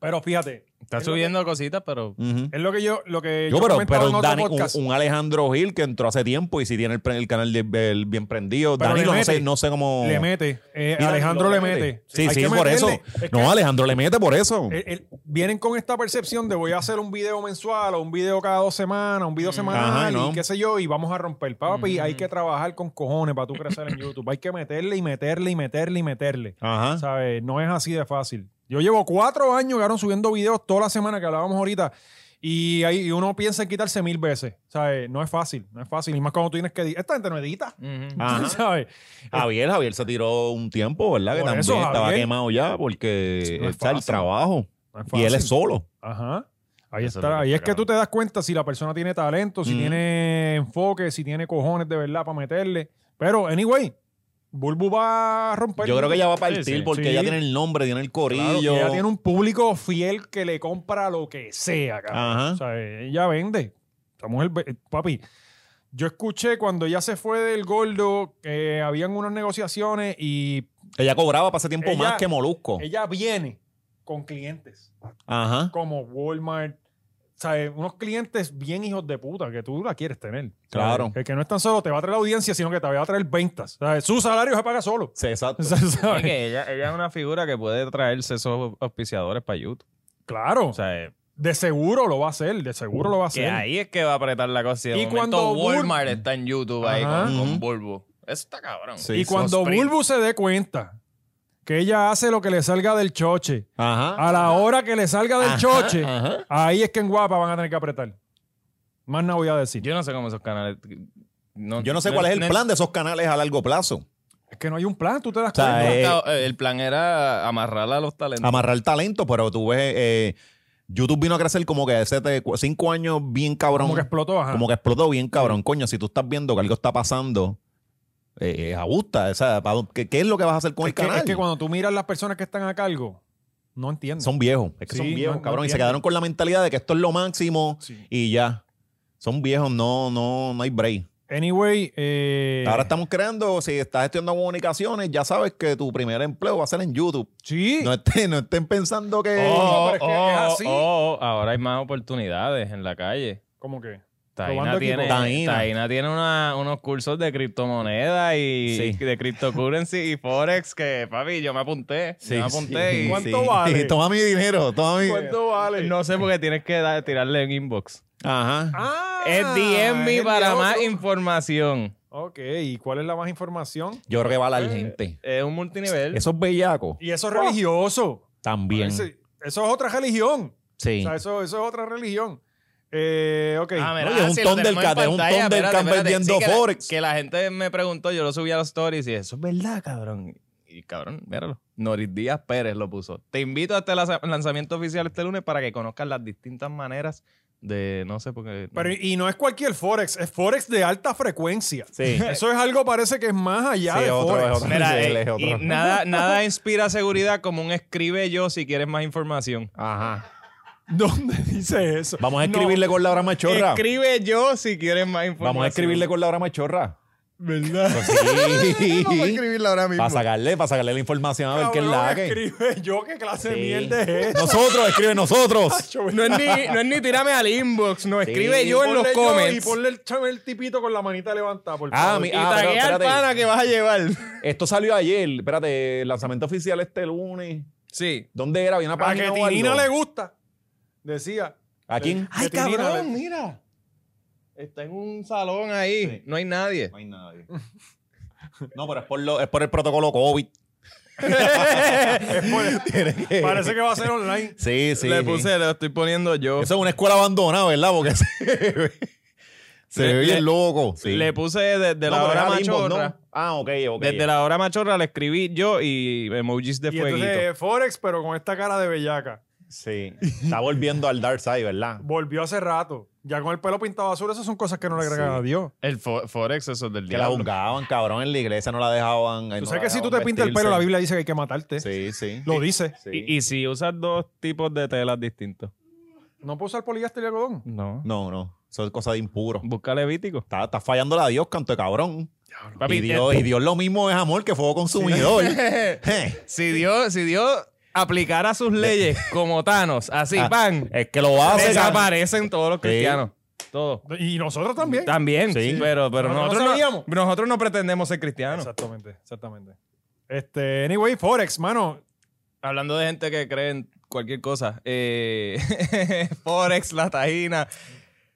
Speaker 1: Pero fíjate,
Speaker 5: Está subiendo cositas, pero
Speaker 2: Ujú.
Speaker 1: es lo que yo. Lo que
Speaker 2: Yo,
Speaker 1: Eh, yo
Speaker 2: pero,
Speaker 1: comentaba
Speaker 2: pero
Speaker 1: en otro
Speaker 2: Dani- un,
Speaker 1: podcast.
Speaker 2: un Alejandro Gil que entró hace tiempo y si tiene el, pre- el canal de- el bien prendido.
Speaker 1: Pero
Speaker 2: Danilo,
Speaker 1: le
Speaker 2: no sé,
Speaker 1: mete.
Speaker 2: no sé cómo.
Speaker 1: Le mete. Eh,
Speaker 2: Mira,
Speaker 1: Alejandro
Speaker 2: lo
Speaker 1: le mete.
Speaker 2: Sí,
Speaker 1: Hay
Speaker 2: sí,
Speaker 1: que
Speaker 2: por eso.
Speaker 1: meterle. Es que- Eh,
Speaker 2: no, Alejandro le mete por eso.
Speaker 1: El- el- vienen con esta percepción de voy a hacer un video mensual o un video cada dos semanas, un video semanal
Speaker 2: Ajá,
Speaker 1: y
Speaker 2: no.
Speaker 1: qué sé yo, y vamos a romper. Papi, hay que trabajar con cojones para tú crecer en YouTube. Hay que meterle y meterle y meterle y meterle.
Speaker 2: Ajá.
Speaker 1: ¿Sabes? No es así de fácil. Yo llevo cuatro años, cabrón, subiendo videos toda la semana que hablábamos ahorita. Y ahí y uno piensa en quitarse mil veces. ¿Sabes? No es fácil, no es fácil. Y más cuando tú tienes que editar. Esta gente no edita.
Speaker 2: Ajá.
Speaker 1: ¿Sabes?
Speaker 2: Javier, Javier se tiró un tiempo, ¿verdad? Que
Speaker 1: Por
Speaker 2: también
Speaker 1: eso,
Speaker 2: estaba
Speaker 1: Javier.
Speaker 2: quemado ya porque
Speaker 1: No es
Speaker 2: está el
Speaker 1: fácil.
Speaker 2: trabajo.
Speaker 1: No es
Speaker 2: Y él es
Speaker 1: fácil.
Speaker 2: solo.
Speaker 1: Ajá. Ahí
Speaker 5: Eso es lo
Speaker 1: está.
Speaker 5: que
Speaker 1: Ahí es
Speaker 5: está
Speaker 1: que tú te das cuenta si la persona tiene talento, si
Speaker 2: Mm.
Speaker 1: tiene enfoque, si tiene cojones de verdad para meterle. Pero, anyway, Bulbu va a romper.
Speaker 2: Yo creo que ella va a partir
Speaker 5: Sí, sí.
Speaker 2: porque
Speaker 1: Pues, Sí.
Speaker 2: ella tiene el nombre, tiene el
Speaker 1: Claro,
Speaker 2: corillo.
Speaker 1: y ella tiene un público fiel que le compra lo que sea, cabrón.
Speaker 2: Ajá.
Speaker 1: O sea, ella vende. Esa mujer ve- eh, papi, yo escuché cuando ella se fue del gordo que habían unas negociaciones y
Speaker 2: Ella cobraba para ese tiempo
Speaker 1: Ella-
Speaker 2: más que Molusco.
Speaker 1: ella viene con clientes.
Speaker 2: Ajá.
Speaker 1: como Walmart. ¿sabes? Unos clientes bien hijos de puta que tú la quieres tener. ¿sabes?
Speaker 2: Claro.
Speaker 1: Que, que no es tan solo te va a traer la audiencia, sino que te va a traer ventas. ¿sabes? Su salario se paga solo.
Speaker 2: Sí, exacto.
Speaker 1: ¿sabes?
Speaker 5: Es que ella, ella es una figura que puede traerse esos auspiciadores para YouTube.
Speaker 1: Claro.
Speaker 5: O sea, eh,
Speaker 1: de seguro lo va a hacer. De seguro lo va a
Speaker 5: que
Speaker 1: hacer.
Speaker 5: ahí es que va a apretar la cosa.
Speaker 1: Y
Speaker 5: Y,
Speaker 1: cuando
Speaker 5: cuando
Speaker 1: Bul-
Speaker 5: Walmart está en YouTube ahí
Speaker 1: Ajá.
Speaker 5: con,
Speaker 2: Ujú.
Speaker 5: con Bulbu. Eso está cabrón.
Speaker 2: Sí,
Speaker 1: y
Speaker 2: sí.
Speaker 1: cuando Bulbu se dé cuenta que ella hace lo que le salga del choche,
Speaker 2: Ajá.
Speaker 1: a la hora que le salga del
Speaker 2: Ajá,
Speaker 1: choche,
Speaker 2: ajá.
Speaker 1: ahí es que en guapa van a tener que apretar. Más nada voy a decir.
Speaker 5: Yo no sé cómo esos canales.
Speaker 2: Yo no
Speaker 1: Ah,
Speaker 2: sé cuál es el plan de esos canales a largo plazo.
Speaker 1: Es que no hay un plan, tú te das
Speaker 2: O sea,
Speaker 1: cuenta.
Speaker 2: eh,
Speaker 5: el plan era amarrar a los talentos.
Speaker 2: amarrar talento, pero tú ves, eh, YouTube vino a crecer como que hace te- cu- cinco años bien cabrón.
Speaker 1: como que explotó. ajá.
Speaker 2: Como que explotó bien cabrón. Coño, si tú estás viendo que algo está pasando, eh, eh, ajusta. O sea, ¿pa' dó- ¿qué, qué es lo que vas a hacer con
Speaker 1: es
Speaker 2: el
Speaker 1: que,
Speaker 2: canal?
Speaker 1: es que cuando tú miras las personas que están a cargo, no entiendes.
Speaker 2: Son viejos. Es que
Speaker 1: Sí,
Speaker 2: son viejos,
Speaker 1: no- no
Speaker 2: cabrón. y se
Speaker 1: entienden.
Speaker 2: quedaron con la mentalidad de que esto es lo máximo
Speaker 1: Sí.
Speaker 2: y ya. Son viejos, no, no, no hay break.
Speaker 1: Anyway, eh,
Speaker 2: Ahora estamos creando, si estás estudiando comunicaciones, ya sabes que tu primer empleo va a ser en YouTube.
Speaker 1: sí,
Speaker 2: No estén, no estén pensando que.
Speaker 5: Oh,
Speaker 1: Ah, pero es que
Speaker 5: oh,
Speaker 1: es así.
Speaker 5: oh, oh, ahora hay más oportunidades en la calle.
Speaker 1: como que Robando
Speaker 5: Taina
Speaker 1: equipo.
Speaker 5: tiene,
Speaker 2: Taína.
Speaker 5: Taína tiene una- unos cursos de criptomonedas y
Speaker 2: Sí.
Speaker 5: de cryptocurrency y forex que, papi, yo me apunté. yo me apunté y
Speaker 1: ¿Cuánto vale?
Speaker 2: Toma mi dinero, toma mi.
Speaker 1: ¿cuánto vale?
Speaker 5: no sé por qué tienes que dar- tirarle un inbox.
Speaker 2: Ajá.
Speaker 1: Ah,
Speaker 5: es DM
Speaker 1: es
Speaker 5: me
Speaker 1: el
Speaker 5: para
Speaker 1: diablo.
Speaker 5: más información.
Speaker 1: Ok, ¿y cuál es la más información?
Speaker 2: Yo creo que vale al gente.
Speaker 5: Es un multinivel.
Speaker 2: Esos bellacos
Speaker 1: Y eso es religioso.
Speaker 2: también.
Speaker 1: Ese- eso es otra religión. O
Speaker 2: Sí.
Speaker 1: sea, eso, eso es otra religión. Eh, ok.
Speaker 5: Ah, mira,
Speaker 2: No, y es un
Speaker 5: si lo
Speaker 2: ton del
Speaker 5: tenemos en
Speaker 2: ca- es un
Speaker 5: pantalla,
Speaker 2: ton del
Speaker 5: espérate,
Speaker 2: camper
Speaker 5: espérate.
Speaker 2: viendo
Speaker 5: que la-
Speaker 2: Forex.
Speaker 5: Que la, gente me preguntó, yo lo subí a los stories y eso es verdad, cabrón. Y cabrón, míralo. Noris Díaz Pérez lo puso. Te invito a este laza- lanzamiento oficial este lunes para que conozcas las distintas maneras de, no sé, porque...
Speaker 1: Pero, y no es cualquier Forex, es Forex de alta frecuencia.
Speaker 2: Sí.
Speaker 1: Eso es algo, parece que es más allá
Speaker 2: Sí,
Speaker 1: de
Speaker 2: otro,
Speaker 1: Forex.
Speaker 2: es otro.
Speaker 5: Mira,
Speaker 2: Sí, él
Speaker 5: eh,
Speaker 2: es otro.
Speaker 5: y nada, nada inspira seguridad como un escribe yo si quieres más información.
Speaker 2: Ajá.
Speaker 1: ¿Dónde dice eso?
Speaker 2: Vamos a
Speaker 1: No.
Speaker 2: escribirle con Laura Machorra.
Speaker 5: Escribe yo si quieres más información.
Speaker 2: Vamos a escribirle con Laura Machorra.
Speaker 1: ¿Verdad?
Speaker 2: Sí.
Speaker 5: voy a escribirla ahora mismo.
Speaker 2: Para sacarle, para sacarle la información a ver qué es la que.
Speaker 1: escribe yo qué clase de
Speaker 2: Sí.
Speaker 1: mierda es esta.
Speaker 2: Nosotros, escribe nosotros.
Speaker 5: Pues No es, ni, no es ni tirame al inbox, no, escribe
Speaker 2: Sí,
Speaker 5: yo en los
Speaker 1: Ponle yo Y
Speaker 5: comments.
Speaker 1: ponle el, chame- el tipito con la manita levantada, por
Speaker 2: Ah,
Speaker 1: favor.
Speaker 2: mi-
Speaker 5: Y
Speaker 2: ah, pero
Speaker 5: taguea al
Speaker 2: espérate.
Speaker 5: pana que vas a llevar.
Speaker 2: Esto salió ayer. Espérate, el lanzamiento oficial este lunes.
Speaker 5: Sí.
Speaker 2: ¿Dónde era? Había una
Speaker 1: a que
Speaker 2: página. o
Speaker 1: Tinina
Speaker 2: algo.
Speaker 1: le gusta. Decía.
Speaker 2: ah, ¿A quién?
Speaker 1: Ay, cabrón.
Speaker 5: mira. Está en un salón ahí,
Speaker 2: Sí.
Speaker 5: no hay nadie.
Speaker 2: No hay nadie. No, pero es por, lo- es por el protocolo COVID. Tiene que-
Speaker 1: Parece que va a ser online.
Speaker 2: Sí, sí.
Speaker 5: le
Speaker 2: sí.
Speaker 5: puse, lo estoy poniendo yo.
Speaker 2: Eso es una escuela abandonada, ¿verdad? Porque se ve, se
Speaker 5: Le-
Speaker 2: ve bien
Speaker 5: le-
Speaker 2: loco. Sí.
Speaker 5: Le puse desde
Speaker 2: No,
Speaker 5: la
Speaker 2: pero
Speaker 5: hora
Speaker 2: era Limbo,
Speaker 5: machorra.
Speaker 2: ¿no? Ah, ok, ok.
Speaker 5: Desde la hora machorra le escribí yo y emojis de
Speaker 1: Y
Speaker 5: fueguito.
Speaker 1: entonces eh, Forex, pero con esta cara de bellaca.
Speaker 2: Sí. Está volviendo al Dark Side, ¿verdad?
Speaker 1: Volvió hace rato. Ya con el pelo pintado azul, esas son cosas que no le agregan
Speaker 2: Sí.
Speaker 1: a Dios.
Speaker 5: El fo- Forex, eso es del
Speaker 2: Que la
Speaker 5: diablo.
Speaker 2: juzgaban, cabrón, en la iglesia no la dejaban.
Speaker 1: Tú sabes que si tú te pintas el pelo, la Biblia dice que hay que matarte.
Speaker 2: Sí, sí.
Speaker 1: Lo dice.
Speaker 2: Sí.
Speaker 5: Y, y si usas dos tipos de telas distintos.
Speaker 1: No puedo usar poliéster y algodón.
Speaker 5: No.
Speaker 2: No, no. Eso es cosa de impuro.
Speaker 5: Busca Levítico.
Speaker 2: Está, está fallando la Dios, canto de cabrón.
Speaker 5: Papi, eh,
Speaker 2: y, Dios,
Speaker 5: te-
Speaker 2: y Dios lo mismo es amor que fuego consumidor. Je.
Speaker 5: Si Dios, si Dios aplicara sus leyes como Thanos, así,
Speaker 2: Ah,
Speaker 5: pan,
Speaker 2: es que lo hace.
Speaker 5: desaparecen todos los
Speaker 2: Sí.
Speaker 5: cristianos. Todos.
Speaker 1: Y nosotros también.
Speaker 5: También,
Speaker 2: Sí.
Speaker 5: pero, pero
Speaker 1: Nosotros
Speaker 5: nosotros,
Speaker 1: no
Speaker 5: no,
Speaker 1: sabíamos.
Speaker 5: nosotros no pretendemos ser cristianos.
Speaker 1: Exactamente, exactamente. Este, anyway, Forex, mano.
Speaker 5: Hablando de gente que cree en cualquier cosa. eh, Forex, la tajina.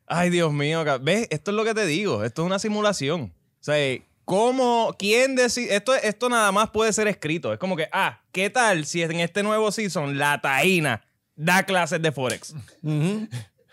Speaker 5: Ay, Dios mío. ca- ¿Ves? Esto es lo que te digo. Esto es una simulación. O sea, eh, ¿cómo? ¿Quién decide? Esto, esto nada más puede ser escrito. Es como que, ah, ¿qué tal si en este nuevo season la taína da clases de Forex?
Speaker 2: Ujú.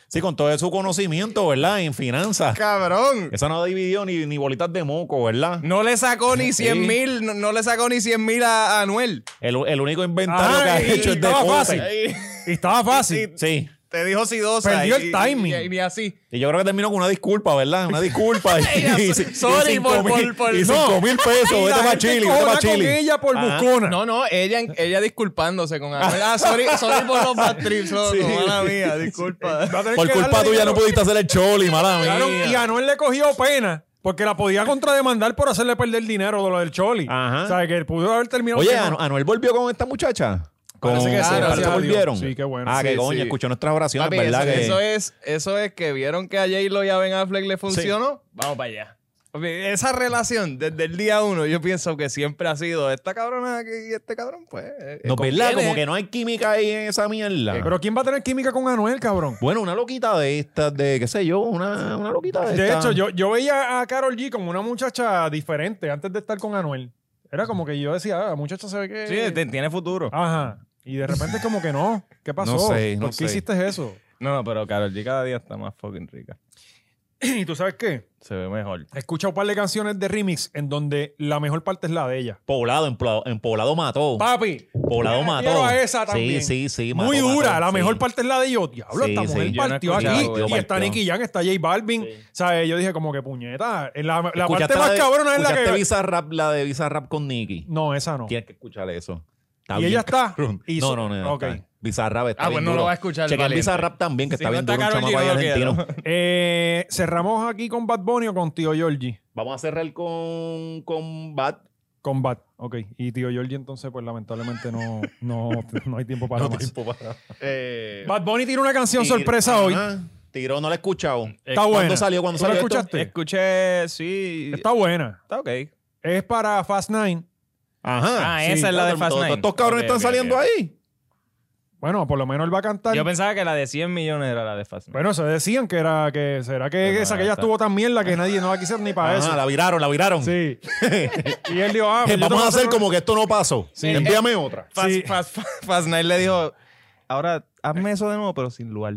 Speaker 2: Sí, con todo su conocimiento, ¿verdad? En finanzas.
Speaker 5: ¡Cabrón!
Speaker 2: Esa no dividió ni, ni bolitas de moco, ¿verdad?
Speaker 5: No le sacó ni
Speaker 2: Sí.
Speaker 5: 100 mil, no, no le sacó ni 100 mil a, a Anuel.
Speaker 2: El, el único inventario
Speaker 1: Ajá,
Speaker 2: que ha
Speaker 1: y-
Speaker 2: hecho
Speaker 1: y
Speaker 2: es de
Speaker 1: estaba
Speaker 2: cosas.
Speaker 1: fácil. Y estaba fácil.
Speaker 2: Sí.
Speaker 5: Te dijo si dos.
Speaker 1: Perdió el timing.
Speaker 5: Y, y así.
Speaker 2: Y yo creo que terminó con una disculpa, ¿verdad? Una disculpa. y,
Speaker 5: Ella,
Speaker 2: y- y
Speaker 5: sorry
Speaker 2: cinco
Speaker 5: por- por-
Speaker 2: mil-
Speaker 5: por-
Speaker 2: y
Speaker 5: no.
Speaker 2: cinco mil pesos.
Speaker 1: Y la
Speaker 2: Vete para
Speaker 1: gente
Speaker 2: Chile, vete
Speaker 1: cola
Speaker 2: para
Speaker 1: con
Speaker 2: Chile.
Speaker 1: ella por
Speaker 2: Ajá.
Speaker 1: buscona.
Speaker 5: No, no, ella, ella disculpándose con Anuel. Ah, sorry, sorry por los bad trips, loco,
Speaker 2: Sí.
Speaker 5: mala mía, disculpa.
Speaker 1: Va a tener
Speaker 2: Por
Speaker 1: que
Speaker 2: culpa
Speaker 1: darle
Speaker 2: tuya no
Speaker 1: dinero.
Speaker 2: pudiste hacer el choli, mala
Speaker 1: Claro,
Speaker 2: mía.
Speaker 1: y a Anuel le cogió pena. Porque la podía contrademandar por hacerle perder dinero de lo del Choli.
Speaker 2: Ajá.
Speaker 1: O sea, que pudo haber terminado.
Speaker 2: Oye,
Speaker 1: que no.
Speaker 2: Anu- Anuel volvió con esta muchacha. Con,
Speaker 1: Parece que sí,
Speaker 2: Ah,
Speaker 5: gracias
Speaker 2: parece que
Speaker 5: a Dios.
Speaker 2: volvieron.
Speaker 1: Sí, qué bueno.
Speaker 2: Ah, que
Speaker 5: Sí,
Speaker 2: coño,
Speaker 5: sí.
Speaker 2: escuchó nuestras oraciones,
Speaker 5: Papi,
Speaker 2: ¿verdad?
Speaker 5: eso,
Speaker 2: que...
Speaker 5: eso es, eso es que vieron que a J-Lo y a Ben Affleck le funcionó. Vamos para allá. Papi, esa relación, desde el día uno, yo pienso que siempre ha sido esta cabrona aquí y este cabrón, pues. eh,
Speaker 2: No, ¿verdad?
Speaker 5: conviene.
Speaker 2: Como que no hay química ahí en esa mierda.
Speaker 1: Pero ¿quién va a tener química con Anuel, cabrón?
Speaker 2: bueno, una loquita de estas, de qué sé yo, una, una loquita de
Speaker 1: De
Speaker 2: estas.
Speaker 1: hecho, yo, yo veía a Carol G como una muchacha diferente antes de estar con Anuel. Era como que yo decía, ah, la muchacha se ve que.
Speaker 5: Sí, te- tiene futuro.
Speaker 1: Ajá. Y de repente, como que no. ¿Qué pasó?
Speaker 2: No sé, no
Speaker 1: ¿Por qué
Speaker 2: sé.
Speaker 1: hiciste eso?
Speaker 5: No, no, pero Carol G cada día está más fucking rica.
Speaker 1: ¿Y tú sabes qué?
Speaker 5: Se ve mejor.
Speaker 1: He escuchado un par de canciones de remix en donde la mejor parte es la de ella.
Speaker 2: Poblado, en, Poblado- en Poblado mató.
Speaker 1: Papi.
Speaker 2: Poblado
Speaker 1: me
Speaker 2: mató.
Speaker 1: refiero a esa también.
Speaker 2: Sí, sí, sí. mató,
Speaker 1: Muy dura,
Speaker 2: mató,
Speaker 1: la
Speaker 2: sí.
Speaker 1: mejor parte es la de yo. Diablo,
Speaker 2: Sí,
Speaker 1: esta
Speaker 2: sí.
Speaker 1: mujer
Speaker 5: Yo no he
Speaker 1: partió
Speaker 5: escuchado
Speaker 1: aquí.
Speaker 5: eso.
Speaker 1: y está Nicky Jam, está J Balvin. ¿Sabes? Yo dije como que puñeta. eh, La, la parte
Speaker 2: Escuchaste
Speaker 1: más
Speaker 2: de-
Speaker 1: cabrona es la que.
Speaker 2: escuchaste Bizarrap, la de Bizarrap con Nicky.
Speaker 1: No, esa no.
Speaker 2: Tienes que escuchar eso.
Speaker 1: ¿Y
Speaker 2: bien
Speaker 1: ella está?
Speaker 2: cabrón.
Speaker 1: Hizo-
Speaker 2: No, no, no.
Speaker 1: Ok.
Speaker 2: está. Bizarrap está
Speaker 5: Ah,
Speaker 2: bien
Speaker 5: pues no
Speaker 2: duro.
Speaker 5: lo va a escuchar,
Speaker 2: Chequen
Speaker 5: valiente.
Speaker 2: Bizarrap también, que
Speaker 5: Si
Speaker 2: está
Speaker 5: no
Speaker 2: bien
Speaker 5: está
Speaker 2: duro, un
Speaker 5: Karol G,
Speaker 2: chamaco ahí
Speaker 5: no lo quiero.
Speaker 2: argentino.
Speaker 1: Eh, cerramos aquí con Bad Bunny o con Tío Giorgi.
Speaker 2: Vamos a cerrar con, con Bat.
Speaker 1: Con Bad, ok. Y Tío Giorgi, entonces, pues lamentablemente no, no, no hay tiempo para más.
Speaker 2: para.
Speaker 5: Eh,
Speaker 1: Bad Bunny tiene una canción
Speaker 2: Tir-
Speaker 1: sorpresa hoy.
Speaker 2: Ajá. Tiró, no la he escuchado.
Speaker 1: Está buena.
Speaker 2: ¿Cuándo salió? ¿Cuándo
Speaker 1: ¿Tú la
Speaker 2: salió? esto?
Speaker 1: escuchaste?
Speaker 2: Eh,
Speaker 5: escuché, sí.
Speaker 1: Está buena.
Speaker 5: está ok.
Speaker 1: Es para Fast Nine.
Speaker 2: Ajá.
Speaker 5: Ah,
Speaker 1: sí,
Speaker 5: esa es la de
Speaker 2: Todo-
Speaker 5: Fast
Speaker 2: todo-
Speaker 5: Nine.
Speaker 2: Estos cabrones
Speaker 5: Ok,
Speaker 2: están
Speaker 5: ok,
Speaker 2: saliendo
Speaker 5: ok.
Speaker 2: ahí.
Speaker 1: Bueno, por lo menos él va a cantar.
Speaker 5: Yo pensaba que la de 100 millones era la de Fast Nine.
Speaker 1: Bueno, se decían que era que será que
Speaker 5: Pero no,
Speaker 1: esa que
Speaker 5: ya
Speaker 1: ella
Speaker 5: está.
Speaker 1: estuvo tan mierda que nadie no la quisiera ni para
Speaker 2: Ajá,
Speaker 1: eso.
Speaker 2: la viraron, la viraron.
Speaker 1: Sí. y él dijo, ah, pues
Speaker 2: Eh,
Speaker 1: yo
Speaker 2: vamos
Speaker 1: tengo
Speaker 2: a
Speaker 1: que
Speaker 2: hacer
Speaker 1: una-
Speaker 2: como que esto no pasó. Envíame otra.
Speaker 5: Fast,
Speaker 1: Sí.
Speaker 5: Fast- Fast- Fast Nine le dijo, ahora hazme eso de nuevo, pero sin lugar.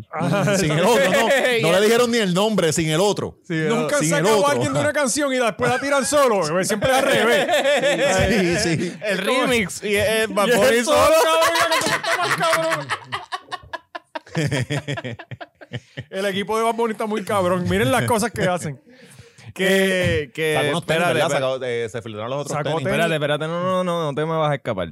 Speaker 2: Sin el otro, no. No le dijeron ni el nombre, sin el otro.
Speaker 1: Nunca han
Speaker 2: sin el
Speaker 1: sacado
Speaker 2: otro.
Speaker 1: a alguien de una canción y después la tiran solo. Pues Siempre al revés.
Speaker 2: Sí, sí.
Speaker 5: El remix. Y
Speaker 2: Eh,
Speaker 5: es Bad
Speaker 1: Y es
Speaker 5: Bunny
Speaker 1: solo,
Speaker 5: solo.
Speaker 1: cabrón, que tú estás más cabrón. El equipo de Bad Bunny está muy cabrón. Miren las cosas que hacen.
Speaker 5: Que, que,
Speaker 2: Sacó unos tenis,
Speaker 5: espérate,
Speaker 2: ¿verdad?
Speaker 5: espérate,
Speaker 2: Sacó, eh, se filtraron los otros
Speaker 1: Sacó
Speaker 2: tenis.
Speaker 1: tenis.
Speaker 5: espérate, espérate, no, no, no, no te me vas a escapar.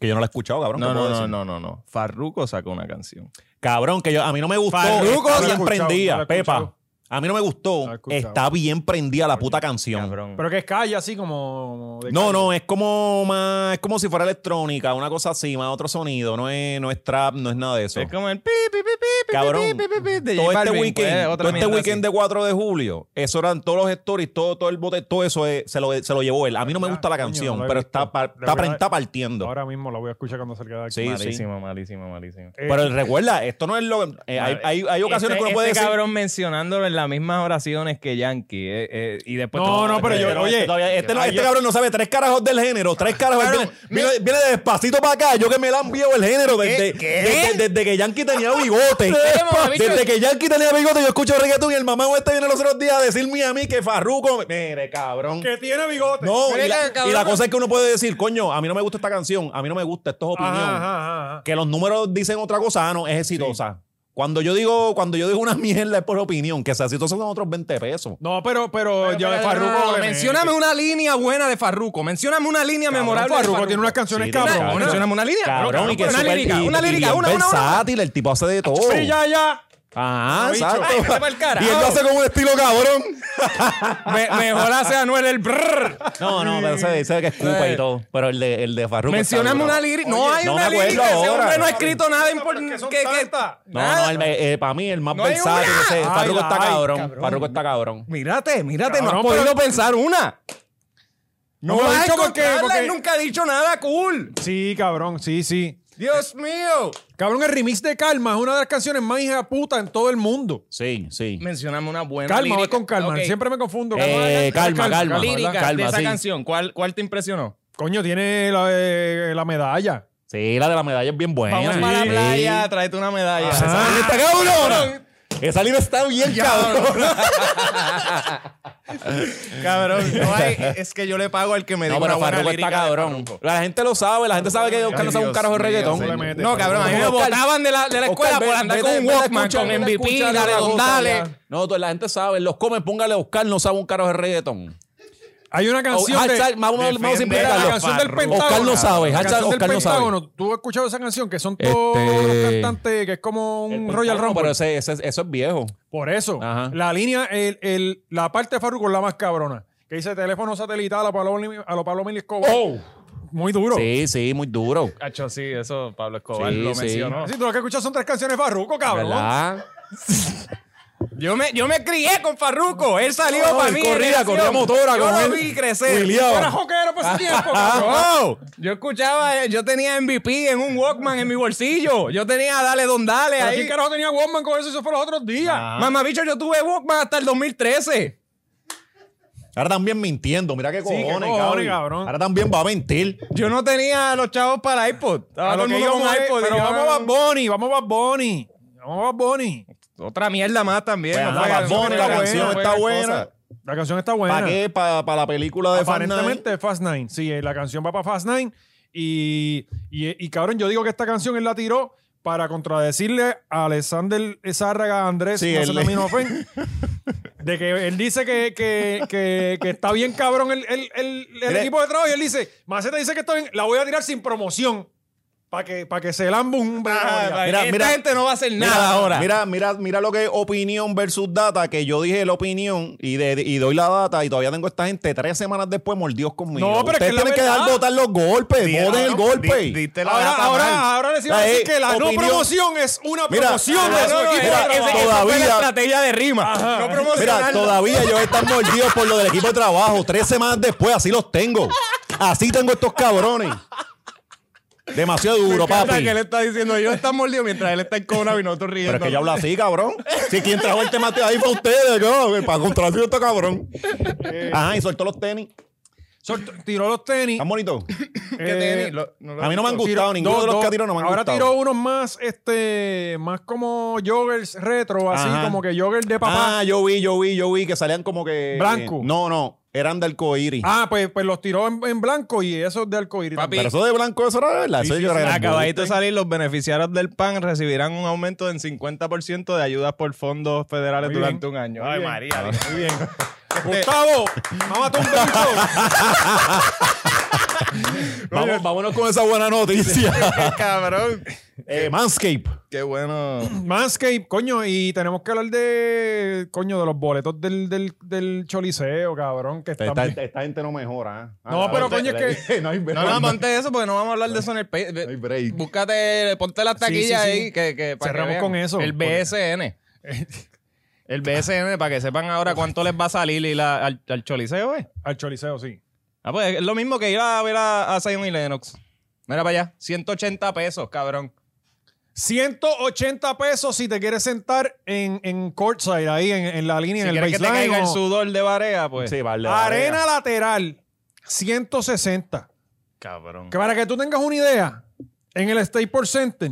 Speaker 2: Que yo no la he escuchado, cabrón.
Speaker 5: No,
Speaker 2: ¿qué
Speaker 5: no,
Speaker 2: puedo
Speaker 5: no,
Speaker 2: decir?
Speaker 5: no, no, no. Farruko sacó una canción.
Speaker 2: Cabrón, que yo, a mí no me gustó.
Speaker 1: Farruko, no la
Speaker 2: Estaba
Speaker 1: he
Speaker 2: bien
Speaker 1: escuchado, no
Speaker 2: prendida,
Speaker 1: la he
Speaker 2: Pepa.
Speaker 1: escuchado.
Speaker 2: A mí no me
Speaker 1: No he
Speaker 2: gustó.
Speaker 1: escuchado.
Speaker 2: Está bien prendida la puta canción.
Speaker 5: Cabrón.
Speaker 1: Pero que es calle así como. como de
Speaker 2: No,
Speaker 1: calle.
Speaker 2: no, es como más, es como si fuera electrónica, una cosa así, más otro sonido, no es, no es trap, no es nada de eso.
Speaker 5: Es como el pi, pi, pi, pi, pi, pi,
Speaker 2: Cabrón,
Speaker 5: pi, pi, pi, de
Speaker 2: todo
Speaker 5: J
Speaker 2: este
Speaker 5: Balvin,
Speaker 2: weekend,
Speaker 5: pues, otra
Speaker 2: todo este
Speaker 5: mierda
Speaker 2: weekend de 4 de julio, eso eran todos los stories, todo, todo el bote, todo eso eh, se, lo, se lo llevó él. A mí no me gusta la
Speaker 1: coño,
Speaker 2: canción,
Speaker 1: no lo he
Speaker 2: pero
Speaker 1: visto.
Speaker 2: está, par-
Speaker 1: De
Speaker 2: está,
Speaker 1: verdad-
Speaker 2: está partiendo.
Speaker 1: Ahora mismo la voy a escuchar cuando salga de aquí.
Speaker 2: Sí,
Speaker 5: así.
Speaker 2: sí.
Speaker 5: Malísimo, malísimo, malísimo.
Speaker 1: Eh,
Speaker 2: Pero recuerda, esto no es lo que... eh, hay, hay, hay ocasiones que
Speaker 5: Este-
Speaker 2: uno puede
Speaker 5: este
Speaker 2: decir...
Speaker 5: cabrón mencionándolo en las mismas oraciones que Yankee. eh, eh, y después
Speaker 1: No, no, pero yo- oye,
Speaker 2: este, todavía- este, no-
Speaker 1: ay,
Speaker 2: este
Speaker 1: yo- Ah,
Speaker 2: cabrón no sabe tres carajos del género, tres carajos. viene, viene- viene de despacito para acá. Yo que me la envío el género desde, desde- desde que Yankee tenía bigote. desde que Yankee tenía bigote, yo escucho reggaetón y el mamá este viene los otros días a decirme a mí que Farruko. Mire, cabrón.
Speaker 1: Que tiene bigote.
Speaker 2: No, y
Speaker 1: Mira,
Speaker 2: la, y la cosa es que uno puede decir, coño, a mí no me gusta esta canción, a mí no me gusta, esto es opinión.
Speaker 1: Ajá, ajá, ajá.
Speaker 2: Que los números dicen otra cosa, ah, no, es exitosa. Cuando yo digo, cuando yo digo una mierda es por opinión, que sea exitosa son otros 20 pesos.
Speaker 1: No, pero, pero, yo de
Speaker 3: Pero,
Speaker 1: Farruko.
Speaker 3: no, no,
Speaker 1: obviamente.
Speaker 3: Mencióname una línea buena de Farruko. Mencióname una línea memorable.
Speaker 1: Farruko
Speaker 3: de Farruko.
Speaker 1: tiene unas canciones
Speaker 2: Sí, tiene
Speaker 1: cabrón.
Speaker 2: cabrón.
Speaker 3: Mencióname una línea.
Speaker 2: Cabrón, y que
Speaker 3: pero
Speaker 2: es
Speaker 3: una
Speaker 2: súper-
Speaker 3: lírica,
Speaker 2: y-
Speaker 3: una
Speaker 2: y
Speaker 3: lírica,
Speaker 2: bien
Speaker 3: una, una, una.
Speaker 2: versátil, el tipo hace de todo.
Speaker 1: Sí, ya, ya.
Speaker 2: Ah,
Speaker 1: No, bicho.
Speaker 2: exacto.
Speaker 1: Ay,
Speaker 3: vete pa'l carajo.
Speaker 2: y él lo hace con un estilo cabrón.
Speaker 3: Me- mejor hace Anuel el brrr.
Speaker 2: No, no, pero se dice que escupa y todo. Pero el de, el de Farruko.
Speaker 3: Mencioname una lírica. No hay
Speaker 2: no
Speaker 3: una
Speaker 2: me acuerdo
Speaker 3: lírica. Ese
Speaker 2: ahora.
Speaker 3: hombre no ha escrito nada
Speaker 1: Porque son
Speaker 3: importante.
Speaker 1: tantas.
Speaker 2: No, no, el, para mí el más versátil.
Speaker 3: una.
Speaker 2: ese-
Speaker 1: Ay,
Speaker 2: Farruko está
Speaker 1: ay,
Speaker 2: cabrón.
Speaker 1: cabrón.
Speaker 2: Farruko está cabrón.
Speaker 3: Mírate, mírate, no has
Speaker 1: Cabrón,
Speaker 3: podido
Speaker 1: pero-
Speaker 3: pensar una.
Speaker 1: No,
Speaker 3: No
Speaker 1: lo he
Speaker 3: has
Speaker 1: dicho porque,
Speaker 3: encontrarla,
Speaker 1: porque-
Speaker 3: él nunca ha dicho nada cool.
Speaker 1: Sí, cabrón, sí, sí.
Speaker 3: Dios mío.
Speaker 1: Cabrón, el remix de Calma es una de las canciones más hija de puta en todo el mundo.
Speaker 2: Sí, sí.
Speaker 3: Mencioname una buena
Speaker 1: Calma,
Speaker 3: lírica.
Speaker 1: voy con calma.
Speaker 3: Ok.
Speaker 1: Siempre me confundo.
Speaker 2: Eh, calma, calma.
Speaker 3: Lírica
Speaker 2: Calma,
Speaker 3: de esa
Speaker 2: sí.
Speaker 3: canción. ¿Cuál, ¿Cuál te impresionó?
Speaker 1: Coño, tiene la, eh, la medalla.
Speaker 2: Sí, la de la medalla es bien buena.
Speaker 3: Vamos
Speaker 2: Sí.
Speaker 3: para la playa, tráete una medalla.
Speaker 2: Esa línea
Speaker 1: Ah.
Speaker 2: está cabrón. Esa línea está bien cabrón.
Speaker 3: Cabrón, no hay- es que yo le pago al que me diga
Speaker 2: No,
Speaker 3: una
Speaker 2: pero
Speaker 3: buena
Speaker 2: Farruko está
Speaker 3: lírica.
Speaker 2: cabrón. La gente lo sabe. La gente sabe que Oscar no sabe un carajo de reggaetón.
Speaker 1: se le mete.
Speaker 3: No, cabrón, a mí me
Speaker 2: Oscar,
Speaker 3: botaban de la, de la escuela
Speaker 2: Oscar,
Speaker 3: por
Speaker 2: ve-
Speaker 3: andar
Speaker 2: vete-
Speaker 3: con un
Speaker 2: vete a
Speaker 3: Walkman,
Speaker 2: escuchar,
Speaker 3: con
Speaker 2: vete a
Speaker 3: MVP,
Speaker 2: escuchar
Speaker 3: dale,
Speaker 2: otra
Speaker 3: don,
Speaker 2: cosa,
Speaker 3: dale.
Speaker 2: ya. No, tú- la gente sabe. Los come, póngale a Oscar, no sabe un carajo de reggaetón.
Speaker 1: Hay una canción
Speaker 2: Oh,
Speaker 1: de,
Speaker 2: hashtag, vamos- vamos
Speaker 1: defiende
Speaker 2: siempre
Speaker 1: la
Speaker 2: Carlos
Speaker 1: canción del
Speaker 2: Farruko.
Speaker 1: Pentágono.
Speaker 2: Oscar no sabe,
Speaker 1: La
Speaker 2: hashtag
Speaker 1: canción
Speaker 2: Oscar
Speaker 1: del
Speaker 2: no sabe.
Speaker 1: Pentágono. Tú has escuchado esa canción que son todos
Speaker 2: Este-
Speaker 1: los cantantes que es como un Royal
Speaker 2: Rombo. Pero
Speaker 1: Rumble.
Speaker 2: ese, ese- eso es viejo.
Speaker 1: Por eso,
Speaker 2: Ajá.
Speaker 1: la línea, el, el, la parte de Farruko es la más cabrona. Que dice teléfono satelital a lo Pablo, a lo Pablo Emilio Escobar. Muy duro.
Speaker 2: Oh. Sí, sí, muy duro.
Speaker 5: Hacho, sí, eso Pablo Escobar
Speaker 2: Sí, Ah.
Speaker 5: lo
Speaker 2: sí.
Speaker 5: mencionó.
Speaker 1: Sí, tú lo que escuchas son tres canciones de Farruko, cabrón.
Speaker 2: ¿Verdad?
Speaker 3: Yo me, yo me crié con Farruko. Él salió
Speaker 2: No,
Speaker 3: para
Speaker 2: él
Speaker 3: mí.
Speaker 2: corría,
Speaker 3: elección.
Speaker 2: corría motora
Speaker 3: Yo
Speaker 2: con
Speaker 3: lo
Speaker 2: él.
Speaker 3: vi crecer.
Speaker 2: Juliao.
Speaker 3: Yo era joquero por ese tiempo, cabrón. Yo escuchaba, eh, yo tenía MVP en un Walkman en mi bolsillo. Yo tenía Dale Don Dale
Speaker 1: Pero ¿Quién
Speaker 3: ahí.
Speaker 1: carajo tenía Woman con eso? Eso fue los otros días.
Speaker 3: Mamá bicho, yo tuve Walkman hasta el 2013.
Speaker 2: Ahora también mintiendo. Mira qué
Speaker 1: qué
Speaker 2: cojones,
Speaker 1: cojones,
Speaker 2: cabrón.
Speaker 1: cabrón.
Speaker 2: Ahora también va a mentir.
Speaker 3: Yo no tenía los chavos para iPod.
Speaker 1: A
Speaker 3: Estaba todo
Speaker 1: lo
Speaker 3: el
Speaker 1: que
Speaker 3: mundo con
Speaker 1: íbamos es,
Speaker 3: iPod.
Speaker 1: pero
Speaker 3: Y yo,
Speaker 1: vamos a Bad Bunny, vamos a Bad Bunny. Vamos a Bad Bunny.
Speaker 3: Otra mierda más también.
Speaker 2: Pues,
Speaker 3: no
Speaker 2: ajá,
Speaker 3: fue-
Speaker 2: Bad Bunny,
Speaker 3: fue
Speaker 2: la
Speaker 3: gran-
Speaker 2: canción
Speaker 3: no fue
Speaker 2: está
Speaker 3: gran
Speaker 2: buena.
Speaker 3: cosa.
Speaker 1: La canción está buena.
Speaker 2: ¿Para qué? ¿Para la película de Fast Nine?
Speaker 1: Aparentemente Fast Nine. Sí, eh, la canción va para Fast Nine. Y, y, y, cabrón, yo digo que esta canción él la tiró para contradecirle a Alexander Zárraga Andrés
Speaker 2: Sí, él-
Speaker 1: Macetaminofen, de que él dice que, que, que, que está bien cabrón el, el, el- el
Speaker 2: Mire.
Speaker 1: equipo de trabajo y él dice, Maceta dice que está bien, la voy a tirar sin promoción para que, para que se lamba
Speaker 2: Ah,
Speaker 1: un...
Speaker 2: Mira,
Speaker 3: Esta
Speaker 2: mira.
Speaker 3: gente no va a hacer nada
Speaker 2: mira,
Speaker 3: ahora.
Speaker 2: Mira, mira, mira lo que es opinión versus data, que yo dije la opinión y, de- y doy la data y todavía tengo esta gente tres semanas después mordidos conmigo.
Speaker 1: No, pero es que
Speaker 2: Ustedes
Speaker 1: es la
Speaker 2: tienen que dejar
Speaker 1: verdad.
Speaker 2: votar los golpes, voten el golpe.
Speaker 3: Di- diste la
Speaker 1: Ahora,
Speaker 3: data mal.
Speaker 1: ahora, ahora les iba a
Speaker 2: Ahí,
Speaker 1: decir que la
Speaker 2: opinión.
Speaker 1: no promoción es una
Speaker 2: Mira,
Speaker 1: promoción
Speaker 2: ah,
Speaker 1: de su
Speaker 2: no, no,
Speaker 1: equipo
Speaker 2: mira,
Speaker 1: de trabajo.
Speaker 2: ese-
Speaker 3: Fue la
Speaker 2: Todavía-
Speaker 3: estrategia de rima. No
Speaker 2: Mira,
Speaker 3: promocionarlo.
Speaker 2: todavía ellos están mordidos por lo del equipo de trabajo. Tres semanas después, así los tengo. Así tengo estos cabrones. Demasiado duro,
Speaker 3: Papi.
Speaker 2: papi.
Speaker 3: que él está diciendo, ellos están mordidos mientras él está en cona y nosotros
Speaker 2: Pero
Speaker 3: riendo.
Speaker 2: es que yo hablo así, cabrón. Si quien trajo el tema ahí fue ustedes, ¿no? para contratar a este cabrón.
Speaker 3: Eh.
Speaker 2: Ajá, y soltó los tenis.
Speaker 1: Soltó- Tiró los tenis.
Speaker 2: ¿Están bonitos?
Speaker 3: ¿Qué
Speaker 1: eh,
Speaker 3: tenis? Lo- no lo-
Speaker 2: A mí no me han
Speaker 1: Tiro-
Speaker 2: gustado, ninguno
Speaker 1: dos-
Speaker 2: de los que
Speaker 1: dos.
Speaker 2: ha tirado no me han
Speaker 1: Ahora
Speaker 2: gustado.
Speaker 1: tiró unos más, este, más como joggers retro, así
Speaker 2: Ajá.
Speaker 1: como que joggers de papá.
Speaker 2: Ah, yo vi, yo vi, yo vi que salían como que. eh,
Speaker 1: Blanco.
Speaker 2: no, no, eran de arcoíris.
Speaker 1: Ah, pues, pues los tiró en, en blanco y eso es de arcoíris.
Speaker 3: Papi,
Speaker 2: Pero eso de blanco, eso era de verdad. Eso yo creo que era
Speaker 1: Ah,
Speaker 3: Acabadito de
Speaker 2: embuste.
Speaker 3: salir, los beneficiarios del PAN recibirán un aumento del 50% de ayudas por fondos federales
Speaker 1: Muy
Speaker 3: durante
Speaker 1: bien.
Speaker 3: un año.
Speaker 1: Muy
Speaker 3: Ay,
Speaker 1: bien.
Speaker 3: María. Dios.
Speaker 1: Muy bien.
Speaker 2: Este,
Speaker 1: Gustavo, mámate un bicho.
Speaker 2: Vamos- vámonos con esa buena noticia.
Speaker 3: Qué cabrón.
Speaker 2: Eh, Manscape.
Speaker 5: Qué bueno.
Speaker 1: Manscape, coño, y tenemos que hablar de, coño, de los boletos del, del, del choliseo, cabrón, que están
Speaker 2: Esta,
Speaker 1: bien-
Speaker 2: esta- esta gente no mejora. ¿eh? Ah,
Speaker 1: No,
Speaker 2: la-
Speaker 1: pero
Speaker 2: la-
Speaker 1: coño,
Speaker 2: la-
Speaker 1: es
Speaker 2: no hay break.
Speaker 5: No, no, ponte eso porque no vamos a hablar de eso en el país.
Speaker 2: No hay break.
Speaker 5: Búscate, ponte las taquillas
Speaker 1: sí, sí.
Speaker 5: ahí. Que, que, para que
Speaker 1: Cerramos
Speaker 5: vean.
Speaker 1: con eso. pues.
Speaker 5: El BSN. El BSN, para que sepan ahora cuánto les va a salir y la- al, al choliseo, eh.
Speaker 1: al choliseo, sí.
Speaker 5: Ah, pues es lo mismo que ir a ver a, a Zion y Lennox. Mira para allá, 180 pesos, cabrón.
Speaker 1: 180 pesos si te quieres sentar en, en courtside, ahí en, en la línea,
Speaker 5: Si
Speaker 1: en el
Speaker 5: quieres que te
Speaker 1: baseline.
Speaker 5: caiga el
Speaker 1: o-
Speaker 5: sudor de barea, pues.
Speaker 2: Sí, vale, vale.
Speaker 1: arena lateral, 160.
Speaker 5: Cabrón.
Speaker 1: Que para que tú tengas una idea, en el Staples Center,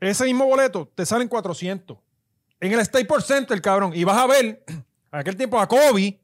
Speaker 1: ese mismo boleto te salen 400. En el Staples Center, cabrón. Y vas a ver, en aquel tiempo a Kobe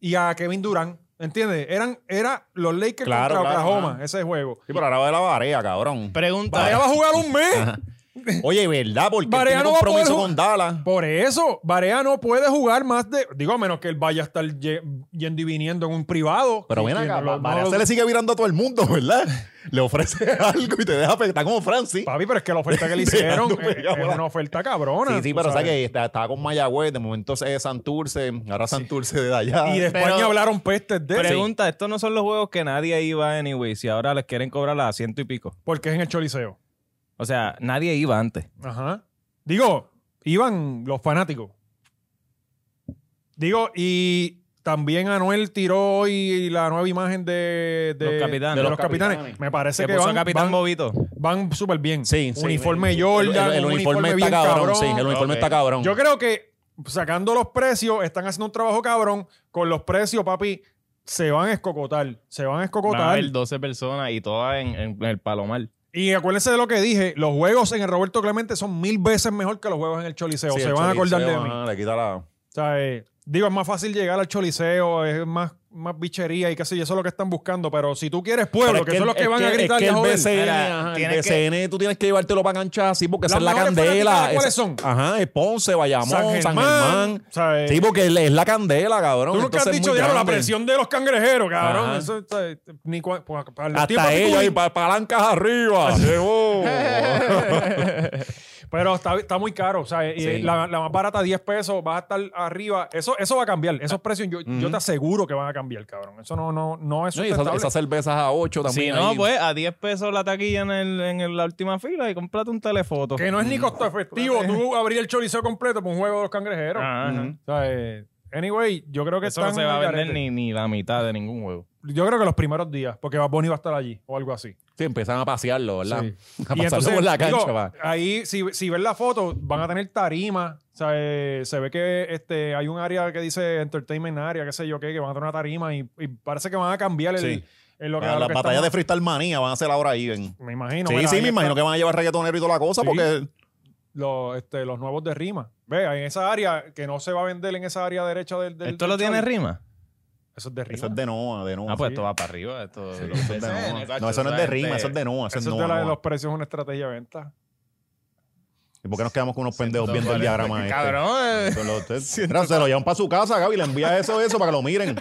Speaker 1: y a Kevin Durant. ¿Entiendes? Eran era los Lakers
Speaker 2: Claro,
Speaker 1: contra
Speaker 2: claro,
Speaker 1: Oklahoma,
Speaker 2: claro.
Speaker 1: ese juego.
Speaker 2: Sí, pero ahora va de la barea, cabrón.
Speaker 5: Pregunta.
Speaker 1: Varea va a jugar un mes.
Speaker 2: Oye, ¿verdad? Porque
Speaker 1: Barea
Speaker 2: tiene
Speaker 1: no va a poder
Speaker 2: compromiso
Speaker 1: jugar.
Speaker 2: con Dallas.
Speaker 1: Por eso, Barea no puede jugar más de. Digo, a menos que él vaya a estar ye- yendo y viniendo en un privado.
Speaker 2: Pero
Speaker 1: Y
Speaker 2: ven
Speaker 1: que no
Speaker 2: acá,
Speaker 1: lo-
Speaker 2: Ba-
Speaker 1: no
Speaker 2: Barea
Speaker 1: lo-
Speaker 2: se le sigue virando a todo el mundo, ¿verdad? Le ofrece algo y te deja pe- Está como Francis.
Speaker 1: Papi, pero es que la oferta que le hicieron
Speaker 2: Dejando
Speaker 1: es,
Speaker 2: pegado
Speaker 1: es
Speaker 2: la-
Speaker 1: una oferta cabrona.
Speaker 2: Sí, sí,
Speaker 1: tú
Speaker 2: pero o sea
Speaker 1: sabes.
Speaker 2: que está- estaba con Mayagüez, de momento es Santurce, ahora Santurce de allá.
Speaker 1: Y de
Speaker 5: Pero-
Speaker 1: España hablaron pestes de él.
Speaker 5: Pregunta, estos no son los juegos que nadie iba anyway, si ahora les quieren cobrar a ciento y pico.
Speaker 1: Porque es en el Choliseo.
Speaker 5: O sea, nadie iba antes.
Speaker 1: Ajá. Digo, iban los fanáticos. Digo, y también Anuel tiró hoy la nueva imagen de, de-
Speaker 5: Los
Speaker 1: de
Speaker 5: capitanes. De
Speaker 1: los,
Speaker 5: los
Speaker 1: capitanes.
Speaker 2: capitanes.
Speaker 1: Me parece
Speaker 5: Se
Speaker 1: que,
Speaker 5: puso
Speaker 1: van,
Speaker 5: Capitán
Speaker 1: van,
Speaker 5: Bobito.
Speaker 1: van súper bien.
Speaker 2: Sí, sí.
Speaker 1: uniforme
Speaker 2: El-
Speaker 1: Jordan,
Speaker 2: el- el
Speaker 1: un
Speaker 2: uniforme
Speaker 1: bien
Speaker 2: está cabrón, sí, el uniforme
Speaker 5: Ok.
Speaker 2: está cabrón.
Speaker 1: Yo creo que sacando los precios, están haciendo un trabajo cabrón. Con los precios, papi, se van a escocotar. Se van a
Speaker 5: Van a
Speaker 1: escocotar.
Speaker 5: haber 12 personas y todas en, en el Palomar.
Speaker 1: Y acuérdense de lo que dije, los juegos en el Roberto Clemente son mil veces mejor que los juegos en el Choliseo.
Speaker 2: Sí,
Speaker 1: se
Speaker 2: el
Speaker 1: van a acordar de
Speaker 2: Choliseo,
Speaker 1: mí.
Speaker 2: ajá, Le quita la...
Speaker 1: O sea, eh, digo, es más fácil llegar al Choliseo, es más, más bichería y qué sé yo, eso es lo que están buscando. Pero si tú quieres pueblo,
Speaker 2: Pero
Speaker 1: que
Speaker 2: es
Speaker 1: son los que,
Speaker 2: es
Speaker 1: van a gritar
Speaker 2: es que
Speaker 1: y a
Speaker 2: el
Speaker 1: joder.
Speaker 2: BCN,
Speaker 5: Mira,
Speaker 2: ajá, el
Speaker 5: tienes que-
Speaker 2: BCN tú tienes que llevártelo para cancha así porque esa
Speaker 1: Las
Speaker 2: es la
Speaker 1: mejores fanáticas,
Speaker 2: candela.
Speaker 1: ¿cuáles
Speaker 2: Esa-
Speaker 1: son?
Speaker 2: Ajá, es Ponce, Bayamón, San Germán.
Speaker 1: o sea, eh,
Speaker 2: Sí, porque es la candela, cabrón.
Speaker 1: Tú nunca has
Speaker 2: Entonces es
Speaker 1: dicho,
Speaker 2: muy
Speaker 1: diablo, la
Speaker 2: grande.
Speaker 1: presión de los cangrejeros, cabrón.
Speaker 2: Ajá.
Speaker 1: Eso, o sea, eh, ni cua- pues, para los tiempos
Speaker 2: Hasta
Speaker 1: de
Speaker 2: ellos,
Speaker 1: Cuy.
Speaker 2: y pa- palancas arriba. Llegó.
Speaker 1: Pero está, está muy caro. O sea, eh,
Speaker 2: Sí.
Speaker 1: la, la más barata, 10 pesos, vas a estar arriba. Eso, eso va a cambiar.
Speaker 2: Ah.
Speaker 1: Esos precios, yo, yo te aseguro que van a cambiar, cabrón. Eso no, no, no es
Speaker 2: No, y esas,
Speaker 1: sustentable.
Speaker 2: esas cervezas a 8 también.
Speaker 5: si no,
Speaker 2: ahí.
Speaker 5: pues a 10 pesos la taquilla en, el- en el- la última fila y cómprate un telefoto.
Speaker 1: Que no es ni costo efectivo. Tú abrir el choriceo completo por un juego de los cangrejeros.
Speaker 5: Ajá, ajá.
Speaker 1: O sea, eh, anyway, yo creo que
Speaker 5: Ah. Eso no
Speaker 1: están
Speaker 5: se va a
Speaker 1: al
Speaker 5: vender
Speaker 1: garete.
Speaker 5: ni, ni la mitad de ningún juego.
Speaker 1: Yo creo que los primeros días, porque Bad Bunny va a estar allí o algo así.
Speaker 2: Sí, empiezan a pasearlo, ¿verdad?
Speaker 1: Sí.
Speaker 2: A
Speaker 1: Y
Speaker 2: pasarlo
Speaker 1: entonces,
Speaker 2: por la cancha,
Speaker 1: digo,
Speaker 2: va.
Speaker 1: Ahí, si, si ven la foto, van a tener tarima. O sea, eh, se ve que este, hay un área que dice Entertainment Area, qué sé yo qué, que van a tener una tarima y, y parece que van a cambiar el,
Speaker 2: Sí.
Speaker 1: el lo que,
Speaker 2: Ah,
Speaker 1: lo
Speaker 2: Las
Speaker 1: que
Speaker 2: batallas de
Speaker 1: están-
Speaker 2: freestyle manía van a ser ahora ahí. ven.
Speaker 1: Me imagino.
Speaker 2: sí,
Speaker 1: mira,
Speaker 2: sí,
Speaker 1: ahí
Speaker 2: me imagino que
Speaker 1: están
Speaker 2: van a llevar reggaetonero y toda la cosa
Speaker 1: Sí.
Speaker 2: porque...
Speaker 1: Los, este, los nuevos de rima. Vea, en esa área que no se va a vender en esa área derecha del. del-
Speaker 5: ¿Esto
Speaker 1: del
Speaker 5: lo tiene
Speaker 1: show.
Speaker 5: rima?
Speaker 1: Eso es de rima.
Speaker 2: Eso es de Noa, de Noa.
Speaker 5: Ah, pues
Speaker 1: sí.
Speaker 5: esto va para arriba. Esto,
Speaker 2: Sí, eso es de Noa. No, eso no es de rima, eso es de Noa.
Speaker 1: Eso
Speaker 2: Eso, es
Speaker 1: es de,
Speaker 2: Noa,
Speaker 1: la de
Speaker 2: Noa.
Speaker 1: los precios, es una estrategia de venta.
Speaker 2: ¿Y por qué nos quedamos con unos pendejos viendo el diagrama este?
Speaker 5: Cabrón. eh.
Speaker 2: Con los- Mira, se lo llevan para su casa, Gaby, le envía eso, eso, para que lo miren.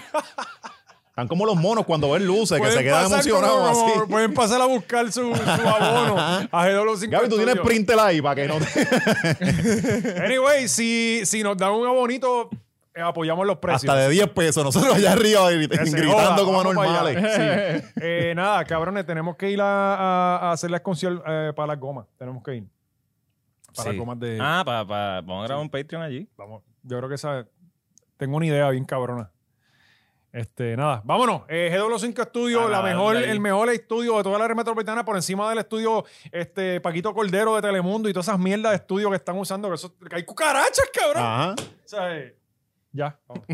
Speaker 2: Están como los monos cuando ven luces, que se quedan
Speaker 1: pasar
Speaker 2: emocionados
Speaker 1: como-
Speaker 2: así.
Speaker 1: como- Pueden pasar a buscar su, su abono a GW5.
Speaker 2: Gaby, tú tienes printel ahí para que no te...
Speaker 1: Anyway, si, si nos dan un abonito, eh, apoyamos los precios.
Speaker 2: Hasta de 10 pesos, nosotros allá arriba grit-
Speaker 1: Que se joda,
Speaker 2: gritando como
Speaker 1: vamos para
Speaker 2: anormales.
Speaker 1: allá. Sí. Eh, nada, cabrones, tenemos que ir a, a- a hacer la excursión eh, para las gomas. Tenemos que ir. Para las
Speaker 5: Sí.
Speaker 1: gomas de.
Speaker 5: Ah, para, para, vamos a grabar un Patreon allí.
Speaker 1: Vamos, yo creo que esa. Tengo una idea bien cabrona. Este, nada, vámonos. Eh, GW5 Estudio,
Speaker 5: Ah,
Speaker 1: la
Speaker 5: nada,
Speaker 1: mejor,
Speaker 5: dale ahí.
Speaker 1: el mejor estudio de toda la área metropolitana, por encima del estudio este, Paquito Cordero de Telemundo y todas esas mierdas de estudio que están usando. Que, eso- que hay cucarachas, cabrón.
Speaker 2: Ajá.
Speaker 1: O sea, eh, ya, vamos.